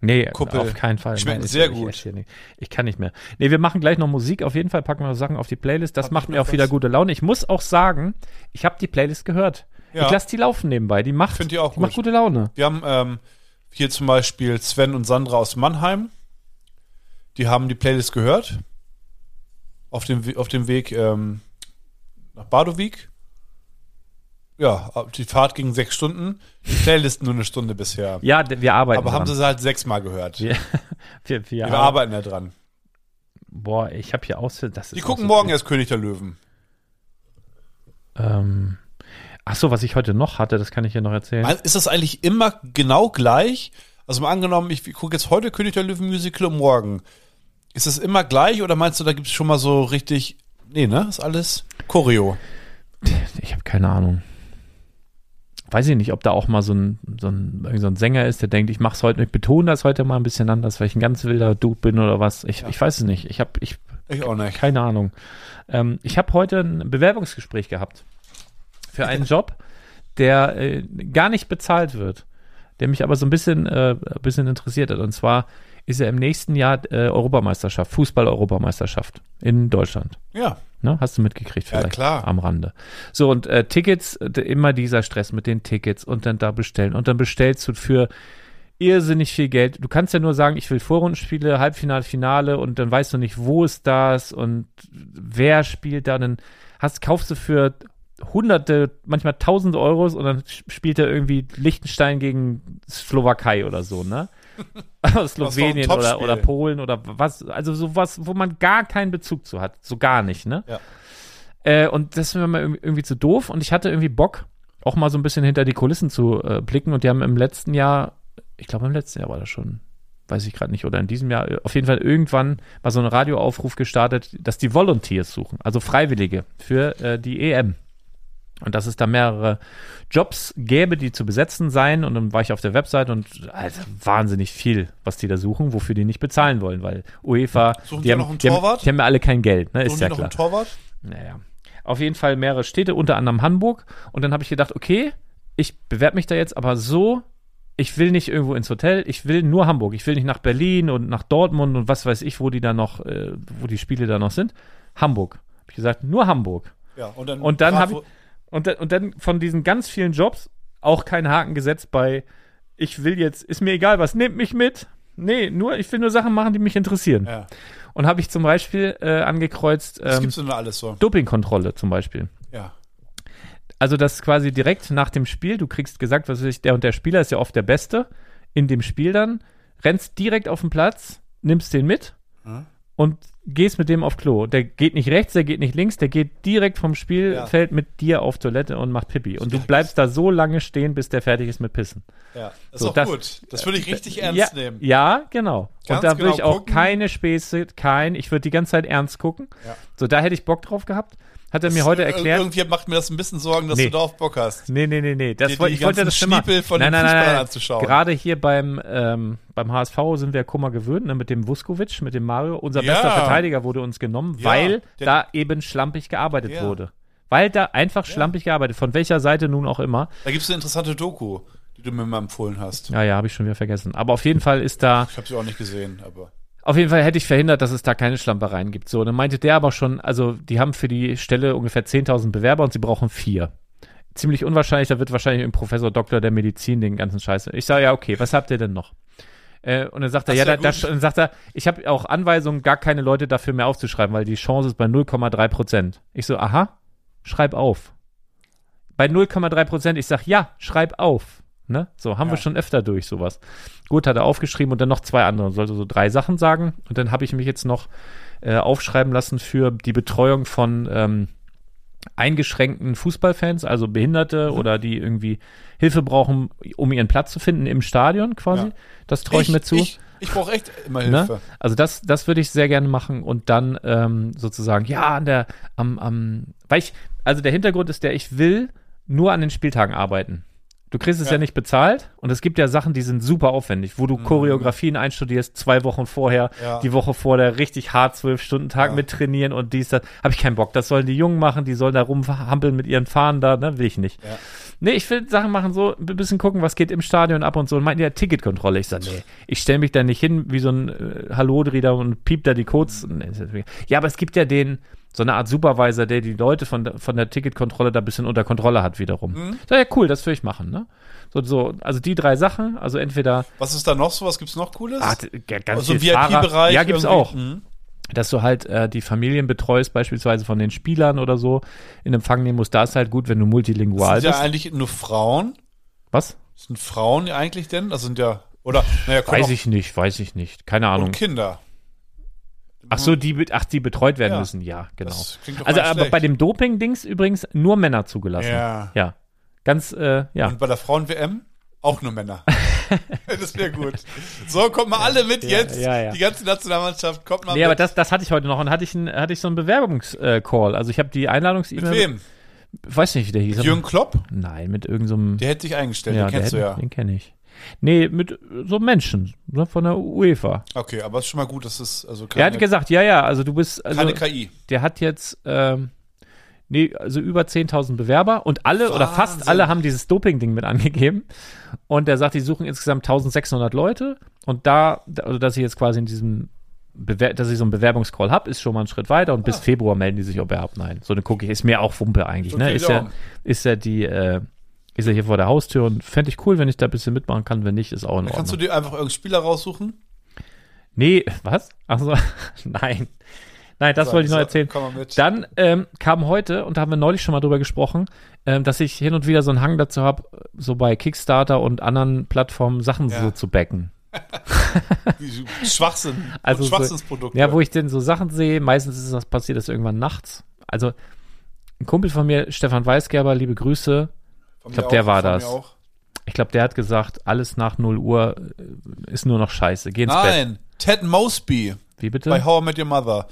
[SPEAKER 2] Nee,
[SPEAKER 1] Kuppel.
[SPEAKER 2] auf keinen Fall.
[SPEAKER 1] Schmeckt
[SPEAKER 2] ich,
[SPEAKER 1] sehr
[SPEAKER 2] ich,
[SPEAKER 1] gut.
[SPEAKER 2] esse hier nicht. Ich kann nicht mehr. Nee, wir machen gleich noch Musik. Auf jeden Fall packen wir noch Sachen auf die Playlist. Das
[SPEAKER 1] Hab
[SPEAKER 2] macht
[SPEAKER 1] ich
[SPEAKER 2] mir
[SPEAKER 1] noch
[SPEAKER 2] auch wieder
[SPEAKER 1] was?
[SPEAKER 2] gute Laune. Ich muss auch sagen, ich habe die Playlist gehört.
[SPEAKER 1] Ja.
[SPEAKER 2] Ich lasse die laufen nebenbei. Die macht,
[SPEAKER 1] Find die auch
[SPEAKER 2] macht
[SPEAKER 1] gut.
[SPEAKER 2] gute Laune.
[SPEAKER 1] Wir haben ähm, hier zum Beispiel Sven und Sandra aus Mannheim. Die haben die Playlist gehört. Auf dem, We- auf dem Weg ähm, nach Badowik. Ja, ab- die Fahrt ging sechs Stunden. Die Playlist nur eine Stunde bisher.
[SPEAKER 2] Ja, d- wir arbeiten.
[SPEAKER 1] Aber haben
[SPEAKER 2] dran.
[SPEAKER 1] sie halt sechsmal gehört.
[SPEAKER 2] Wir, wir, wir,
[SPEAKER 1] Wir arbeiten
[SPEAKER 2] arbeiten.
[SPEAKER 1] da dran.
[SPEAKER 2] Boah, ich habe hier aus. Das ist
[SPEAKER 1] Die
[SPEAKER 2] auch
[SPEAKER 1] gucken
[SPEAKER 2] so
[SPEAKER 1] morgen
[SPEAKER 2] viel.
[SPEAKER 1] erst König der Löwen.
[SPEAKER 2] Ähm, ach so, was ich heute noch hatte, das kann ich hier noch erzählen.
[SPEAKER 1] Mal- Ist das eigentlich immer genau gleich? Also mal angenommen, ich gucke jetzt heute König der Löwen Musical und morgen. Ist das immer gleich oder meinst du, da gibt es schon mal so richtig. Nee, ne? Ist alles Choreo.
[SPEAKER 2] Ich habe keine Ahnung. Weiß ich nicht, ob da auch mal so ein, so ein, irgend so ein Sänger ist, der denkt, ich mach's heute, ich betone das heute mal ein bisschen anders, weil ich ein ganz wilder Dude bin oder was. Ich, ich weiß es nicht. Ich habe ich,
[SPEAKER 1] Ich auch nicht.
[SPEAKER 2] keine Ahnung. Ähm, ich habe heute ein Bewerbungsgespräch gehabt für einen Job, der äh, gar nicht bezahlt wird, der mich aber so ein bisschen, äh, ein bisschen interessiert hat. Und zwar ist ja im nächsten Jahr äh, Europameisterschaft, Fußball-Europameisterschaft in Deutschland.
[SPEAKER 1] Ja,
[SPEAKER 2] Ne? Hast du mitgekriegt
[SPEAKER 1] ja
[SPEAKER 2] vielleicht?
[SPEAKER 1] klar.
[SPEAKER 2] am Rande. So, und äh, Tickets, d- immer dieser Stress mit den Tickets und dann da bestellen. Und dann bestellst du für irrsinnig viel Geld. Du kannst ja nur sagen, ich will Vorrundenspiele, Halbfinale, Finale und dann weißt du nicht, wo ist das und wer spielt da. Dann hast, kaufst du für hunderte, manchmal tausende Euros und dann sp- spielt er irgendwie Liechtenstein gegen Slowakei oder so, ne? Oder Slowenien
[SPEAKER 1] doch ein
[SPEAKER 2] oder,
[SPEAKER 1] Topspiel.
[SPEAKER 2] oder Polen oder was, also sowas, wo man gar keinen Bezug zu hat. So gar nicht, ne?
[SPEAKER 1] Ja.
[SPEAKER 2] Äh, und das war mir irgendwie- irgendwie zu doof und ich hatte irgendwie Bock, auch mal so ein bisschen hinter die Kulissen zu äh, blicken. Und die haben im letzten Jahr, ich glaube im letzten Jahr war das schon, weiß ich gerade nicht, oder in diesem Jahr, äh, auf jeden Fall irgendwann mal so ein Radioaufruf gestartet, dass die Volunteers suchen, also Freiwillige für äh, die EM. Und dass es da mehrere Jobs gäbe, die zu besetzen seien. Und dann war ich auf der Website und Alter, wahnsinnig viel, was die da suchen, wofür die nicht bezahlen wollen, weil UEFA,
[SPEAKER 1] Suchen
[SPEAKER 2] die
[SPEAKER 1] die
[SPEAKER 2] haben,
[SPEAKER 1] noch einen
[SPEAKER 2] die, haben,
[SPEAKER 1] Torwart?
[SPEAKER 2] die haben ja alle kein Geld, ne?
[SPEAKER 1] Suchen
[SPEAKER 2] ist
[SPEAKER 1] die
[SPEAKER 2] ja
[SPEAKER 1] noch
[SPEAKER 2] klar.
[SPEAKER 1] einen Torwart?
[SPEAKER 2] Naja. Auf jeden Fall mehrere Städte, unter anderem Hamburg. Und dann habe ich gedacht, okay, ich bewerbe mich da jetzt, aber so, ich will nicht irgendwo ins Hotel, ich will nur Hamburg. Ich will nicht nach Berlin und nach Dortmund und was weiß ich, wo die da noch, äh, wo die Spiele da noch sind. Hamburg. Habe ich gesagt, nur Hamburg.
[SPEAKER 1] Ja, und dann,
[SPEAKER 2] Und dann
[SPEAKER 1] Graf-
[SPEAKER 2] hab ich- Und, da, und dann von diesen ganz vielen Jobs auch kein Haken gesetzt bei, ich will jetzt, ist mir egal was, nehmt mich mit. Nee, nur, ich will nur Sachen machen, die mich interessieren.
[SPEAKER 1] Ja.
[SPEAKER 2] Und habe ich zum Beispiel äh, angekreuzt,
[SPEAKER 1] Was
[SPEAKER 2] ähm,
[SPEAKER 1] gibt's denn da alles so?
[SPEAKER 2] Dopingkontrolle zum Beispiel.
[SPEAKER 1] Ja.
[SPEAKER 2] Also das quasi direkt nach dem Spiel, du kriegst gesagt, was weiß ich, der und der Spieler ist ja oft der Beste in dem Spiel dann, rennst direkt auf den Platz, nimmst den mit
[SPEAKER 1] Mhm.
[SPEAKER 2] und gehst mit dem auf Klo. Der geht nicht rechts, der geht nicht links, der geht direkt vom Spielfeld mit dir auf Toilette und macht Pipi. Und du bleibst da so lange stehen, bis der fertig ist mit Pissen.
[SPEAKER 1] Ja, das äh,
[SPEAKER 2] So,
[SPEAKER 1] ist auch
[SPEAKER 2] das-
[SPEAKER 1] gut. Das würde ich richtig ernst
[SPEAKER 2] ja,
[SPEAKER 1] nehmen.
[SPEAKER 2] Ja, genau.
[SPEAKER 1] Ganz
[SPEAKER 2] und da würde
[SPEAKER 1] genau
[SPEAKER 2] ich auch
[SPEAKER 1] gucken.
[SPEAKER 2] keine Späße, kein, ich würde die ganze Zeit ernst gucken.
[SPEAKER 1] Ja.
[SPEAKER 2] So, da hätte ich Bock drauf gehabt. Hat er mir heute
[SPEAKER 1] Ir-
[SPEAKER 2] erklärt.
[SPEAKER 1] Irgendwie macht mir das ein bisschen Sorgen, dass
[SPEAKER 2] Nee.
[SPEAKER 1] du darauf Bock hast.
[SPEAKER 2] Nee, nee, nee, nee. Das
[SPEAKER 1] Die-
[SPEAKER 2] woll-
[SPEAKER 1] die
[SPEAKER 2] ich wollte
[SPEAKER 1] ganzen
[SPEAKER 2] das schon mal.
[SPEAKER 1] Schniepel von
[SPEAKER 2] nein,
[SPEAKER 1] den
[SPEAKER 2] nein, nein,
[SPEAKER 1] Fußballern
[SPEAKER 2] nein.
[SPEAKER 1] anzuschauen.
[SPEAKER 2] Gerade hier beim, ähm, beim HSV sind wir Kummer gewöhnt, ne, mit dem Vuskovic, mit dem Mario. Unser
[SPEAKER 1] Ja.
[SPEAKER 2] bester Verteidiger wurde uns genommen,
[SPEAKER 1] Ja,
[SPEAKER 2] weil
[SPEAKER 1] der-
[SPEAKER 2] da eben schlampig gearbeitet
[SPEAKER 1] Ja.
[SPEAKER 2] wurde. Weil da einfach schlampig gearbeitet, von welcher Seite nun auch immer. Ah
[SPEAKER 1] Da gibt es eine interessante Doku, die du mir mal empfohlen hast.
[SPEAKER 2] Ja, ja, habe ich schon wieder vergessen. Aber auf jeden Fall ist da,
[SPEAKER 1] Ich habe sie auch nicht gesehen, aber.
[SPEAKER 2] auf jeden Fall hätte ich verhindert, dass es da keine Schlampereien gibt. So, dann meinte der aber schon, also die haben für die Stelle ungefähr 10.000 Bewerber und sie brauchen vier. Ziemlich unwahrscheinlich, da wird wahrscheinlich ein Professor Doktor der Medizin den ganzen Scheiß. Ich sage, ja, okay, was habt ihr denn noch? Äh, und dann sagt er,
[SPEAKER 1] Das
[SPEAKER 2] ja,
[SPEAKER 1] ist ja
[SPEAKER 2] da, da,
[SPEAKER 1] gut.
[SPEAKER 2] dann sagt er, ich habe auch Anweisungen, gar keine Leute dafür mehr aufzuschreiben, weil die Chance ist bei 0,3 Prozent. Ich so, aha, schreib auf. Bei 0,3 Prozent, ich sag, ja, schreib auf. Ne? So, haben
[SPEAKER 1] Ja.
[SPEAKER 2] wir schon öfter durch sowas. Gut, hat er aufgeschrieben und dann noch zwei andere, sollte so drei Sachen sagen. Und dann habe ich mich jetzt noch äh, aufschreiben lassen für die Betreuung von ähm, eingeschränkten Fußballfans, also Behinderte
[SPEAKER 1] Mhm.
[SPEAKER 2] oder die irgendwie Hilfe brauchen, um ihren Platz zu finden im Stadion quasi.
[SPEAKER 1] Ja.
[SPEAKER 2] Das traue ich, mir zu.
[SPEAKER 1] Ich, ich brauche echt immer Hilfe.
[SPEAKER 2] Ne? Also das, das würde ich sehr gerne machen und dann ähm, sozusagen, ja, an der, am, am, weil ich, also der Hintergrund ist der, ich will nur an den Spieltagen arbeiten. Du kriegst es ja.
[SPEAKER 1] Ja. Mhm.
[SPEAKER 2] nicht bezahlt und es gibt ja Sachen, die sind super aufwendig, wo du Choreografien einstudierst, zwei Wochen vorher,
[SPEAKER 1] Ja.
[SPEAKER 2] die Woche vor der richtig hart zwölf Stunden Tag
[SPEAKER 1] Ja.
[SPEAKER 2] mit trainieren und dies, das. Habe ich keinen Bock. Das sollen die Jungen machen, die sollen da rumhampeln mit ihren Fahnen da, ne? Will ich nicht.
[SPEAKER 1] Ja.
[SPEAKER 2] Nee, ich will Sachen machen, so ein bisschen gucken, was geht im Stadion ab und so. Und meinten ja Ticketkontrolle. Ich sage, nee, ich stelle mich da nicht hin wie so ein äh, Hallodri da und piep da die Codes. Nee, ist ja egal. Ja, aber es gibt ja den, so eine Art Supervisor, der die Leute von, der- von der Ticketkontrolle da ein bisschen unter Kontrolle hat wiederum.
[SPEAKER 1] Mhm.
[SPEAKER 2] Sag, ja, cool, das will ich machen, ne? So, so, also die drei Sachen, also entweder
[SPEAKER 1] Was ist da noch so? Was gibt's noch Cooles?
[SPEAKER 2] ah, t- g- ganz
[SPEAKER 1] also
[SPEAKER 2] viel
[SPEAKER 1] im
[SPEAKER 2] Fahrer.
[SPEAKER 1] VIP-Bereich.
[SPEAKER 2] Ja, gibt's
[SPEAKER 1] irgendwie?
[SPEAKER 2] auch
[SPEAKER 1] Mhm.
[SPEAKER 2] dass du halt äh, die Familien betreust, beispielsweise von den Spielern oder so, in Empfang nehmen musst. Da ist halt gut, wenn du multilingual
[SPEAKER 1] Das sind ja
[SPEAKER 2] bist.
[SPEAKER 1] eigentlich nur Frauen.
[SPEAKER 2] Was?
[SPEAKER 1] Das sind Frauen eigentlich denn? Das sind ja. Oder, naja, komm,
[SPEAKER 2] Weiß
[SPEAKER 1] auch-
[SPEAKER 2] ich nicht, weiß ich nicht. Keine
[SPEAKER 1] und
[SPEAKER 2] Ahnung.
[SPEAKER 1] Kinder.
[SPEAKER 2] Ach so, die, be- ach, die betreut werden
[SPEAKER 1] Ja.
[SPEAKER 2] müssen, ja, genau.
[SPEAKER 1] Das klingt doch
[SPEAKER 2] Also
[SPEAKER 1] gar nicht
[SPEAKER 2] aber bei
[SPEAKER 1] schlecht.
[SPEAKER 2] dem Doping-Dings übrigens nur Männer zugelassen.
[SPEAKER 1] Ja.
[SPEAKER 2] Ja. Ganz, äh, ja.
[SPEAKER 1] Und bei der Frauen-WM auch nur Männer. das wäre gut. So, kommt mal alle mit jetzt.
[SPEAKER 2] ja, ja.
[SPEAKER 1] Die ganze Nationalmannschaft kommt mal
[SPEAKER 2] Nee,
[SPEAKER 1] mit.
[SPEAKER 2] aber das, das hatte ich heute noch und hatte ich, einen, hatte ich so einen Bewerbungscall. Also ich habe die
[SPEAKER 1] mit
[SPEAKER 2] Einladungs-E-Mail.
[SPEAKER 1] wem?
[SPEAKER 2] Weiß nicht, wie der hieß.
[SPEAKER 1] Jürgen Klopp?
[SPEAKER 2] Nein, mit irgendeinem.
[SPEAKER 1] Der hätte dich eingestellt,
[SPEAKER 2] ja,
[SPEAKER 1] den
[SPEAKER 2] der
[SPEAKER 1] kennst
[SPEAKER 2] hätte-
[SPEAKER 1] du ja.
[SPEAKER 2] Den kenne ich. Nee, mit äh, so Menschen ne, von der UEFA.
[SPEAKER 1] Okay, aber ist schon mal gut, dass es also
[SPEAKER 2] Der
[SPEAKER 1] keine,
[SPEAKER 2] hat gesagt, ja, ja, also du bist, also
[SPEAKER 1] keine KI.
[SPEAKER 2] der hat jetzt, ähm, nee, also über 10.000 Bewerber und alle oder fast
[SPEAKER 1] Wahnsinn.
[SPEAKER 2] alle haben dieses Doping-Ding mit angegeben. Und der sagt, die suchen insgesamt 1.600 Leute Und da, also dass ich jetzt quasi in diesem, Bewer dass ich so einen Bewerbungscall habe, ist schon mal ein Schritt weiter
[SPEAKER 1] Ah.
[SPEAKER 2] und bis Februar melden die sich, ob überhaupt nein. So eine Cookie ist mir auch Wumpe eigentlich. ne?
[SPEAKER 1] Okay,
[SPEAKER 2] Ist ja,
[SPEAKER 1] ja.
[SPEAKER 2] ist ja die, äh, ist ja hier vor der Haustür und fände ich cool, wenn ich da ein bisschen mitmachen kann. Wenn nicht, ist auch in Ordnung.
[SPEAKER 1] Kannst du dir einfach irgendeinen Spieler raussuchen?
[SPEAKER 2] nee, was? Achso, nein. Nein, das
[SPEAKER 1] So,
[SPEAKER 2] wollte ich noch
[SPEAKER 1] so,
[SPEAKER 2] erzählen.
[SPEAKER 1] Komm mal mit.
[SPEAKER 2] Dann ähm, kam heute, und da haben wir neulich schon mal drüber gesprochen, ähm, dass ich hin und wieder so einen Hang dazu habe, so bei Kickstarter und anderen Plattformen Sachen
[SPEAKER 1] Ja.
[SPEAKER 2] so zu backen.
[SPEAKER 1] Die Schwachsinn.
[SPEAKER 2] Also so-
[SPEAKER 1] Schwachsinnsprodukte.
[SPEAKER 2] Ja, wo ich denn so Sachen sehe, meistens ist das passiert das irgendwann nachts. Also ein Kumpel von mir, Stefan Weisgerber, liebe Grüße.
[SPEAKER 1] Von
[SPEAKER 2] ich glaub,
[SPEAKER 1] mir
[SPEAKER 2] der
[SPEAKER 1] auch,
[SPEAKER 2] war
[SPEAKER 1] von mir
[SPEAKER 2] das.
[SPEAKER 1] auch.
[SPEAKER 2] Ich glaube, der hat gesagt, alles nach 0 Uhr äh, ist nur noch scheiße. Geh ins Bett.
[SPEAKER 1] Nein, Ted Mosby
[SPEAKER 2] Wie bitte?
[SPEAKER 1] bei How I Met Your Mother.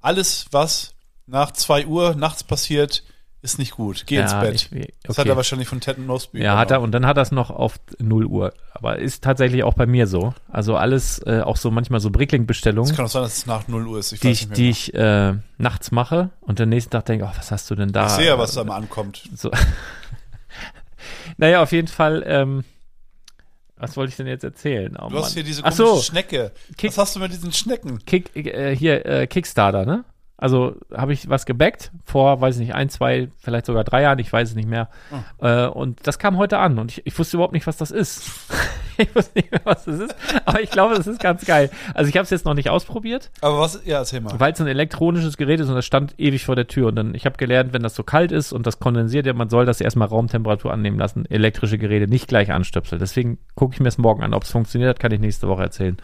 [SPEAKER 1] Alles, was nach 2 Uhr nachts passiert, ist nicht gut. Geh ins
[SPEAKER 2] Ja,
[SPEAKER 1] Bett.
[SPEAKER 2] ich- okay.
[SPEAKER 1] Das hat er wahrscheinlich von Ted Mosby.
[SPEAKER 2] Ja, hat er,
[SPEAKER 1] übernommen.
[SPEAKER 2] und dann hat er es noch auf 0 Uhr. Aber ist tatsächlich auch bei mir so. Also alles, äh, auch so manchmal so
[SPEAKER 1] Es
[SPEAKER 2] Brickling-Bestellungen,
[SPEAKER 1] kann auch sein, dass es nach 0 Uhr ist. Ich
[SPEAKER 2] die
[SPEAKER 1] weiß
[SPEAKER 2] ich,
[SPEAKER 1] nicht mehr. genau.
[SPEAKER 2] die ich äh, nachts mache und am nächsten Tag denke, oh, was hast du denn da?
[SPEAKER 1] ich sehe ja, was da mal ankommt.
[SPEAKER 2] So. naja, auf jeden Fall, ähm, was wollte ich denn jetzt erzählen? Oh,
[SPEAKER 1] Du hast
[SPEAKER 2] Mann.
[SPEAKER 1] hier diese
[SPEAKER 2] Ach
[SPEAKER 1] komische
[SPEAKER 2] so,
[SPEAKER 1] Schnecke.
[SPEAKER 2] Kick-
[SPEAKER 1] Was hast du mit diesen Schnecken?
[SPEAKER 2] Kick, äh, hier, äh, Kickstarter, ne? Also habe ich was gebackt vor, weiß nicht, ein, zwei, vielleicht sogar drei Jahren, ich weiß es nicht mehr.
[SPEAKER 1] Ah.
[SPEAKER 2] Äh, und das kam heute an und ich, ich wusste überhaupt nicht, was das ist. ich wusste nicht mehr, was das ist, aber ich glaube, das ist ganz geil. Also ich habe es jetzt noch nicht ausprobiert,
[SPEAKER 1] Aber was, ja, erzähl mal.
[SPEAKER 2] weil es ein elektronisches Gerät ist und das stand ewig vor der Tür. Und dann, ich habe gelernt, wenn das so kalt ist und das kondensiert, ja, man soll das erstmal Raumtemperatur annehmen lassen, elektrische Geräte nicht gleich anstöpseln. Deswegen gucke ich mir es morgen an. Ob es funktioniert hat, kann ich nächste Woche erzählen.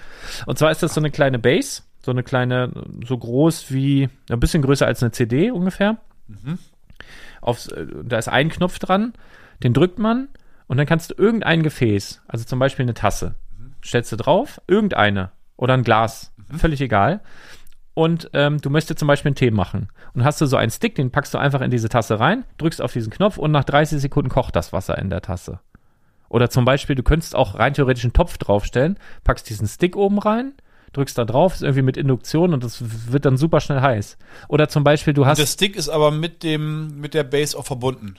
[SPEAKER 2] Und zwar ist das so eine kleine Base, so eine kleine, so groß wie, ein bisschen größer als eine CD ungefähr. Aufs, äh, da ist ein Knopf dran, den drückt man und dann kannst du irgendein Gefäß, also zum Beispiel eine Tasse, stellst du drauf, irgendeine oder ein Glas, völlig egal. Und ähm, du möchtest zum Beispiel einen Tee machen. Und hast du so einen Stick, den packst du einfach in diese Tasse rein, drückst auf diesen Knopf und nach 30 Sekunden kocht das Wasser in der Tasse. Oder zum Beispiel, du könntest auch rein theoretisch einen Topf draufstellen, packst diesen Stick oben rein, drückst da drauf, ist irgendwie mit Induktion und das wird dann super schnell heiß. Oder zum Beispiel, du hast.
[SPEAKER 1] Der Stick ist aber mit dem, mit der Base auch verbunden.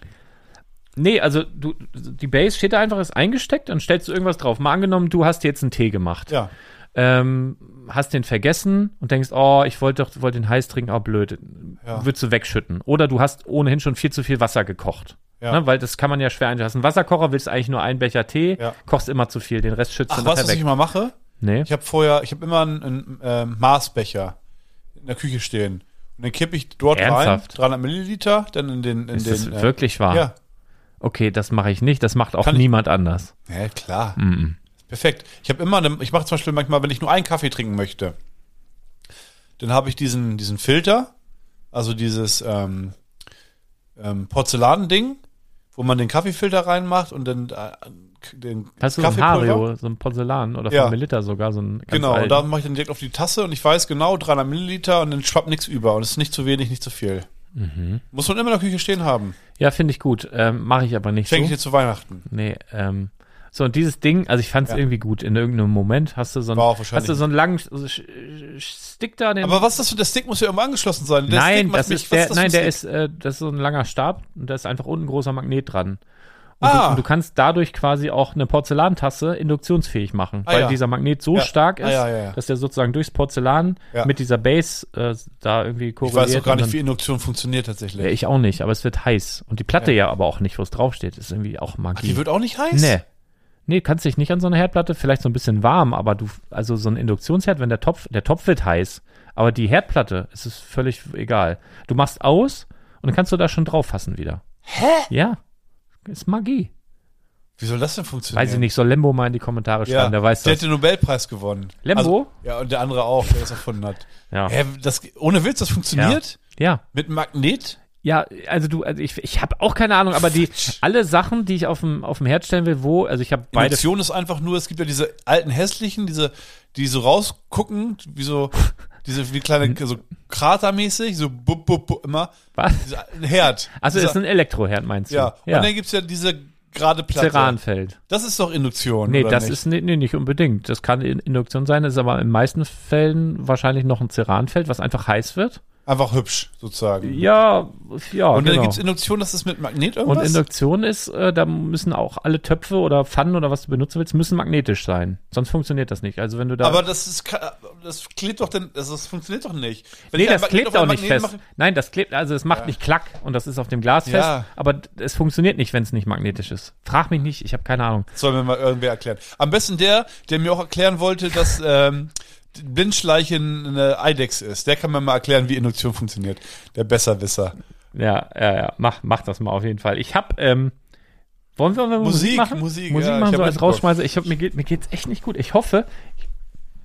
[SPEAKER 2] Nee, also du, die Base steht da einfach, ist eingesteckt, dann stellst du irgendwas drauf. Mal angenommen, du hast jetzt einen Tee gemacht.
[SPEAKER 1] Ja.
[SPEAKER 2] Ähm, hast den vergessen und denkst, oh, ich wollte doch, wollte den heiß trinken, oh blöd.
[SPEAKER 1] Ja.
[SPEAKER 2] Würdest du wegschütten. Oder du hast ohnehin schon viel zu viel Wasser gekocht.
[SPEAKER 1] Ja.
[SPEAKER 2] Ne, weil das kann man ja schwer einschätzen. Hast einen Wasserkocher, willst eigentlich nur einen Becher Tee,
[SPEAKER 1] Ja.
[SPEAKER 2] kochst immer zu viel, den Rest schützt
[SPEAKER 1] Ach,
[SPEAKER 2] du
[SPEAKER 1] was,
[SPEAKER 2] nachher
[SPEAKER 1] was
[SPEAKER 2] weg.
[SPEAKER 1] ich mal mache?
[SPEAKER 2] nee.
[SPEAKER 1] Ich habe vorher, ich habe immer einen, einen ähm, Maßbecher in der Küche stehen. Und den kippe ich dort
[SPEAKER 2] Ernsthaft?
[SPEAKER 1] rein, 300 Milliliter, dann in den, in
[SPEAKER 2] ist
[SPEAKER 1] den.
[SPEAKER 2] das
[SPEAKER 1] äh,
[SPEAKER 2] wirklich wahr?
[SPEAKER 1] Ja.
[SPEAKER 2] Okay, das mache ich nicht. Das macht auch
[SPEAKER 1] Kann ich-
[SPEAKER 2] niemand anders.
[SPEAKER 1] Ja, klar.
[SPEAKER 2] Mhm.
[SPEAKER 1] Perfekt. Ich habe immer, eine, ich mache zum Beispiel manchmal, wenn ich nur einen Kaffee trinken möchte, dann habe ich diesen, diesen Filter, also dieses ähm, ähm, Porzellanding, wo man den Kaffeefilter reinmacht und dann äh, den
[SPEAKER 2] Hast du so ein
[SPEAKER 1] Kaffeepulver-
[SPEAKER 2] Hario, so ein Porzellan oder
[SPEAKER 1] Ja.
[SPEAKER 2] von Melitta sogar, so ein ganz
[SPEAKER 1] Genau,
[SPEAKER 2] alten.
[SPEAKER 1] und da mache ich dann direkt auf die Tasse und ich weiß genau, 300 Milliliter und dann schwappt nichts über und es ist nicht zu wenig, nicht zu viel.
[SPEAKER 2] Mhm.
[SPEAKER 1] Muss man immer in der Küche stehen haben.
[SPEAKER 2] Ja, finde ich gut. Ähm, Mache ich aber nicht
[SPEAKER 1] Schenke ich
[SPEAKER 2] so.
[SPEAKER 1] dir zu Weihnachten.
[SPEAKER 2] Nee, ähm, so, und dieses Ding, also ich fand es
[SPEAKER 1] Ja.
[SPEAKER 2] irgendwie gut. In irgendeinem Moment hast du so einen,
[SPEAKER 1] War auch wahrscheinlich
[SPEAKER 2] hast du so einen langen so Sch- Sch- Stick da, den.
[SPEAKER 1] Aber was ist das für der Stick? Muss ja irgendwo angeschlossen sein. Der Stick
[SPEAKER 2] nein,
[SPEAKER 1] macht
[SPEAKER 2] das
[SPEAKER 1] mich-
[SPEAKER 2] ist
[SPEAKER 1] was das
[SPEAKER 2] der,
[SPEAKER 1] für
[SPEAKER 2] nein,
[SPEAKER 1] ein
[SPEAKER 2] der
[SPEAKER 1] Stick?
[SPEAKER 2] ist, äh, das ist so ein langer Stab und da ist einfach unten ein großer Magnet dran. Und,
[SPEAKER 1] Ah.
[SPEAKER 2] du, und du kannst dadurch quasi auch eine Porzellantasse induktionsfähig machen,
[SPEAKER 1] Ah,
[SPEAKER 2] weil
[SPEAKER 1] ja.
[SPEAKER 2] dieser Magnet so
[SPEAKER 1] Ja.
[SPEAKER 2] stark ist,
[SPEAKER 1] Ah, ja, ja, ja.
[SPEAKER 2] dass der sozusagen durchs Porzellan
[SPEAKER 1] Ja.
[SPEAKER 2] mit dieser Base äh, da irgendwie
[SPEAKER 1] Ich weiß
[SPEAKER 2] korreliert.
[SPEAKER 1] auch gar
[SPEAKER 2] und
[SPEAKER 1] nicht,
[SPEAKER 2] dann-
[SPEAKER 1] wie Induktion funktioniert tatsächlich.
[SPEAKER 2] Ja, ich auch nicht, aber es wird heiß. Und die Platte ja, aber auch nicht, wo es draufsteht. Ist irgendwie auch Magie.
[SPEAKER 1] Die wird auch nicht heiß?
[SPEAKER 2] Nee. Nee, kannst dich nicht an so eine Herdplatte, vielleicht so ein bisschen warm, aber du, also so ein Induktionsherd, wenn der Topf, der Topf wird heiß, aber die Herdplatte, es ist völlig egal. Du machst aus und dann kannst du da schon drauf fassen wieder. Hä? Ja. Ist Magie.
[SPEAKER 1] Wie soll das denn funktionieren?
[SPEAKER 2] Weiß ich nicht, soll Lembo mal in die Kommentare schreiben,
[SPEAKER 1] Ja,
[SPEAKER 2] der weiß
[SPEAKER 1] der hat
[SPEAKER 2] das.
[SPEAKER 1] den Nobelpreis gewonnen.
[SPEAKER 2] Lembo?
[SPEAKER 1] Also, ja, und der andere auch, der das erfunden hat.
[SPEAKER 2] Ja.
[SPEAKER 1] Hä, das, ohne Witz, das funktioniert?
[SPEAKER 2] Ja.
[SPEAKER 1] Mit Magnet?
[SPEAKER 2] Ja, also du, also ich, ich habe auch keine Ahnung, aber die, alle Sachen, die ich auf dem, auf dem Herd stellen will, wo, also ich habe beide
[SPEAKER 1] Induktion ist einfach nur, es gibt ja diese alten hässlichen, diese, die so rausgucken, wie so, diese wie kleine,
[SPEAKER 2] Mhm.
[SPEAKER 1] so kratermäßig, so bub, bub, bub, immer,
[SPEAKER 2] Was?
[SPEAKER 1] dieser, ein Herd.
[SPEAKER 2] Also
[SPEAKER 1] dieser,
[SPEAKER 2] ist ein Elektroherd, meinst du?
[SPEAKER 1] ja.
[SPEAKER 2] ja.
[SPEAKER 1] Und dann gibt's ja diese gerade Platte.
[SPEAKER 2] Ceranfeld.
[SPEAKER 1] Das ist doch Induktion,
[SPEAKER 2] Nee,
[SPEAKER 1] oder
[SPEAKER 2] das
[SPEAKER 1] nicht?
[SPEAKER 2] ist nee, nee, nicht unbedingt. Das kann in- Induktion sein, ist aber in meisten Fällen wahrscheinlich noch ein Ceranfeld, was einfach heiß wird.
[SPEAKER 1] Einfach hübsch, sozusagen.
[SPEAKER 2] Ja, ja.
[SPEAKER 1] und dann
[SPEAKER 2] genau.
[SPEAKER 1] gibt's Induktion, dass das mit Magnet
[SPEAKER 2] Und
[SPEAKER 1] irgendwas?
[SPEAKER 2] Induktion ist, äh, da müssen auch alle Töpfe oder Pfannen oder was du benutzen willst, müssen magnetisch sein. Sonst funktioniert das nicht. Also wenn du da.
[SPEAKER 1] aber das ist, ka- das klebt doch, denn, das, das funktioniert doch nicht. Wenn
[SPEAKER 2] nee,
[SPEAKER 1] ich ein
[SPEAKER 2] das
[SPEAKER 1] Magnet auf
[SPEAKER 2] klebt
[SPEAKER 1] einen
[SPEAKER 2] auch nicht
[SPEAKER 1] Magneten
[SPEAKER 2] fest.
[SPEAKER 1] mache-
[SPEAKER 2] Nein, das klebt, also es macht
[SPEAKER 1] Ja.
[SPEAKER 2] nicht klack und das ist auf dem Glas fest,
[SPEAKER 1] Ja.
[SPEAKER 2] aber d- es funktioniert nicht, wenn es nicht magnetisch ist. Frag mich nicht, ich habe keine Ahnung.
[SPEAKER 1] soll mir mal irgendwer erklären. Am besten der, der mir auch erklären wollte, dass ähm, die Blindschleichen eine Eidex ist. Der kann mir mal erklären, wie Induktion funktioniert. Der Besserwisser.
[SPEAKER 2] Ja, ja, ja, mach, mach das mal auf jeden Fall. Ich habe, ähm, wollen wir, wollen wir Musik
[SPEAKER 1] Musik,
[SPEAKER 2] machen?
[SPEAKER 1] Musik,
[SPEAKER 2] Musik
[SPEAKER 1] ja,
[SPEAKER 2] machen,
[SPEAKER 1] ich
[SPEAKER 2] so
[SPEAKER 1] hab
[SPEAKER 2] als
[SPEAKER 1] Bock drauf.
[SPEAKER 2] Rausschmeißer. Ich hab, mir, geht, mir geht's echt nicht gut. Ich hoffe, ich,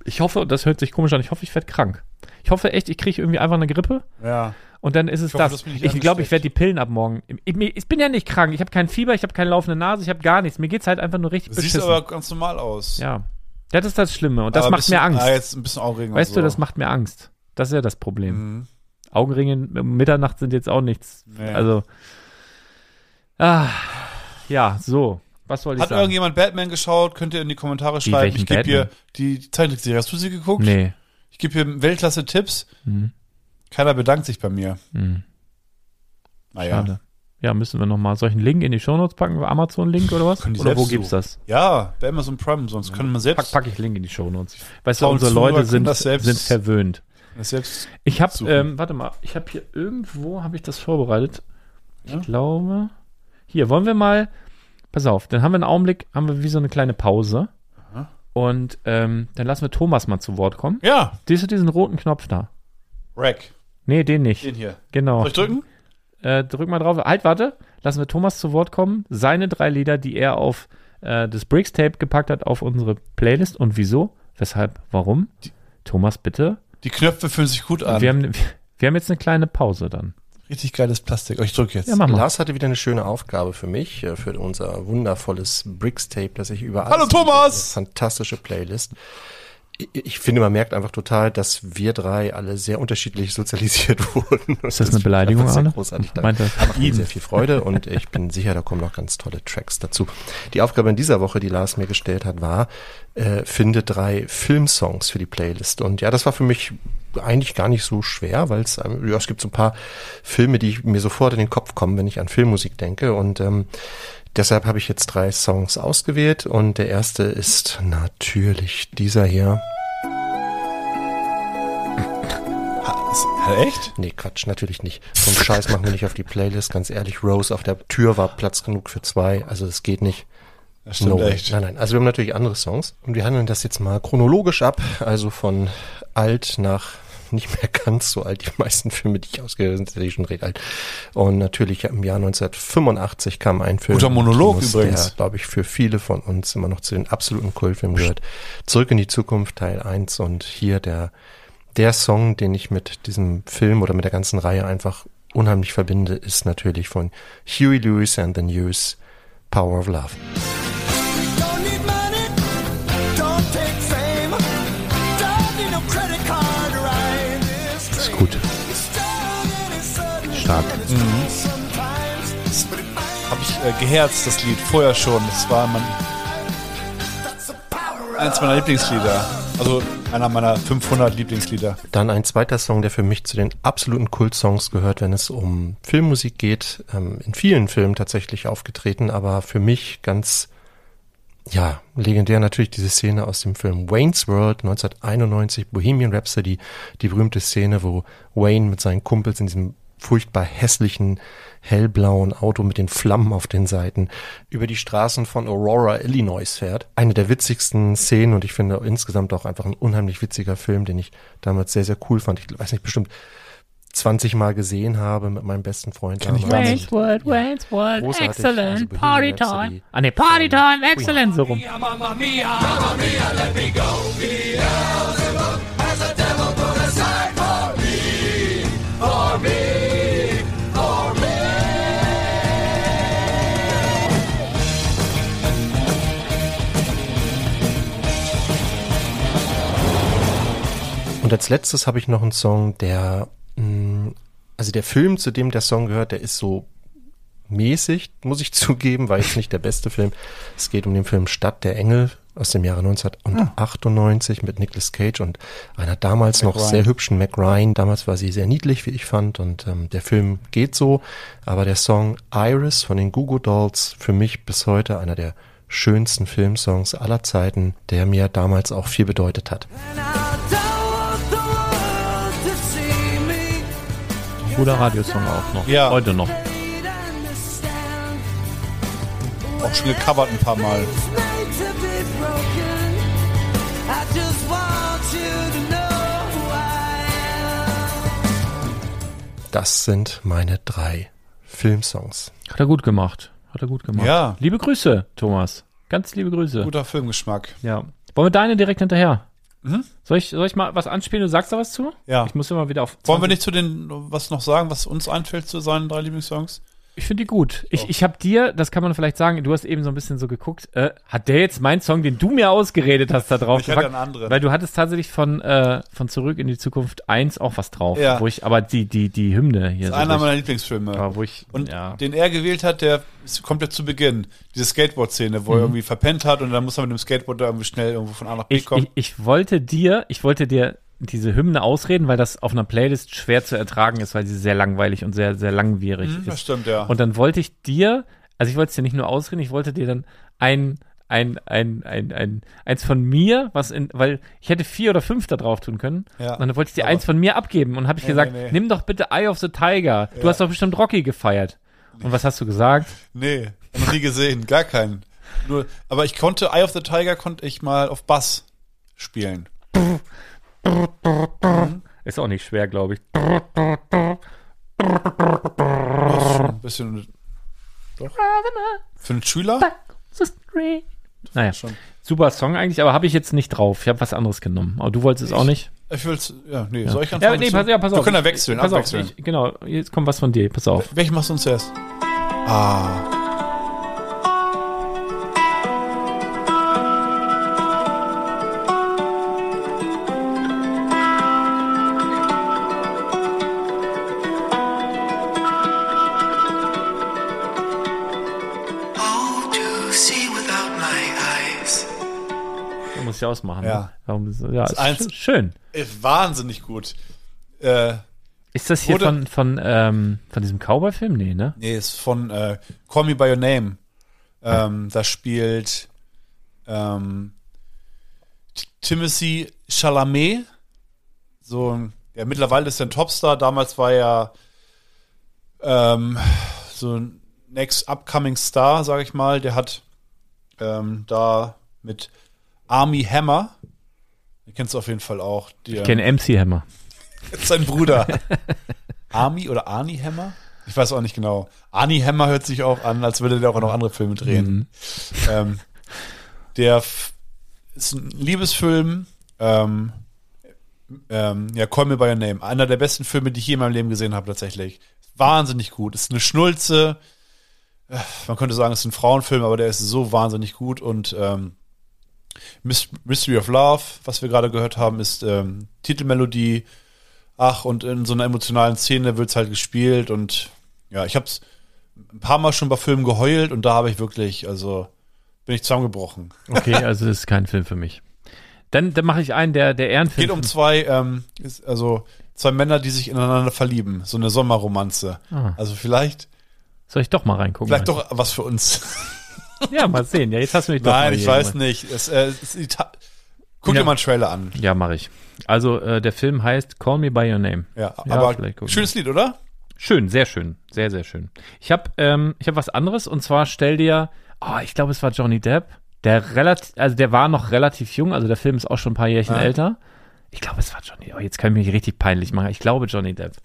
[SPEAKER 2] ich hoffe, und das hört sich komisch an, ich hoffe, ich werd krank. Ich hoffe echt, ich kriege irgendwie einfach eine Grippe
[SPEAKER 1] Ja.
[SPEAKER 2] und dann ist es
[SPEAKER 1] hoffe,
[SPEAKER 2] das.
[SPEAKER 1] dass mich nicht
[SPEAKER 2] Ich glaube, ich
[SPEAKER 1] ansteckt.
[SPEAKER 2] werde die Pillen ab morgen. Ich, mir- ich bin ja nicht krank. Ich habe kein Fieber, ich habe keine laufende Nase, ich habe gar nichts. Mir geht's halt einfach nur richtig
[SPEAKER 1] Du
[SPEAKER 2] beschissen.
[SPEAKER 1] siehst aber ganz normal aus.
[SPEAKER 2] ja, das ist das Schlimme und das
[SPEAKER 1] Aber ein
[SPEAKER 2] macht
[SPEAKER 1] bisschen,
[SPEAKER 2] mir Angst.
[SPEAKER 1] Ah, jetzt ein bisschen Augenring
[SPEAKER 2] Weißt
[SPEAKER 1] und
[SPEAKER 2] du,
[SPEAKER 1] so.
[SPEAKER 2] das macht mir Angst. Das ist ja das Problem.
[SPEAKER 1] Mhm.
[SPEAKER 2] Augenringe um Mitternacht sind jetzt auch nichts.
[SPEAKER 1] Nee.
[SPEAKER 2] Also. Ah, ja, so. Was soll ich
[SPEAKER 1] Hat
[SPEAKER 2] sagen?
[SPEAKER 1] irgendjemand Batman geschaut? Könnt ihr in die Kommentare
[SPEAKER 2] Wie,
[SPEAKER 1] schreiben.
[SPEAKER 2] welchen
[SPEAKER 1] Ich gebe hier
[SPEAKER 2] Batman?
[SPEAKER 1] die Zeichentrickserie. Hast du sie geguckt?
[SPEAKER 2] Nee.
[SPEAKER 1] Ich gebe hier Weltklasse-Tipps.
[SPEAKER 2] Hm,
[SPEAKER 1] Keiner bedankt sich bei mir. Ah
[SPEAKER 2] hm,
[SPEAKER 1] Naja.
[SPEAKER 2] schade. Ja, müssen wir nochmal solchen Link in die Shownotes packen? Amazon-Link oder was?
[SPEAKER 1] Können die
[SPEAKER 2] Oder wo
[SPEAKER 1] selbst
[SPEAKER 2] gibt's das?
[SPEAKER 1] Ja, bei Amazon Prime, sonst können wir
[SPEAKER 2] Pack,
[SPEAKER 1] selbst,
[SPEAKER 2] pack ich Link in die Shownotes. Weißt du,
[SPEAKER 1] Faulen
[SPEAKER 2] unsere
[SPEAKER 1] Zuhörer
[SPEAKER 2] Leute
[SPEAKER 1] können
[SPEAKER 2] sind,
[SPEAKER 1] das selbst-
[SPEAKER 2] sind verwöhnt.
[SPEAKER 1] das selbst
[SPEAKER 2] Ich habe,
[SPEAKER 1] Suchen.
[SPEAKER 2] ähm, warte mal, ich habe hier irgendwo, habe ich das vorbereitet? Ich
[SPEAKER 1] Ja.
[SPEAKER 2] glaube, hier, wollen wir mal, pass auf, dann haben wir einen Augenblick, haben wir wie so eine kleine Pause
[SPEAKER 1] Aha.
[SPEAKER 2] und ähm, dann lassen wir Thomas mal zu Wort kommen.
[SPEAKER 1] Ja,
[SPEAKER 2] Siehst du diesen roten Knopf da?
[SPEAKER 1] Rack.
[SPEAKER 2] Nee, den nicht.
[SPEAKER 1] Den hier.
[SPEAKER 2] Genau.
[SPEAKER 1] Soll ich drücken?
[SPEAKER 2] Äh, drück mal drauf. Halt, warte. Lassen wir Thomas zu Wort kommen. Seine drei Lieder, die er auf äh, das Bricks Tape gepackt hat, auf unsere Playlist. Und wieso? Weshalb? Warum? Thomas, bitte.
[SPEAKER 1] Die Knöpfe fühlen sich gut an.
[SPEAKER 2] Wir haben, wir haben jetzt eine kleine Pause dann.
[SPEAKER 1] Richtig geiles Plastik. Oh, ich drücke jetzt.
[SPEAKER 2] Ja, mach mal.
[SPEAKER 3] Lars hatte wieder eine schöne Aufgabe für mich, äh, für unser wundervolles Bricks-Tape, das ich überall.
[SPEAKER 1] Hallo, Thomas!
[SPEAKER 3] Fantastische Playlist. Ich- Ich finde, man merkt einfach total, dass wir drei alle sehr unterschiedlich sozialisiert wurden.
[SPEAKER 2] Ist das eine Beleidigung, Arne?
[SPEAKER 3] Großartig.
[SPEAKER 2] Meint er-
[SPEAKER 3] Macht mir sehr viel Freude und ich bin sicher, da kommen noch ganz tolle Tracks dazu. Die Aufgabe in dieser Woche, die Lars mir gestellt hat, war, äh, finde drei Filmsongs für die Playlist. Und ja, das war für mich eigentlich gar nicht so schwer, weil es, ähm, ja, es gibt so ein paar Filme, die ich- mir sofort in den Kopf kommen, wenn ich an Filmmusik denke. Und ähm, deshalb habe ich jetzt drei Songs ausgewählt und der erste ist natürlich dieser hier.
[SPEAKER 1] Ja, echt?
[SPEAKER 3] Nee, Quatsch, natürlich nicht. So einen Scheiß machen wir nicht auf die Playlist, ganz ehrlich. Rose auf der Tür war Platz genug für zwei, also es geht nicht.
[SPEAKER 1] Das stimmt
[SPEAKER 3] No.
[SPEAKER 1] echt.
[SPEAKER 3] Nein, nein. Also wir haben natürlich andere Songs und wir handeln das jetzt mal chronologisch ab, also von alt nach nicht mehr ganz so alt. Die meisten Filme, die ich ausgewählt habe, sind tatsächlich schon recht alt. Und natürlich im Jahr 1985 kam ein Film.
[SPEAKER 1] Guter Monolog
[SPEAKER 3] Kinos,
[SPEAKER 1] übrigens.
[SPEAKER 3] Der, glaube ich, für viele von uns immer noch zu den absoluten Kultfilmen gehört. Zurück in die Zukunft Teil 1 und hier der der Song, den ich mit diesem Film oder mit der ganzen Reihe einfach unheimlich verbinde, ist natürlich von Huey Lewis and the News Power of Love.
[SPEAKER 4] Don't need money, don't take fame, don't need no credit card to ride this
[SPEAKER 3] Ist
[SPEAKER 4] train.
[SPEAKER 3] gut.
[SPEAKER 4] It's strong and it's sudden
[SPEAKER 3] Stark.
[SPEAKER 4] and it's
[SPEAKER 2] Mhm.
[SPEAKER 4] cold sometimes, but it might-
[SPEAKER 1] Habe ich äh, geherzt, das Lied. Vorher schon. Das war mein,
[SPEAKER 4] that's the power of
[SPEAKER 1] eins meiner Lieblingslieder. Also einer meiner 500 Lieblingslieder.
[SPEAKER 3] Dann ein zweiter Song, der für mich zu den absoluten Kultsongs gehört, wenn es um Filmmusik geht. Ähm, in vielen Filmen tatsächlich aufgetreten, aber für mich ganz, ja, legendär natürlich diese Szene aus dem Film Wayne's World 1991, Bohemian Rhapsody, die berühmte Szene, wo Wayne mit seinen Kumpels in diesem furchtbar hässlichen, hellblauen Auto mit den Flammen auf den Seiten über die Straßen von Aurora, Illinois fährt. Eine der witzigsten Szenen und ich finde insgesamt auch einfach ein unheimlich witziger Film, den ich damals sehr, sehr cool fand. Ich weiß nicht, bestimmt 20 Mal gesehen habe mit meinem besten Freund.
[SPEAKER 1] Kenn ich
[SPEAKER 3] damals.
[SPEAKER 1] gar
[SPEAKER 5] Wayne's World, Wayne's World,
[SPEAKER 3] Großartig. Also
[SPEAKER 5] excellent,
[SPEAKER 3] Bohemian
[SPEAKER 5] party
[SPEAKER 3] Rhapsody.
[SPEAKER 5] time. Ah ne, party time, excellent, so rum.
[SPEAKER 3] Und als letztes habe ich noch mm, einen Song, der, mh, also der Film, zu dem der Song gehört, der ist so mäßig, muss ich zugeben, war jetzt nicht der beste Film. Es geht um den Film Stadt der Engel aus dem Jahre 1998 mit Nicolas Cage und einer damals noch
[SPEAKER 1] Ryan.
[SPEAKER 3] sehr hübschen Mac Ryan. Damals war sie sehr niedlich, wie ich fand, und ähm, der Film geht so. Aber der Song Iris von den Goo Goo Dolls, für mich bis heute einer der schönsten Filmsongs aller Zeiten, der mir damals auch viel bedeutet hat.
[SPEAKER 2] Guter Radiosong auch noch.
[SPEAKER 1] Ja.
[SPEAKER 2] Heute noch.
[SPEAKER 1] Auch schon gecovert ein paar Mal.
[SPEAKER 3] Das sind meine drei Filmsongs.
[SPEAKER 2] Hat er gut gemacht. Hat er gut gemacht.
[SPEAKER 1] Ja.
[SPEAKER 2] Liebe Grüße, Thomas. Ganz liebe Grüße.
[SPEAKER 1] Guter Filmgeschmack.
[SPEAKER 2] Ja. Wollen wir deine direkt hinterher?
[SPEAKER 1] Mhm.
[SPEAKER 2] Soll, ich, soll ich mal was anspielen? Du sagst da was zu?
[SPEAKER 1] Ja.
[SPEAKER 2] Ich muss immer wieder auf.
[SPEAKER 1] Wollen wir nicht zu den was noch sagen, was uns einfällt zu seinen drei Lieblingssongs?
[SPEAKER 2] Ich finde die gut. Ich, ich habe dir, das kann man vielleicht sagen, du hast eben so ein bisschen so geguckt, äh, hat der jetzt meinen Song, den du mir ausgeredet hast, da drauf
[SPEAKER 1] Ich hatte
[SPEAKER 2] gepackt?
[SPEAKER 1] einen anderen.
[SPEAKER 2] Weil du hattest tatsächlich von, äh, von Zurück in die Zukunft 1 auch was drauf.
[SPEAKER 1] Ja.
[SPEAKER 2] Wo ich, aber die, die, die Hymne hier.
[SPEAKER 1] Das ist einer
[SPEAKER 2] durch-
[SPEAKER 1] meiner Lieblingsfilme.
[SPEAKER 2] aber wo ich,
[SPEAKER 1] Und
[SPEAKER 2] ja.
[SPEAKER 1] den er gewählt hat, der ist- kommt ja zu Beginn. Diese Skateboard-Szene,
[SPEAKER 2] Mhm.
[SPEAKER 1] wo er irgendwie verpennt hat und dann muss er mit dem Skateboard da irgendwie schnell irgendwo von A nach B
[SPEAKER 2] ich,
[SPEAKER 1] kommen.
[SPEAKER 2] ich, ich wollte dir, ich wollte dir diese Hymne ausreden, weil das auf einer Playlist schwer zu ertragen ist, weil sie sehr langweilig und sehr, sehr langwierig
[SPEAKER 1] Hm, das
[SPEAKER 2] ist.
[SPEAKER 1] stimmt, ja.
[SPEAKER 2] Und dann wollte ich dir, also ich wollte es dir nicht nur ausreden, ich wollte dir dann ein, ein, ein, ein, ein, eins von mir, was in, weil ich hätte vier oder fünf da drauf tun können.
[SPEAKER 1] Ja.
[SPEAKER 2] Und dann wollte ich dir eins von mir abgeben und habe ich
[SPEAKER 1] Nee,
[SPEAKER 2] gesagt,
[SPEAKER 1] nee, nee.
[SPEAKER 2] nimm doch bitte Eye of the Tiger. Du
[SPEAKER 1] Ja.
[SPEAKER 2] hast doch bestimmt Rocky gefeiert. Und was hast du gesagt?
[SPEAKER 1] nee, noch nie gesehen, gar keinen. Nur, aber ich konnte, Eye of the Tiger konnte ich mal auf Bass spielen.
[SPEAKER 2] Ist auch nicht schwer, glaube ich.
[SPEAKER 1] Ein bisschen. Doch. Für einen Schüler?
[SPEAKER 2] Naja,
[SPEAKER 1] Schon.
[SPEAKER 2] super Song eigentlich, aber habe ich jetzt nicht drauf. Ich habe was anderes genommen. Aber du wolltest es auch nicht.
[SPEAKER 1] Ich will's, ja, nee, soll ich
[SPEAKER 2] Ja,
[SPEAKER 1] anfangen?
[SPEAKER 2] nee, pass, ja, pass auf.
[SPEAKER 1] Wir können ja wechseln,
[SPEAKER 2] pass auf,
[SPEAKER 1] abwechseln.
[SPEAKER 2] ich, Genau, jetzt kommt was von dir. Pass auf.
[SPEAKER 1] Welchen machst du uns zuerst? Ah.
[SPEAKER 6] Oh, to see without my eyes.
[SPEAKER 2] Den muss ich ausmachen.
[SPEAKER 1] Ja.
[SPEAKER 2] Ne? Warum, so- ja ist
[SPEAKER 1] eins-
[SPEAKER 2] sch- schön.
[SPEAKER 1] Äh, Wahnsinnig gut. Äh,
[SPEAKER 2] Ist das hier
[SPEAKER 1] Oder-
[SPEAKER 2] von, von, ähm, von diesem Cowboy-Film? Nee, ne?
[SPEAKER 1] nee, ist von äh, Call Me By Your Name. Ähm, da spielt ähm, T- Timothy Chalamet. So, ein- ja, mittlerweile ist er ein Topstar. Damals war er ähm, so ein next upcoming Star, sage ich mal. Der hat ähm, da mit Army Hammer, den kennst du auf jeden Fall auch. Die,
[SPEAKER 2] Ich kenne MC Hammer.
[SPEAKER 1] Sein Bruder. Army oder Arnie Hammer? Ich weiß auch nicht genau. Arnie Hammer hört sich auch an, als würde der auch noch andere Filme drehen. Ähm, der f- ist ein Liebesfilm. Ähm, ähm, ja, Call Me By Your Name. Einer der besten Filme, die ich je in meinem Leben gesehen habe, tatsächlich. Wahnsinnig gut. Ist eine Schnulze. Äh, Man könnte sagen, es ist ein Frauenfilm, aber der ist so wahnsinnig gut. Und ähm, Mys- Mystery of Love, was wir gerade gehört haben, ist ähm, Titelmelodie. Ach, und in so einer emotionalen Szene wird's halt gespielt und ja, ich hab's ein paar Mal schon bei Filmen geheult und da habe ich wirklich, also bin ich zusammengebrochen.
[SPEAKER 2] Okay, also das ist kein Film für mich. Dann, dann mache ich einen, der, der Ehrenfilm.
[SPEAKER 1] Geht um zwei, ähm, ist- also zwei Männer, die sich ineinander verlieben. So eine Sommerromanze.
[SPEAKER 2] Ah.
[SPEAKER 1] Also vielleicht,
[SPEAKER 2] Soll ich doch mal reingucken?
[SPEAKER 1] vielleicht doch was für uns.
[SPEAKER 2] Ja, mal sehen. Ja, jetzt hast du mich doch
[SPEAKER 1] Nein,
[SPEAKER 2] mal
[SPEAKER 1] ich
[SPEAKER 2] hier
[SPEAKER 1] weiß
[SPEAKER 2] gemacht.
[SPEAKER 1] nicht. Es, äh, es ist Ita- Guck
[SPEAKER 2] Ja.
[SPEAKER 1] dir mal einen Trailer an.
[SPEAKER 2] Ja, mache ich. Also, äh, der Film heißt Call Me By Your Name.
[SPEAKER 1] Ja,
[SPEAKER 2] Ja,
[SPEAKER 1] aber
[SPEAKER 2] vielleicht gucken wir.
[SPEAKER 1] schönes Lied, oder?
[SPEAKER 2] Schön, sehr schön, sehr, sehr schön. Ich habe ähm, ich hab was anderes und zwar stell dir, ah, ich glaube, es war Johnny Depp, der relativ, also der war noch relativ jung, also der Film ist auch schon ein paar Jährchen
[SPEAKER 1] Ah.
[SPEAKER 2] älter. Ich glaube, es war Johnny. Oh, jetzt kann ich mich richtig peinlich machen. Ich glaube, Johnny Depp.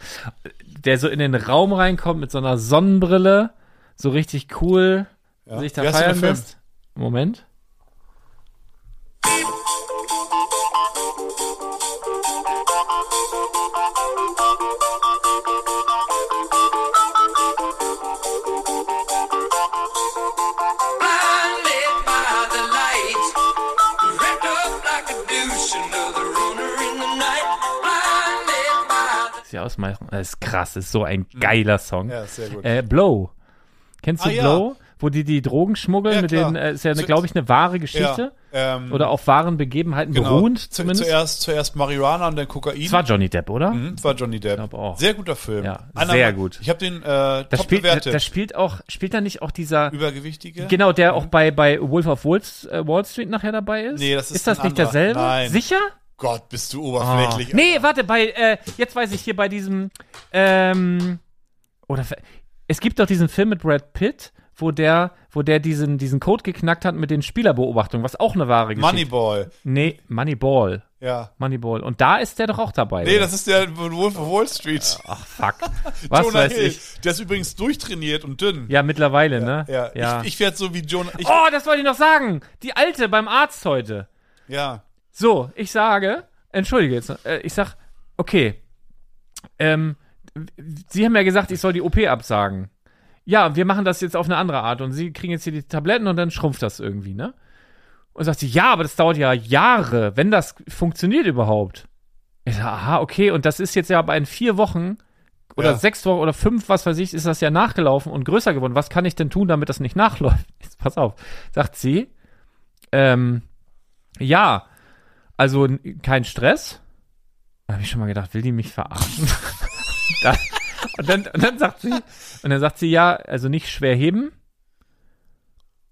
[SPEAKER 2] Der so in den Raum reinkommt mit so einer Sonnenbrille, so richtig cool,
[SPEAKER 1] Ja.
[SPEAKER 2] sich
[SPEAKER 1] Wie
[SPEAKER 2] da
[SPEAKER 1] heißt denn der
[SPEAKER 2] feiern
[SPEAKER 1] Film?
[SPEAKER 2] lässt. Moment.
[SPEAKER 6] Blinded by the light, wrapped up like a douche, another runner in the night. Blinded by the
[SPEAKER 2] Ist ja ausmachen. Das ist krass, das ist so ein geiler Song.
[SPEAKER 1] Ja, sehr gut.
[SPEAKER 2] Äh, Blow. Kennst du
[SPEAKER 1] Ah, ja.
[SPEAKER 2] Blow? Wo die die Drogen schmuggeln,
[SPEAKER 1] Ja,
[SPEAKER 2] mit
[SPEAKER 1] klar.
[SPEAKER 2] denen äh, ist ja,
[SPEAKER 1] Zu-
[SPEAKER 2] glaube ich, eine wahre Geschichte.
[SPEAKER 1] Ja, ähm,
[SPEAKER 2] Oder auf wahren Begebenheiten
[SPEAKER 1] genau.
[SPEAKER 2] beruht,
[SPEAKER 1] Zu-
[SPEAKER 2] zumindest.
[SPEAKER 1] Zuerst, zuerst Marihuana und dann Kokain.
[SPEAKER 2] das war Johnny Depp, oder?
[SPEAKER 1] Mhm, war Johnny Depp.
[SPEAKER 2] glaub auch.
[SPEAKER 1] Sehr guter Film.
[SPEAKER 2] Ja, sehr gut.
[SPEAKER 1] Ich habe den äh,
[SPEAKER 2] Da
[SPEAKER 1] top
[SPEAKER 2] spielt, da,
[SPEAKER 1] bewertet.
[SPEAKER 2] da spielt auch, spielt da nicht auch dieser,
[SPEAKER 1] Übergewichtige.
[SPEAKER 2] genau, der auch bei, bei Wolf of Wall, äh, Wall Street nachher dabei ist?
[SPEAKER 1] Nee, das ist
[SPEAKER 2] Ist das
[SPEAKER 1] ein
[SPEAKER 2] nicht
[SPEAKER 1] anderer.
[SPEAKER 2] derselbe?
[SPEAKER 1] Nein.
[SPEAKER 2] Sicher?
[SPEAKER 1] Gott, bist du oberflächlich.
[SPEAKER 2] Ah. Nee, warte, bei, äh, jetzt weiß ich hier bei diesem, ähm, oder, ver- es gibt doch diesen Film mit Brad Pitt, wo der, wo der diesen, diesen Code geknackt hat mit den Spielerbeobachtungen, was auch eine wahre Geschichte ist.
[SPEAKER 1] Moneyball.
[SPEAKER 2] Nee, Moneyball.
[SPEAKER 1] Ja.
[SPEAKER 2] Moneyball. Und da ist der doch auch dabei.
[SPEAKER 1] Nee, das ist der von Wolf of Wall Street.
[SPEAKER 2] Ach, fuck. Äh, Was
[SPEAKER 1] Jonah
[SPEAKER 2] weiß
[SPEAKER 1] Hill.
[SPEAKER 2] ich.
[SPEAKER 1] Der ist übrigens durchtrainiert und dünn.
[SPEAKER 2] Ja, mittlerweile, ne?
[SPEAKER 1] Ja, ich, ich werde so wie Jonah. Ich,
[SPEAKER 2] oh, das wollte ich noch sagen. Die Alte beim Arzt heute.
[SPEAKER 1] Ja.
[SPEAKER 2] So, ich sage, entschuldige jetzt, äh, ich sag, okay, ähm, Sie haben ja gesagt, ich soll die OP absagen. Ja, wir machen das jetzt auf eine andere Art und Sie kriegen jetzt hier die Tabletten und dann schrumpft das irgendwie, ne? Und sagt sie, ja, aber das dauert ja Jahre, wenn das funktioniert überhaupt. Ich sag, aha, okay, und das ist jetzt ja bei in vier Wochen oder
[SPEAKER 1] Ja.
[SPEAKER 2] sechs Wochen oder fünf, was weiß ich, ist das ja nachgelaufen und größer geworden. Was kann ich denn tun, damit das nicht nachläuft? Jetzt pass auf, sagt sie, ähm, ja, also n- kein Stress. Da habe ich schon mal gedacht, will die mich verarschen? da, und, dann, und dann sagt sie, und dann sagt sie, ja, also nicht schwer heben.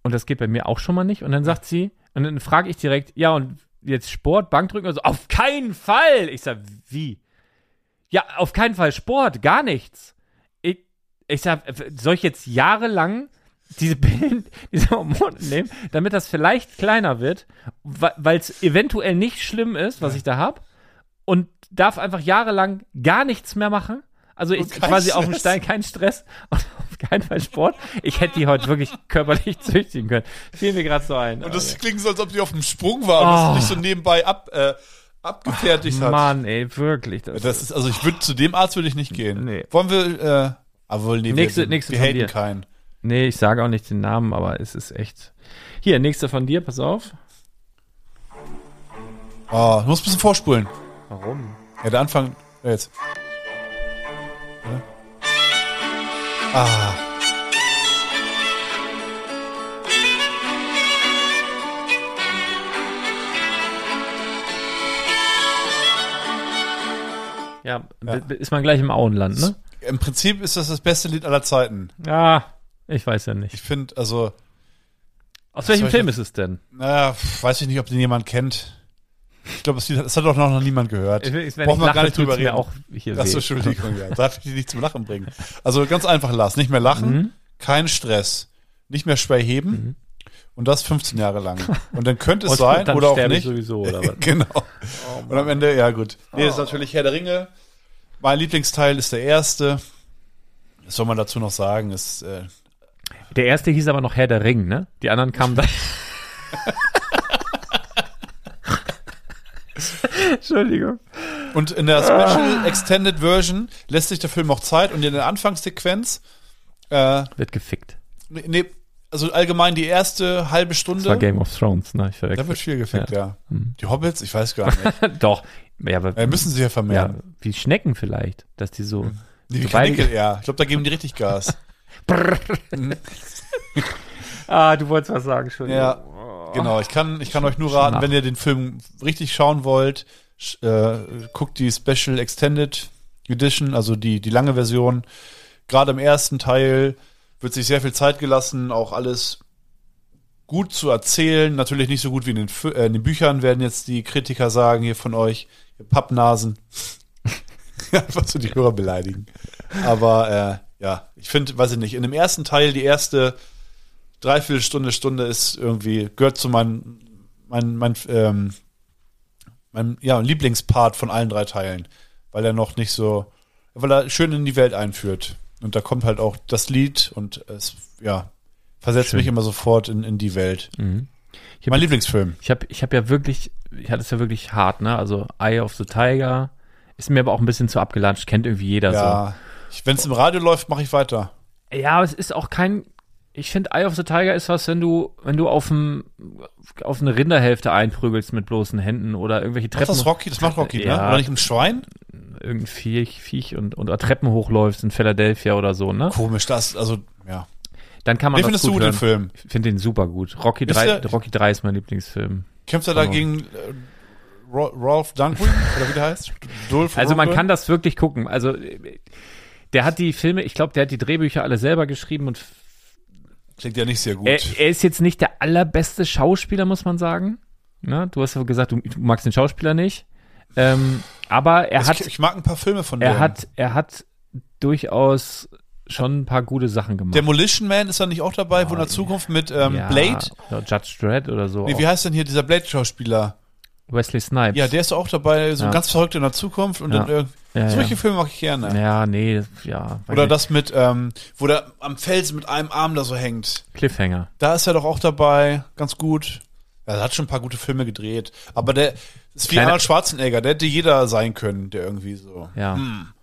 [SPEAKER 2] Und das geht bei mir auch schon mal nicht. Und dann sagt sie, und dann frage ich direkt, ja, und jetzt Sport, Bankdrücken und so, auf keinen Fall. Ich sag, wie? Ja, auf keinen Fall Sport, gar nichts. Ich, ich sag, soll ich jetzt jahrelang diese Pillen, diese Hormone nehmen, damit das vielleicht kleiner wird, weil es eventuell nicht schlimm ist, was ich da habe, und darf einfach jahrelang gar nichts mehr machen. Also ich
[SPEAKER 1] Und kein
[SPEAKER 2] quasi auf dem
[SPEAKER 1] Stress.
[SPEAKER 2] Stein keinen Stress und auf keinen Fall Sport. Ich hätte die heute wirklich körperlich züchtigen können. Fiel mir gerade so ein. Also,
[SPEAKER 1] Und das klingt so, als ob die auf dem Sprung war und
[SPEAKER 2] Oh.
[SPEAKER 1] das nicht so nebenbei ab, äh, abgefertigt hat.
[SPEAKER 2] Mann, ey, wirklich. Das
[SPEAKER 1] Das ist, also ich würde zu dem Arzt würde ich nicht gehen.
[SPEAKER 2] Nee.
[SPEAKER 1] Wollen wir, äh, obwohl, nee,
[SPEAKER 2] Nächste-
[SPEAKER 1] wir,
[SPEAKER 2] nächste
[SPEAKER 1] wir
[SPEAKER 2] von
[SPEAKER 1] haten
[SPEAKER 2] dir.
[SPEAKER 1] keinen.
[SPEAKER 2] Nee, ich sage auch nicht den Namen, aber es ist echt. Hier, nächster von dir, pass auf.
[SPEAKER 1] Oh, du musst ein bisschen vorspulen.
[SPEAKER 2] Warum?
[SPEAKER 1] Ja, der Anfang, ja, jetzt. Ja. Ah,
[SPEAKER 2] Ja, b- b- ist man gleich im Auenland, ne?
[SPEAKER 1] im Prinzip ist das das beste Lied aller Zeiten.
[SPEAKER 2] Ja, ich weiß ja nicht.
[SPEAKER 1] Ich finde, also,
[SPEAKER 2] Aus welchem
[SPEAKER 1] soll ich
[SPEAKER 2] Film
[SPEAKER 1] jetzt-
[SPEAKER 2] ist es denn?
[SPEAKER 1] naja, pf, weiß ich nicht, ob den jemand kennt. Ich glaube, das, Lied- das hat auch noch niemand gehört. Brauchen wir gar nicht drüber reden.
[SPEAKER 2] auch hier
[SPEAKER 1] Achso, Entschuldigung, ja. Darf ich dich nicht zum Lachen bringen? Also ganz einfach, Lars. Nicht mehr lachen,
[SPEAKER 2] Mhm.
[SPEAKER 1] kein Stress, nicht mehr schwer heben und das 15 Jahre lang. Und dann könnte es sein
[SPEAKER 2] dann
[SPEAKER 1] oder auch
[SPEAKER 2] sterbe ich
[SPEAKER 1] nicht.
[SPEAKER 2] sowieso, oder was?
[SPEAKER 1] genau. und am Ende, ja gut. Nee, das ist natürlich Herr der Ringe. Mein Lieblingsteil ist der erste. Was soll man dazu noch sagen? Ist, äh,
[SPEAKER 2] Der erste hieß aber noch Herr der Ring, ne? Die anderen kamen dann. Entschuldigung.
[SPEAKER 1] Und in der Special Extended Version lässt sich der Film auch Zeit und in der Anfangssequenz, äh,
[SPEAKER 2] Wird gefickt.
[SPEAKER 1] nee, nee, also allgemein die erste halbe
[SPEAKER 2] Das war
[SPEAKER 1] Stunde.
[SPEAKER 2] Game of Thrones, ne? Ich
[SPEAKER 1] Da
[SPEAKER 2] verwechsel.
[SPEAKER 1] wird viel gefickt, ja.
[SPEAKER 2] Mhm.
[SPEAKER 1] Die Hobbits, ich weiß gar nicht.
[SPEAKER 2] Doch. Ja, aber,
[SPEAKER 1] Äh, müssen sie ja
[SPEAKER 2] Ähm, ja, Mhm.
[SPEAKER 1] vermehren.
[SPEAKER 2] wie Schnecken vielleicht, dass die so.
[SPEAKER 1] Die
[SPEAKER 2] Sobald-
[SPEAKER 1] Knickel, ja. Ich glaube, da geben die richtig Gas.
[SPEAKER 2] Ah, du wolltest was sagen, Entschuldigung.
[SPEAKER 1] ja. Genau, ich kann, ich kann euch nur raten, wenn ihr den Film richtig schauen wollt, sch- äh, guckt die Special Extended Edition, also die, die lange Version. Gerade im ersten Teil wird sich sehr viel Zeit gelassen, auch alles gut zu erzählen. Natürlich nicht so gut wie in den, Fü- äh, in den Büchern, werden jetzt die Kritiker sagen hier von euch, ihr Pappnasen. Einfach so die Hörer beleidigen. Aber äh, ja, ich finde, weiß ich nicht, in dem ersten Teil, die erste Dreiviertelstunde, Stunde ist irgendwie, gehört zu meinem, mein, mein, ähm, mein ja, Lieblingspart von allen drei Teilen, weil er noch nicht so, weil er schön in die Welt einführt. Und da kommt halt auch das Lied und es, ja, versetzt
[SPEAKER 2] Schön.
[SPEAKER 1] mich immer sofort in, in die Welt.
[SPEAKER 2] Mhm. Ich hab-
[SPEAKER 1] Mein Lieblingsfilm.
[SPEAKER 2] Ich habe ich hab ja wirklich, ich hatte es ja wirklich hart, ne? Also Eye of the Tiger ist mir aber auch ein bisschen zu abgelatscht, kennt irgendwie jeder
[SPEAKER 1] Ja. Wenn es im Radio läuft, mache ich weiter.
[SPEAKER 2] so. Ja, aber es ist auch kein. Ich finde, Eye of the Tiger ist was, wenn du, wenn du auf, auf eine Rinderhälfte einprügelst mit bloßen Händen oder irgendwelche
[SPEAKER 1] Macht
[SPEAKER 2] Treppen,
[SPEAKER 1] das Rocky? Das macht Rocky, ne?
[SPEAKER 2] Ja.
[SPEAKER 1] Oder nicht ein Schwein?
[SPEAKER 2] irgendein Viech, Viech und, und oder Treppen hochläufst in Philadelphia oder so, ne?
[SPEAKER 1] Komisch, das, also, ja.
[SPEAKER 2] Dann kann man
[SPEAKER 1] Wie
[SPEAKER 2] das
[SPEAKER 1] findest
[SPEAKER 2] gut
[SPEAKER 1] du
[SPEAKER 2] hören.
[SPEAKER 1] den Film?
[SPEAKER 2] Ich finde den super gut. Rocky
[SPEAKER 1] Wisst
[SPEAKER 2] 3,
[SPEAKER 1] ihr-
[SPEAKER 2] Rocky 3 ist mein Lieblingsfilm.
[SPEAKER 1] Kämpft er da gegen äh, Ra- Ralph Dunkwing? Oder wie der heißt? Dolph
[SPEAKER 2] Also man
[SPEAKER 1] Lundgren?
[SPEAKER 2] kann das wirklich gucken. Also äh, der hat die Filme, ich glaube, der hat die Drehbücher alle selber geschrieben und
[SPEAKER 1] Klingt ja nicht sehr gut.
[SPEAKER 2] er, er ist jetzt nicht der allerbeste Schauspieler, muss man sagen. Ne? Du hast ja gesagt, du, du magst den Schauspieler nicht. Ähm, aber er
[SPEAKER 1] ich,
[SPEAKER 2] hat,
[SPEAKER 1] ich mag ein paar Filme von
[SPEAKER 2] er
[SPEAKER 1] dem.
[SPEAKER 2] hat, er hat durchaus schon ein paar gute Sachen gemacht.
[SPEAKER 1] Demolition Man ist da nicht auch dabei, wo in der
[SPEAKER 2] Oh,
[SPEAKER 1] Zukunft mit ähm, Blade.
[SPEAKER 2] Oder Judge Dredd oder so.
[SPEAKER 1] Nee, wie heißt denn hier dieser Blade-Schauspieler?
[SPEAKER 2] auch. Wesley Snipes.
[SPEAKER 1] Ja, der ist doch auch dabei, so
[SPEAKER 2] Ja.
[SPEAKER 1] ganz verrückt in der Zukunft und
[SPEAKER 2] Ja.
[SPEAKER 1] dann irgendwie.
[SPEAKER 2] Ja,
[SPEAKER 1] Solche
[SPEAKER 2] ja.
[SPEAKER 1] Filme mag ich gerne.
[SPEAKER 2] ja, nee, das- ja. weiß
[SPEAKER 1] Oder
[SPEAKER 2] nicht.
[SPEAKER 1] das mit, ähm, wo der am Felsen mit einem Arm da so hängt.
[SPEAKER 2] Cliffhanger.
[SPEAKER 1] Da ist er doch auch dabei, ganz gut. Ja, Er hat schon ein paar gute Filme gedreht. Aber der ist wie
[SPEAKER 2] Kleiner-
[SPEAKER 1] Arnold Schwarzenegger, der hätte jeder sein können, der irgendwie so.
[SPEAKER 2] Ja.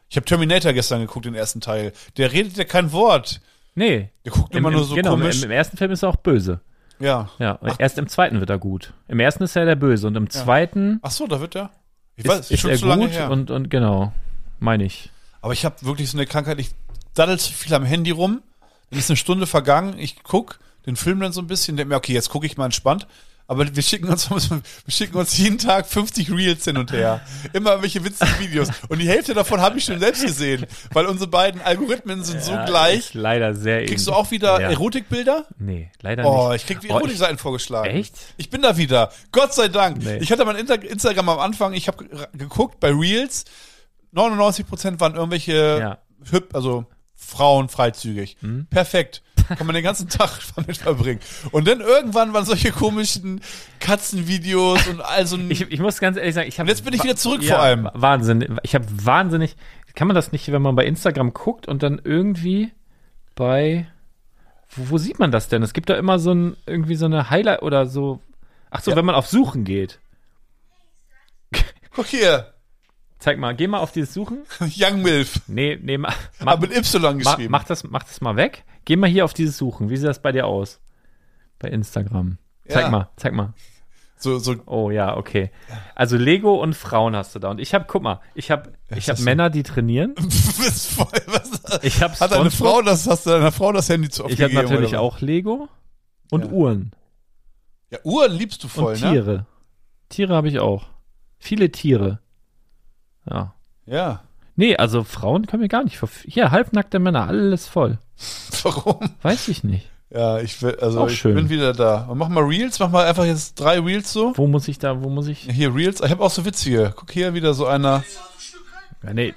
[SPEAKER 1] Ich habe Terminator gestern geguckt, den ersten Teil. Der redet ja kein Wort.
[SPEAKER 2] Nee.
[SPEAKER 1] Der guckt immer nur so
[SPEAKER 2] genau,
[SPEAKER 1] komisch.
[SPEAKER 2] Im, im ersten Film ist er auch böse.
[SPEAKER 1] ja.
[SPEAKER 2] Ja, und erst im zweiten wird er gut. Im ersten ist er der Böse und im zweiten
[SPEAKER 1] Ach so, da wird er. Ich
[SPEAKER 2] ist,
[SPEAKER 1] weiß,
[SPEAKER 2] ist
[SPEAKER 1] schon
[SPEAKER 2] er
[SPEAKER 1] zu lange
[SPEAKER 2] gut
[SPEAKER 1] her.
[SPEAKER 2] und, und genau, meine ich.
[SPEAKER 1] Aber ich habe wirklich so eine Krankheit, ich daddel zu viel am Handy rum, dann ist eine Stunde vergangen, ich guck den Film dann so ein bisschen, denk mir, okay, jetzt gucke ich mal entspannt. Aber wir schicken, uns, wir schicken uns jeden Tag 50 Reels hin und her. Immer irgendwelche witzigen Videos. Und die Hälfte davon habe ich schon selbst gesehen, weil unsere beiden Algorithmen sind so
[SPEAKER 2] Ja, ist
[SPEAKER 1] gleich.
[SPEAKER 2] leider sehr
[SPEAKER 1] Kriegst du
[SPEAKER 2] ähnlich.
[SPEAKER 1] auch wieder
[SPEAKER 2] Ja.
[SPEAKER 1] Erotikbilder?
[SPEAKER 2] Nee, leider
[SPEAKER 1] Oh,
[SPEAKER 2] nicht.
[SPEAKER 1] ich krieg die
[SPEAKER 2] Oh,
[SPEAKER 1] Erotikseiten vorgeschlagen.
[SPEAKER 2] Echt?
[SPEAKER 1] Ich bin da wieder. Gott sei Dank.
[SPEAKER 2] Nee.
[SPEAKER 1] Ich hatte mein Inter Instagram am Anfang, ich habe geguckt bei Reels, 99% waren irgendwelche
[SPEAKER 2] Ja. Mhm.
[SPEAKER 1] hüb, also Frauen freizügig. Perfekt. Kann man den ganzen Tag damit verbringen. Und dann irgendwann waren solche komischen Katzenvideos und all so ein.
[SPEAKER 2] Ich, ich muss ganz ehrlich sagen, ich habe.
[SPEAKER 1] Und jetzt bin ich wieder zurück vor allem.
[SPEAKER 2] Wahnsinn. Ich habe wahnsinnig. Kann man das nicht, wenn man bei Instagram guckt und dann irgendwie bei. Wo, wo sieht man das denn? Es gibt da immer so ein, irgendwie so eine Highlight oder so. Ach so, wenn man auf Suchen geht.
[SPEAKER 1] Guck hier,
[SPEAKER 2] Zeig mal, geh mal auf dieses Suchen.
[SPEAKER 1] Young Milf.
[SPEAKER 2] Nee, nee, ma- mach,
[SPEAKER 1] Aber mit Y
[SPEAKER 2] mach,
[SPEAKER 1] geschrieben.
[SPEAKER 2] mach, das, mach das mal weg. Geh mal hier auf dieses Suchen. Wie sieht das bei dir aus? Bei Instagram. Zeig
[SPEAKER 1] Ja.
[SPEAKER 2] mal, zeig mal.
[SPEAKER 1] so, so.
[SPEAKER 2] Oh ja, okay. Also Lego und Frauen hast du da. Und ich habe, guck mal, ich habe ich hab
[SPEAKER 1] das-
[SPEAKER 2] Männer, die trainieren.
[SPEAKER 1] Was voll, was,
[SPEAKER 2] Ich habe
[SPEAKER 1] hat deine Frau das, hast du deiner Frau das Handy zu oft
[SPEAKER 2] Ich habe
[SPEAKER 1] gegeben,
[SPEAKER 2] natürlich
[SPEAKER 1] oder was?
[SPEAKER 2] auch Lego und
[SPEAKER 1] Ja.
[SPEAKER 2] Uhren
[SPEAKER 1] Ja, Uhren liebst du voll,
[SPEAKER 2] und
[SPEAKER 1] ne?
[SPEAKER 2] Tiere. Tiere habe ich auch. Viele Tiere. Ja.
[SPEAKER 1] Ja.
[SPEAKER 2] Nee, also Frauen können wir gar nicht. verf- Hier, halbnackte Männer, alles voll.
[SPEAKER 1] Warum?
[SPEAKER 2] Weiß ich nicht.
[SPEAKER 1] Ja, ich will, also
[SPEAKER 2] Auch
[SPEAKER 1] ich
[SPEAKER 2] schön.
[SPEAKER 1] bin wieder da. Und mach mal Reels, mach mal einfach jetzt drei Reels so.
[SPEAKER 2] Wo muss ich da, wo muss ich.
[SPEAKER 1] Hier Reels, ich habe auch so witzige. Guck hier wieder so einer.
[SPEAKER 2] Ja, nee.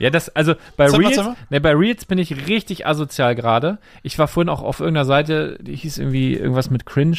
[SPEAKER 2] Ja, das, also bei
[SPEAKER 1] Sag mal,
[SPEAKER 2] Reels,
[SPEAKER 1] sag mal.
[SPEAKER 2] nee, bei Reels bin ich richtig asozial gerade. Ich war vorhin auch auf irgendeiner Seite, die hieß irgendwie irgendwas mit Cringe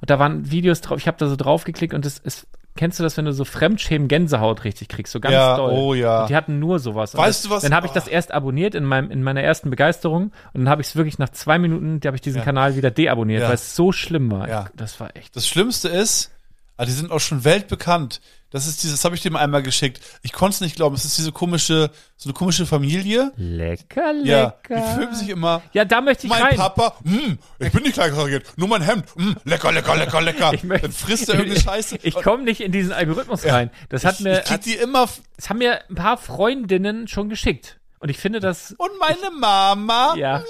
[SPEAKER 2] und da waren Videos drauf, ich habe da so draufgeklickt und das ist, kennst du das, wenn du so Fremdschämen Gänsehaut richtig kriegst, so ganz
[SPEAKER 1] Ja,
[SPEAKER 2] doll.
[SPEAKER 1] oh ja.
[SPEAKER 2] Und die hatten nur sowas. Und
[SPEAKER 1] Weißt
[SPEAKER 2] das,
[SPEAKER 1] du was- Ah.
[SPEAKER 2] Dann habe ich das erst abonniert in, meinem, in meiner ersten Begeisterung und dann habe ich es wirklich nach zwei Minuten, da habe ich diesen
[SPEAKER 1] Ja.
[SPEAKER 2] Kanal wieder deabonniert,
[SPEAKER 1] Ja.
[SPEAKER 2] weil es so schlimm war.
[SPEAKER 1] Ja.
[SPEAKER 2] Das war echt.
[SPEAKER 1] Das Schlimmste ist, ah, die sind auch schon weltbekannt. Das ist dieses, habe ich dem einmal geschickt. Ich konnte es nicht glauben. Es ist diese komische, so eine komische Familie.
[SPEAKER 2] Lecker,
[SPEAKER 1] Ja,
[SPEAKER 2] lecker.
[SPEAKER 1] die filmen sich immer.
[SPEAKER 2] ja, da möchte ich
[SPEAKER 1] Mein
[SPEAKER 2] rein.
[SPEAKER 1] Papa, mh, ich bin nicht kleinkariert, nur mein Hemd, mh, lecker, lecker, lecker, lecker.
[SPEAKER 2] Ich möchte,
[SPEAKER 1] Dann frisst er irgendeine Scheiße.
[SPEAKER 2] Ich
[SPEAKER 1] Und
[SPEAKER 2] komme nicht in diesen Algorithmus rein. Das hat
[SPEAKER 1] ich,
[SPEAKER 2] mir,
[SPEAKER 1] ich krieg
[SPEAKER 2] hat,
[SPEAKER 1] die immer f-
[SPEAKER 2] das haben mir ein paar Freundinnen schon geschickt. Und ich finde das,
[SPEAKER 1] und meine Mama.
[SPEAKER 2] Ja.
[SPEAKER 1] Lecker,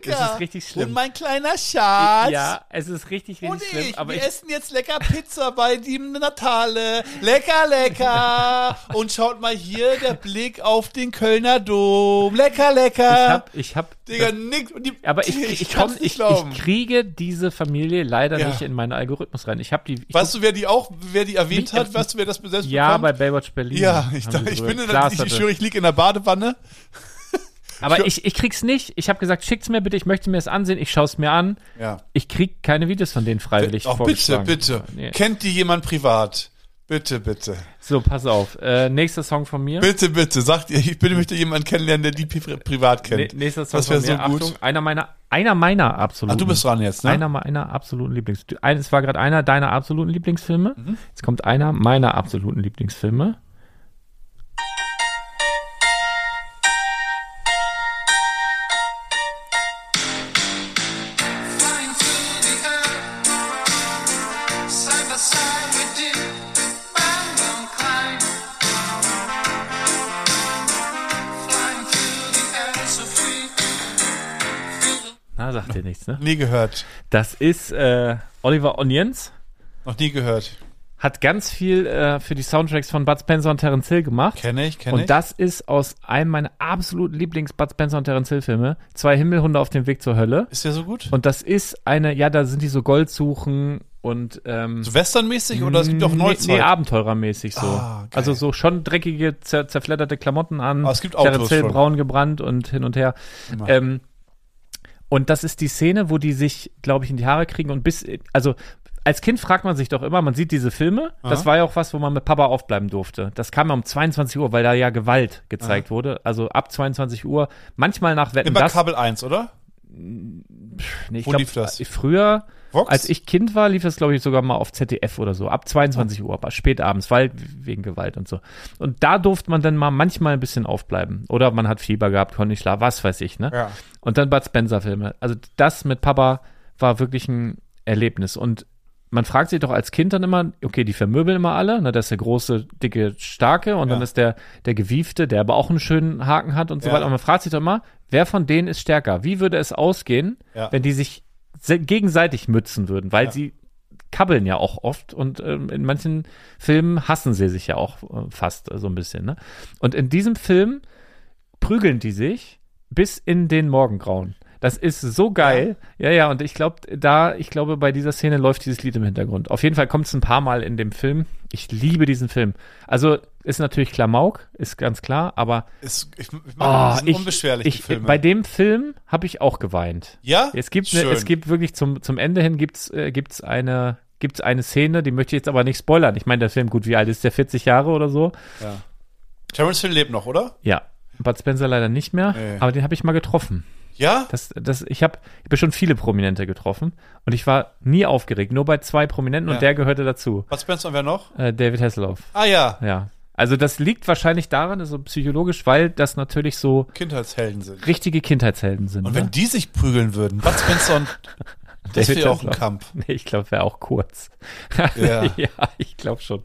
[SPEAKER 1] lecker.
[SPEAKER 2] Das ist richtig schlimm.
[SPEAKER 1] Und mein kleiner Schatz.
[SPEAKER 2] ja, es ist richtig, richtig
[SPEAKER 1] Und
[SPEAKER 2] schlimm.
[SPEAKER 1] ich,
[SPEAKER 2] aber
[SPEAKER 1] wir
[SPEAKER 2] ich,
[SPEAKER 1] essen jetzt lecker Pizza bei die Natale. Lecker, lecker. Und schaut mal hier der Blick auf den Kölner Dom. Lecker,
[SPEAKER 2] ich
[SPEAKER 1] lecker.
[SPEAKER 2] hab, ich hab,
[SPEAKER 1] Digga, nix. Und die,
[SPEAKER 2] aber ich, ich, komm,
[SPEAKER 1] kann's
[SPEAKER 2] ich,
[SPEAKER 1] glauben.
[SPEAKER 2] ich kriege diese Familie leider
[SPEAKER 1] Ja.
[SPEAKER 2] nicht in meinen Algorithmus rein. Ich habe die, ich
[SPEAKER 1] weißt du, wer die auch, wer die erwähnt
[SPEAKER 2] Mich-
[SPEAKER 1] hat? Weißt du, wer das selbst
[SPEAKER 2] ja, bei
[SPEAKER 1] bekommt?
[SPEAKER 2] Baywatch Berlin.
[SPEAKER 1] Ja, ich,
[SPEAKER 2] haben
[SPEAKER 1] dachte,
[SPEAKER 2] sie
[SPEAKER 1] ich
[SPEAKER 2] so-
[SPEAKER 1] bin in der,
[SPEAKER 2] Klaas
[SPEAKER 1] ich, ich
[SPEAKER 2] hatte-
[SPEAKER 1] schwöre, ich lieg in der Badewanne.
[SPEAKER 2] Aber ich, ich krieg's nicht. Ich habe gesagt, schickt's mir bitte, ich möchte mir das ansehen, ich schaue es mir an.
[SPEAKER 1] Ja.
[SPEAKER 2] Ich krieg keine Videos von denen freiwillig
[SPEAKER 1] Auch Äh, oh, bitte,
[SPEAKER 2] vorgeschlagen.
[SPEAKER 1] bitte.
[SPEAKER 2] Nee.
[SPEAKER 1] Kennt die jemand privat? Bitte, bitte.
[SPEAKER 2] So, pass auf. Äh, nächster Song von mir.
[SPEAKER 1] Bitte, bitte. Sagt ihr, ich bitte möchte jemanden kennenlernen, der die pri privat
[SPEAKER 2] Nee,
[SPEAKER 1] kennt.
[SPEAKER 2] nächster Song
[SPEAKER 1] das wäre
[SPEAKER 2] von
[SPEAKER 1] so
[SPEAKER 2] mir.
[SPEAKER 1] gut.
[SPEAKER 2] Achtung, einer meiner, einer meiner absoluten.
[SPEAKER 1] Ach, du bist dran jetzt, ne?
[SPEAKER 2] Einer meiner absoluten Lieblings. du- ein- Es war gerade einer deiner absoluten Lieblingsfilme. Jetzt kommt einer meiner absoluten Lieblingsfilme.
[SPEAKER 6] Flying through the earth, side by side we did bound and climb. Flying through the air so free, feel the
[SPEAKER 2] Na, sagt dir nichts, ne?
[SPEAKER 1] Nie gehört.
[SPEAKER 2] Das ist äh, Oliver Onions.
[SPEAKER 1] Noch nie gehört.
[SPEAKER 2] Hat ganz viel äh, für die Soundtracks von Bud Spencer und Terence Hill gemacht.
[SPEAKER 1] Kenne ich, kenne ich.
[SPEAKER 2] Und das ist aus einem meiner absoluten Lieblings-Bud Spencer und Terence Hill-Filme. Zwei Himmelhunde auf dem Weg zur Hölle.
[SPEAKER 1] Ist der so gut?
[SPEAKER 2] Und das ist eine, ja, da sind die so Goldsuchen und ähm,
[SPEAKER 1] So westernmäßig oder es gibt auch Neuzeit?
[SPEAKER 2] Nee, nee, abenteurermäßig so.
[SPEAKER 1] Ah, geil.
[SPEAKER 2] Also so schon dreckige, zer zerfledderte Klamotten an.
[SPEAKER 1] Ah, es gibt Autos
[SPEAKER 2] Terence Hill
[SPEAKER 1] schon.
[SPEAKER 2] braun gebrannt und hin und her.
[SPEAKER 1] Immer.
[SPEAKER 2] Ähm, und das ist die Szene, wo die sich, glaube ich, in die Haare kriegen und bis, also als Kind fragt man sich doch immer, man sieht diese Filme, das war ja auch was, wo man mit Papa aufbleiben durfte. Das kam ja um 22 Uhr, weil da ja Gewalt gezeigt wurde. Also ab 22 Uhr, manchmal nach Wetten,
[SPEAKER 1] Immer
[SPEAKER 2] das.
[SPEAKER 1] Kabel 1, oder?
[SPEAKER 2] Nee, ich
[SPEAKER 1] Wo
[SPEAKER 2] glaub,
[SPEAKER 1] lief das?
[SPEAKER 2] äh, Früher,
[SPEAKER 1] Vox?
[SPEAKER 2] als ich Kind war, lief das, glaube ich, sogar mal auf ZDF oder so, ab 22 Uhr, aber spät abends, weil wegen Gewalt und so. Und da durfte man dann mal manchmal ein bisschen aufbleiben. Oder man hat Fieber gehabt, konnte nicht schlafen, was weiß ich, ne?
[SPEAKER 1] Ja.
[SPEAKER 2] Und dann Bud Spencer-Filme. Also das mit Papa war wirklich ein Erlebnis. Und man fragt sich doch als Kind dann immer, okay, die vermöbeln immer alle, ne, das ist der große, dicke, starke und dann
[SPEAKER 1] Ja.
[SPEAKER 2] ist der, der gewiefte, der aber auch einen schönen Haken hat und so
[SPEAKER 1] Ja.
[SPEAKER 2] weiter. Und man fragt sich doch immer, wer von denen ist stärker? Wie würde es ausgehen,
[SPEAKER 1] Ja.
[SPEAKER 2] wenn die sich se- gegenseitig mützen würden? Weil
[SPEAKER 1] Ja.
[SPEAKER 2] sie kabbeln ja auch oft und ähm, in manchen Filmen hassen sie sich ja auch äh, fast äh, so ein bisschen. Ne? Und in diesem Film prügeln die sich bis in den Morgengrauen. Das ist so geil. Ja, ja, und ich glaube, da, ich glaube, bei dieser Szene läuft dieses Lied im Hintergrund. Auf jeden Fall kommt es ein paar Mal in dem Film. Ich liebe diesen Film. Also ist natürlich Klamauk, ist ganz klar, aber
[SPEAKER 1] Ist, ich, ich
[SPEAKER 2] Ah,
[SPEAKER 1] mag, die sind unbeschwerlich,
[SPEAKER 2] ich,
[SPEAKER 1] die Filme.
[SPEAKER 2] bei dem Film habe ich auch geweint.
[SPEAKER 1] ja?
[SPEAKER 2] Es gibt, ne,
[SPEAKER 1] Schön.
[SPEAKER 2] es gibt wirklich zum, zum Ende hin gibt's, äh, gibt's eine, gibt's eine Szene, die möchte ich jetzt aber nicht spoilern. Ich meine, der Film, gut, wie alt ist der? 40 Jahre oder so?
[SPEAKER 1] Terence Hill lebt noch, oder?
[SPEAKER 2] Ja. Bud Spencer leider nicht mehr,
[SPEAKER 1] Nee.
[SPEAKER 2] aber den habe ich mal getroffen.
[SPEAKER 1] Ja?
[SPEAKER 2] Das, das, ich habe ich hab schon viele Prominente getroffen und ich war nie aufgeregt, nur bei zwei Prominenten
[SPEAKER 1] Ja.
[SPEAKER 2] und der gehörte dazu.
[SPEAKER 1] Was Spencer und wer noch?
[SPEAKER 2] Äh, David Hasselhoff.
[SPEAKER 1] Ah ja,
[SPEAKER 2] Ja. Also das liegt wahrscheinlich daran, also psychologisch, weil das natürlich so
[SPEAKER 1] Kindheitshelden sind.
[SPEAKER 2] richtige Kindheitshelden sind.
[SPEAKER 1] Und
[SPEAKER 2] ne?
[SPEAKER 1] wenn die sich prügeln würden, Bud Spencer und das
[SPEAKER 2] David
[SPEAKER 1] wäre auch ein
[SPEAKER 2] Hasselhoff.
[SPEAKER 1] Kampf.
[SPEAKER 2] Nee, ich glaube, wäre auch kurz.
[SPEAKER 1] Ja.
[SPEAKER 2] ja, ich glaube schon.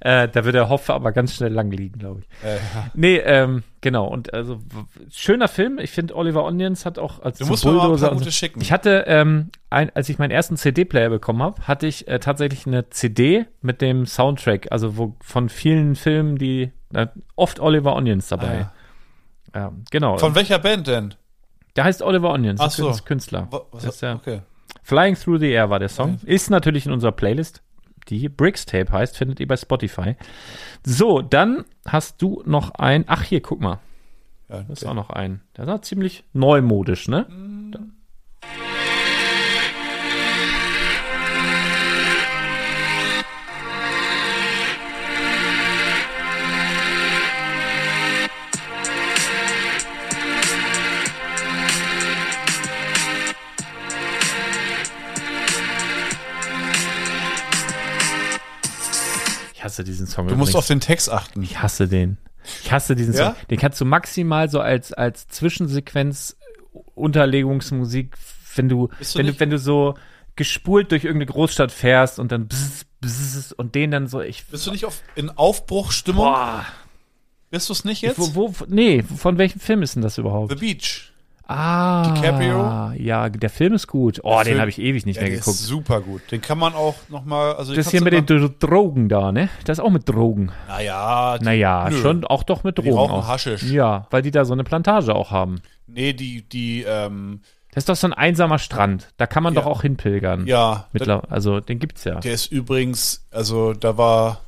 [SPEAKER 2] Äh, da wird der Hoffe aber ganz schnell lang liegen, glaube ich.
[SPEAKER 1] Äh, ja.
[SPEAKER 2] Nee, ähm, genau. Und also w- schöner Film. Ich finde, Oliver Onions hat auch als
[SPEAKER 1] Du
[SPEAKER 2] so
[SPEAKER 1] musst mir mal ein paar
[SPEAKER 2] und
[SPEAKER 1] gute schicken.
[SPEAKER 2] Ich hatte, ähm, ein, als ich meinen ersten CD-Player bekommen habe, hatte ich äh, tatsächlich eine CD mit dem Soundtrack, also wo, von vielen Filmen, die äh, oft Oliver Onions dabei. ja, genau.
[SPEAKER 1] Ah, Von welcher Band denn?
[SPEAKER 2] der heißt Oliver Onions,
[SPEAKER 1] Ach
[SPEAKER 2] ist
[SPEAKER 1] so.
[SPEAKER 2] Künst- Künstler.
[SPEAKER 1] Wa- was-
[SPEAKER 2] ist, ja-
[SPEAKER 1] okay.
[SPEAKER 2] Flying Through the Air war der Song. Ist natürlich in unserer Playlist, die Bricks Tape heißt, findet ihr bei Spotify. So, dann hast du noch ein. Ach, hier, guck mal.
[SPEAKER 1] Ja,
[SPEAKER 2] Das ist auch noch ein. Der war ziemlich neumodisch, ne?
[SPEAKER 1] Mhm.
[SPEAKER 2] Ich hasse diesen Song.
[SPEAKER 1] Du musst auf den Text achten.
[SPEAKER 2] Ich hasse den. Ich hasse diesen
[SPEAKER 1] Ja?
[SPEAKER 2] Song. Den kannst du maximal so als, als Zwischensequenz Unterlegungsmusik, wenn du,
[SPEAKER 1] Bist du
[SPEAKER 2] wenn, du
[SPEAKER 1] nicht-
[SPEAKER 2] wenn du so gespult durch irgendeine Großstadt fährst und dann bzz, bzz, und den dann so, ich,
[SPEAKER 1] Bist du nicht auf, in Aufbruchstimmung?
[SPEAKER 2] boah,
[SPEAKER 1] Bist du es nicht jetzt?
[SPEAKER 2] Wo, wo, nee, von welchem Film ist denn das
[SPEAKER 1] The
[SPEAKER 2] überhaupt?
[SPEAKER 1] Beach.
[SPEAKER 2] Ah,
[SPEAKER 1] DiCaprio?
[SPEAKER 2] ja, der Film ist gut. Oh,
[SPEAKER 1] Der
[SPEAKER 2] den
[SPEAKER 1] Film-
[SPEAKER 2] habe ich ewig nicht
[SPEAKER 1] Ja,
[SPEAKER 2] mehr
[SPEAKER 1] der
[SPEAKER 2] geguckt.
[SPEAKER 1] Ist super gut. Den kann man auch nochmal. Also den
[SPEAKER 2] Das
[SPEAKER 1] kannst
[SPEAKER 2] hier
[SPEAKER 1] du
[SPEAKER 2] mit den
[SPEAKER 1] immer-
[SPEAKER 2] Dro- Drogen da, ne? Das ist auch mit Drogen.
[SPEAKER 1] Naja, die,
[SPEAKER 2] Naja,
[SPEAKER 1] nö.
[SPEAKER 2] schon auch doch mit Drogen.
[SPEAKER 1] rauchen
[SPEAKER 2] auch.
[SPEAKER 1] Haschisch.
[SPEAKER 2] Ja, weil die da so eine Plantage auch haben.
[SPEAKER 1] Nee, die, die, ähm,
[SPEAKER 2] Das ist doch so ein einsamer Strand. Da kann man
[SPEAKER 1] Ja.
[SPEAKER 2] doch auch hinpilgern.
[SPEAKER 1] ja.
[SPEAKER 2] Mittler also, den gibt's ja.
[SPEAKER 1] Der ist übrigens, also da war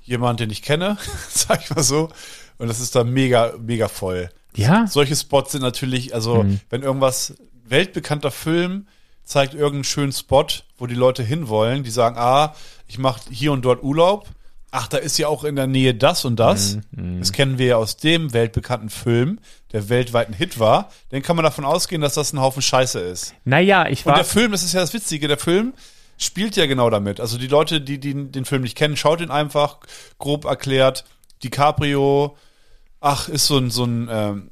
[SPEAKER 1] jemand, den ich kenne, sag ich mal so. Und das ist da mega, mega voll.
[SPEAKER 2] Ja?
[SPEAKER 1] Solche Spots sind natürlich, also wenn irgendwas weltbekannter Film zeigt irgendeinen schönen Spot, wo die Leute hinwollen, die sagen, ah, ich mache hier und dort Urlaub. Ach, da ist ja auch in der Nähe das und das. Das kennen wir ja aus dem weltbekannten Film, der weltweit ein Hit war. Dann kann man davon ausgehen, dass das ein Haufen Scheiße ist.
[SPEAKER 2] Naja, ich
[SPEAKER 1] Und
[SPEAKER 2] war.
[SPEAKER 1] der Film, das ist ja das Witzige, der Film spielt ja genau damit. Also die Leute, die, die den Film nicht kennen, schaut ihn einfach grob erklärt. DiCaprio, ach, ist so ein, so ein ähm,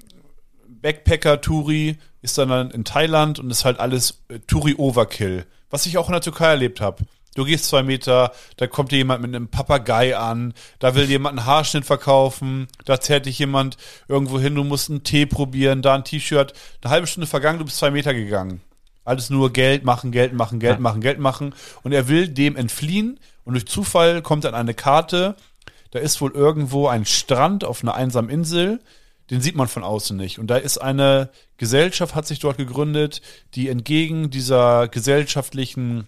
[SPEAKER 1] Backpacker-Touri, ist dann in Thailand und ist halt alles äh, Touri-Overkill. Was ich auch in der Türkei erlebt habe. du gehst zwei Meter, da kommt dir jemand mit einem Papagei an, da will jemand einen Haarschnitt verkaufen, da zerrt dich jemand irgendwo hin, du musst einen Tee probieren, da ein T-Shirt. Eine halbe Stunde vergangen, du bist zwei Meter gegangen. Alles nur Geld machen, Geld machen, Geld
[SPEAKER 2] Ja.
[SPEAKER 1] machen, Geld machen. Und er will dem entfliehen und durch Zufall kommt dann eine Karte, da ist wohl irgendwo ein Strand auf einer einsamen Insel, den sieht man von außen nicht. Und da ist eine Gesellschaft, hat sich dort gegründet, die entgegen dieser gesellschaftlichen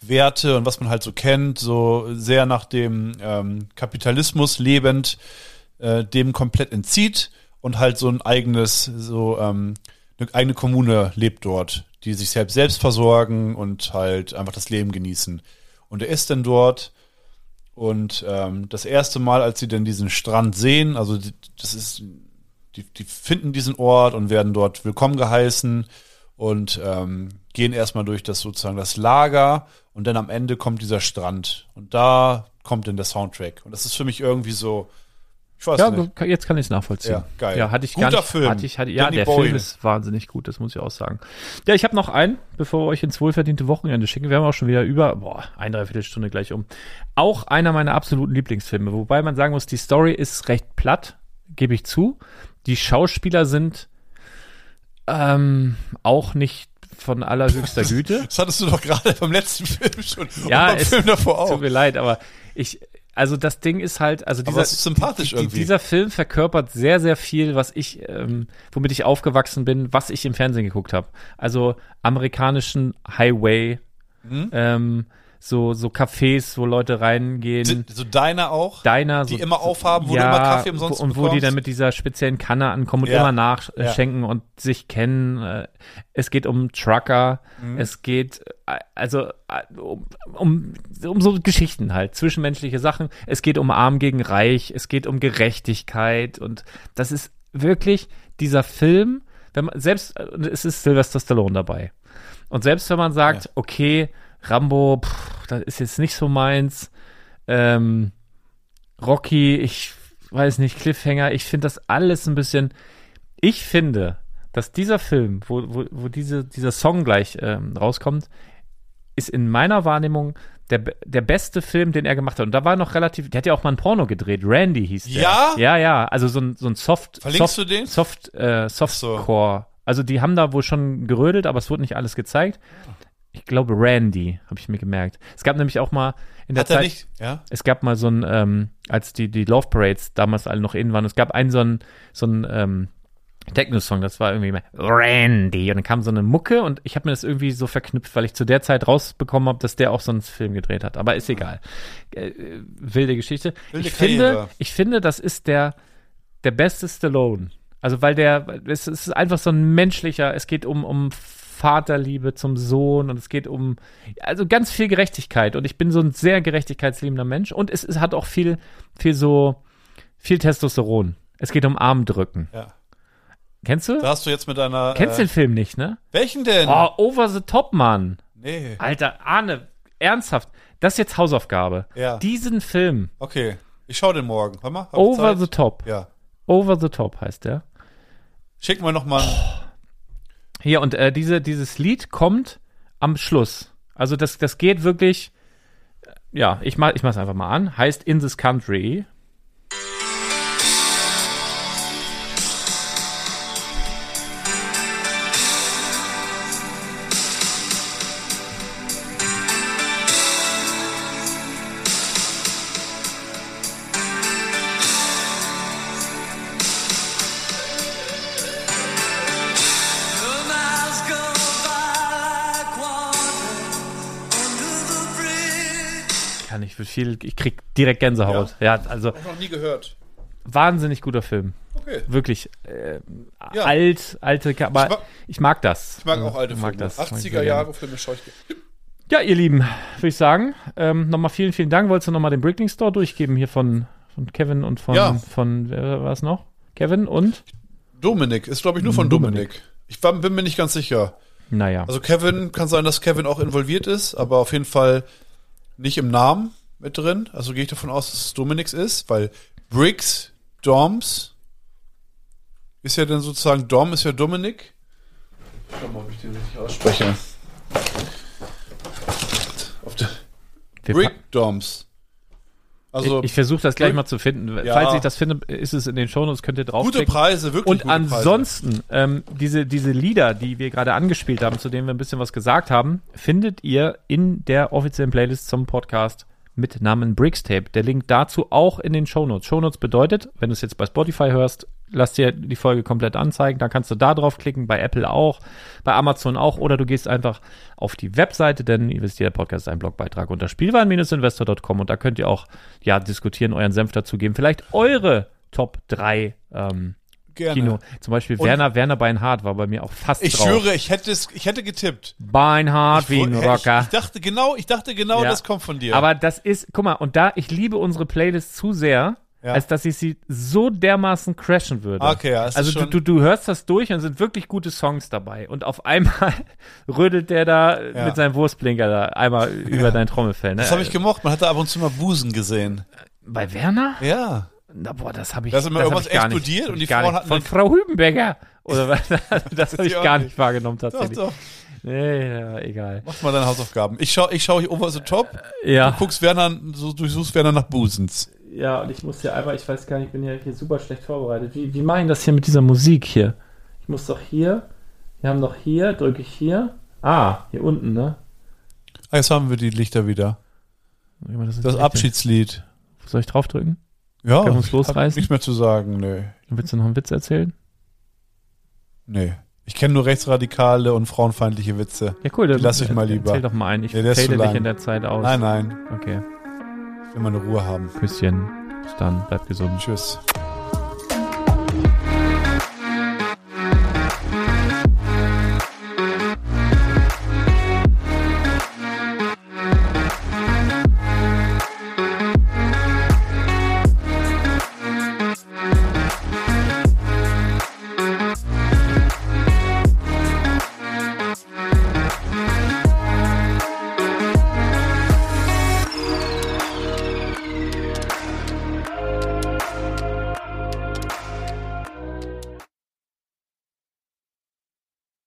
[SPEAKER 1] Werte und was man halt so kennt, so sehr nach dem ähm, Kapitalismus lebend, äh, dem komplett entzieht und halt so ein eigenes, so ähm, eine eigene Kommune lebt dort, die sich selbst selbst versorgen und halt einfach das Leben genießen. Und er ist dann dort und ähm, das erste Mal, als sie denn diesen Strand sehen, also die, das ist, die, die finden diesen Ort und werden dort willkommen geheißen und ähm, gehen erstmal durch das sozusagen das Lager und dann am Ende kommt dieser Strand und da kommt dann der Soundtrack und das ist für mich irgendwie so, ich weiß
[SPEAKER 2] Ja,
[SPEAKER 1] nicht.
[SPEAKER 2] du- jetzt kann ich es nachvollziehen.
[SPEAKER 1] Ja, geil.
[SPEAKER 2] Ja, hatte ich
[SPEAKER 1] Guter
[SPEAKER 2] gar nicht,
[SPEAKER 1] Film.
[SPEAKER 2] Hatte ich, hatte, ja,
[SPEAKER 1] Danny
[SPEAKER 2] der
[SPEAKER 1] Boyle.
[SPEAKER 2] Film ist wahnsinnig gut, das muss ich auch sagen. Ja, ich habe noch einen, bevor wir euch ins wohlverdiente Wochenende schicken. Wir haben auch schon wieder über, boah, ein, dreiviertel Stunde gleich um. Auch einer meiner absoluten Lieblingsfilme, wobei man sagen muss, die Story ist recht platt, gebe ich zu. Die Schauspieler sind ähm, auch nicht von allerhöchster Güte.
[SPEAKER 1] Das hattest du doch gerade beim letzten Film schon.
[SPEAKER 2] Ja,
[SPEAKER 1] und beim
[SPEAKER 2] es-
[SPEAKER 1] Film davor auch.
[SPEAKER 2] Tut mir leid, aber ich, also das Ding ist halt, also dieser,
[SPEAKER 1] Aber es ist sympathisch
[SPEAKER 2] die,
[SPEAKER 1] irgendwie.
[SPEAKER 2] dieser Film verkörpert sehr, sehr viel, was ich, ähm, womit ich aufgewachsen bin, was ich im Fernsehen geguckt habe. Also amerikanischen Highway,
[SPEAKER 1] Mhm.
[SPEAKER 2] ähm, so, so Cafés, wo Leute reingehen.
[SPEAKER 1] Sind so deiner auch?
[SPEAKER 2] Deiner,
[SPEAKER 1] die
[SPEAKER 2] so,
[SPEAKER 1] immer aufhaben, wo du immer Kaffee umsonst
[SPEAKER 2] wo- Und wo die
[SPEAKER 1] bekommst?
[SPEAKER 2] dann mit dieser speziellen Kanne ankommen und
[SPEAKER 1] Ja.
[SPEAKER 2] immer
[SPEAKER 1] Ja.
[SPEAKER 2] nachschenken und sich kennen. Äh, Es geht um Trucker,
[SPEAKER 1] Mhm.
[SPEAKER 2] es geht äh, also äh, um, um, um so Geschichten halt, zwischenmenschliche Sachen. Es geht um Arm gegen Reich, es geht um Gerechtigkeit und das ist wirklich dieser Film, wenn man selbst, äh, es ist Sylvester Stallone dabei. Und selbst wenn man sagt, okay, Rambo, pff, das ist jetzt nicht so meins, ähm, Rocky, ich weiß nicht, Cliffhanger, ich finde das alles ein bisschen. Ich finde, dass dieser Film, wo, wo, wo diese, dieser Song gleich ähm, rauskommt, ist in meiner Wahrnehmung der, be- der beste Film, den er gemacht hat. Und da war noch relativ, der hat ja auch mal ein Porno gedreht. Randy hieß der.
[SPEAKER 1] Ja?
[SPEAKER 2] Ja, ja. Also so ein, so ein Soft.
[SPEAKER 1] Verlinkst
[SPEAKER 2] Soft,
[SPEAKER 1] du den?
[SPEAKER 2] Soft, äh,
[SPEAKER 1] so.
[SPEAKER 2] Softcore. Also die haben da wohl schon gerödelt, aber es wurde nicht alles gezeigt. Ich glaube Randy, habe ich mir gemerkt. Es gab nämlich auch mal in der
[SPEAKER 1] Hat er
[SPEAKER 2] Zeit.
[SPEAKER 1] nicht? Ja.
[SPEAKER 2] Es gab mal so ein, ähm, als die, die Love Parades damals alle noch in waren, es gab einen so einen, so einen ähm, Techno-Song, das war irgendwie mal Randy. Und dann kam so eine Mucke und ich habe mir das irgendwie so verknüpft, weil ich zu der Zeit rausbekommen habe, dass der auch so einen Film gedreht hat. Aber ist egal. Äh, äh, wilde Geschichte.
[SPEAKER 1] Wilde
[SPEAKER 2] ich, finde,
[SPEAKER 1] Karriere.
[SPEAKER 2] ich finde, das ist der, der beste Stallone. Also, weil der, es ist einfach so ein menschlicher, es geht um, um Vaterliebe zum Sohn und es geht um, also ganz viel Gerechtigkeit. Und ich bin so ein sehr gerechtigkeitsliebender Mensch und es, es hat auch viel, viel so, viel Testosteron. Es geht um Armdrücken.
[SPEAKER 1] Ja.
[SPEAKER 2] Kennst du?
[SPEAKER 1] Da hast du jetzt mit deiner.
[SPEAKER 2] Kennst
[SPEAKER 1] äh,
[SPEAKER 2] den Film nicht, ne?
[SPEAKER 1] Welchen denn?
[SPEAKER 2] Oh, over the top, Mann.
[SPEAKER 1] Nee.
[SPEAKER 2] Alter, Arne, ernsthaft. Das ist jetzt Hausaufgabe.
[SPEAKER 1] Ja.
[SPEAKER 2] Diesen Film,
[SPEAKER 1] Okay. Ich schau den morgen. Hör mal. hab ich
[SPEAKER 2] over
[SPEAKER 1] Zeit?
[SPEAKER 2] the top.
[SPEAKER 1] Ja.
[SPEAKER 2] Over the top heißt der.
[SPEAKER 1] Schick mir nochmal. mal.
[SPEAKER 2] Hier, und äh, diese, dieses Lied kommt am Schluss. Also das, das geht wirklich. äh, Ja, ich mach, ich mach's einfach mal an. Heißt In This Country.
[SPEAKER 6] The miles go by like water under the bridge.
[SPEAKER 2] Kann ich für viel, ich krieg direkt Gänsehaut. Ja, also
[SPEAKER 1] Noch nie gehört.
[SPEAKER 2] wahnsinnig guter Film.
[SPEAKER 1] Okay.
[SPEAKER 2] Wirklich äh,
[SPEAKER 1] Ja.
[SPEAKER 2] alt, alte, Ka- aber ich
[SPEAKER 1] Ich
[SPEAKER 2] mag,
[SPEAKER 1] mag-
[SPEAKER 2] das.
[SPEAKER 1] Ich mag auch alte
[SPEAKER 2] mag
[SPEAKER 1] Filme.
[SPEAKER 2] das, mag ich sehr
[SPEAKER 1] 80er Jahre Filme schaue ich.
[SPEAKER 2] Ja, ihr Lieben, würde ich sagen, ähm, nochmal vielen, vielen Dank. Wolltest du nochmal den Brickling Store durchgeben hier von, von Kevin und von,
[SPEAKER 1] Ja.
[SPEAKER 2] von wer war es noch? Kevin und?
[SPEAKER 1] Dominik ist, glaube ich, nur von Dominik. Ich war, bin mir nicht ganz sicher.
[SPEAKER 2] Naja.
[SPEAKER 1] Also Kevin, kann sein, dass Kevin auch involviert ist, aber auf jeden Fall nicht im Namen mit drin. Also gehe ich davon aus, dass es Dominik's ist, weil Briggs, Doms ist ja dann sozusagen, Dom ist ja Dominik. Ich schau mal, ob ich den richtig ausspreche. Auf der,
[SPEAKER 2] Wir packen-
[SPEAKER 1] Brickdoms. Also
[SPEAKER 2] ich ich versuche das gleich
[SPEAKER 1] Brick-
[SPEAKER 2] mal zu finden.
[SPEAKER 1] Ja.
[SPEAKER 2] Falls ich das finde, ist es in den Shownotes, könnt ihr
[SPEAKER 1] gute
[SPEAKER 2] draufklicken.
[SPEAKER 1] Preise, wirklich
[SPEAKER 2] Und
[SPEAKER 1] gute
[SPEAKER 2] ansonsten, ähm, diese, diese Lieder, die wir gerade angespielt haben, zu denen wir ein bisschen was gesagt haben, findet ihr in der offiziellen Playlist zum Podcast mit Namen Brickstape. Der Link dazu auch in den Shownotes. Shownotes bedeutet, wenn du es jetzt bei Spotify hörst, lass dir die Folge komplett anzeigen. Dann kannst du da draufklicken, bei Apple auch, bei Amazon auch. Oder du gehst einfach auf die Webseite, denn ihr wisst, jeder Podcast ist ein Blogbeitrag unter spielwaren-investor.com und da könnt ihr auch ja diskutieren, euren Senf dazu geben. Vielleicht eure Top 3 ähm,
[SPEAKER 1] Preise. Gerne.
[SPEAKER 2] Kino. Äh, Zum Beispiel
[SPEAKER 1] Und-
[SPEAKER 2] Werner, Werner Beinhardt war bei mir auch fast
[SPEAKER 1] Ich
[SPEAKER 2] drauf.
[SPEAKER 1] schwöre, ich hätte es, ich hätte getippt.
[SPEAKER 2] Beinhardt wie ein
[SPEAKER 1] Ich- Ich,
[SPEAKER 2] Rocker.
[SPEAKER 1] ich dachte genau, ich dachte genau,
[SPEAKER 2] Ja.
[SPEAKER 1] das kommt von dir.
[SPEAKER 2] Aber das ist, guck mal, und da, ich liebe unsere Playlist zu sehr,
[SPEAKER 1] Ja.
[SPEAKER 2] als dass ich sie so dermaßen crashen würde.
[SPEAKER 1] Okay, ja, es ist
[SPEAKER 2] also
[SPEAKER 1] schon-
[SPEAKER 2] du, du, du hörst das durch und sind wirklich gute Songs dabei. Und auf einmal rödelt der da
[SPEAKER 1] Ja.
[SPEAKER 2] mit seinem Wurstblinker da einmal über dein Trommelfell. Ne?
[SPEAKER 1] das habe ich gemocht. Man hat da ab und zu mal Busen gesehen.
[SPEAKER 2] bei Werner?
[SPEAKER 1] Ja.
[SPEAKER 2] Na, boah, das habe ich,
[SPEAKER 1] Da ist immer
[SPEAKER 2] das hab
[SPEAKER 1] irgendwas
[SPEAKER 2] ich gar nicht-
[SPEAKER 1] explodiert
[SPEAKER 2] hab
[SPEAKER 1] und
[SPEAKER 2] ich
[SPEAKER 1] die
[SPEAKER 2] gar
[SPEAKER 1] Frauen
[SPEAKER 2] nicht.
[SPEAKER 1] hatten
[SPEAKER 2] Von
[SPEAKER 1] den-
[SPEAKER 2] Frau Hübenberger. Oder was? das habe
[SPEAKER 1] ich
[SPEAKER 2] ich
[SPEAKER 1] auch
[SPEAKER 2] gar
[SPEAKER 1] nicht.
[SPEAKER 2] nicht wahrgenommen
[SPEAKER 1] Doch,
[SPEAKER 2] tatsächlich.
[SPEAKER 1] doch.
[SPEAKER 2] Nee, ja, egal.
[SPEAKER 1] Mach mal deine Hausaufgaben. Ich schaue ich schau hier over the top.
[SPEAKER 2] Ja.
[SPEAKER 1] Du guckst Werner, so, du suchst Werner nach Busens.
[SPEAKER 2] Ja, und ich muss hier einmal, ich weiß gar nicht, ich bin ja hier super schlecht vorbereitet. Wie, wie mache ich das hier mit dieser Musik hier? Ich muss doch hier, wir haben doch hier, drücke ich hier. Ah, hier unten, ne?
[SPEAKER 1] Ah, Jetzt haben wir die Lichter wieder.
[SPEAKER 2] Das,
[SPEAKER 1] Das Abschiedslied.
[SPEAKER 2] Soll ich draufdrücken?
[SPEAKER 1] Ja,
[SPEAKER 2] Können wir uns
[SPEAKER 1] ich
[SPEAKER 2] losreißen?
[SPEAKER 1] hab nichts mehr zu sagen, nö.
[SPEAKER 2] Willst du noch einen Witz erzählen?
[SPEAKER 1] Nee. Ich kenne nur rechtsradikale und frauenfeindliche Witze.
[SPEAKER 2] Ja, cool. Dann
[SPEAKER 1] lass ich mal lieber.
[SPEAKER 2] Erzähl doch mal einen. Ich
[SPEAKER 1] Ja, der ist zu
[SPEAKER 2] fade dich
[SPEAKER 1] lang.
[SPEAKER 2] in der Zeit aus.
[SPEAKER 1] Nein, nein.
[SPEAKER 2] Okay.
[SPEAKER 1] Ich will meine Ruhe haben.
[SPEAKER 2] Küsschen. Bis dann. Bleib gesund.
[SPEAKER 1] Tschüss.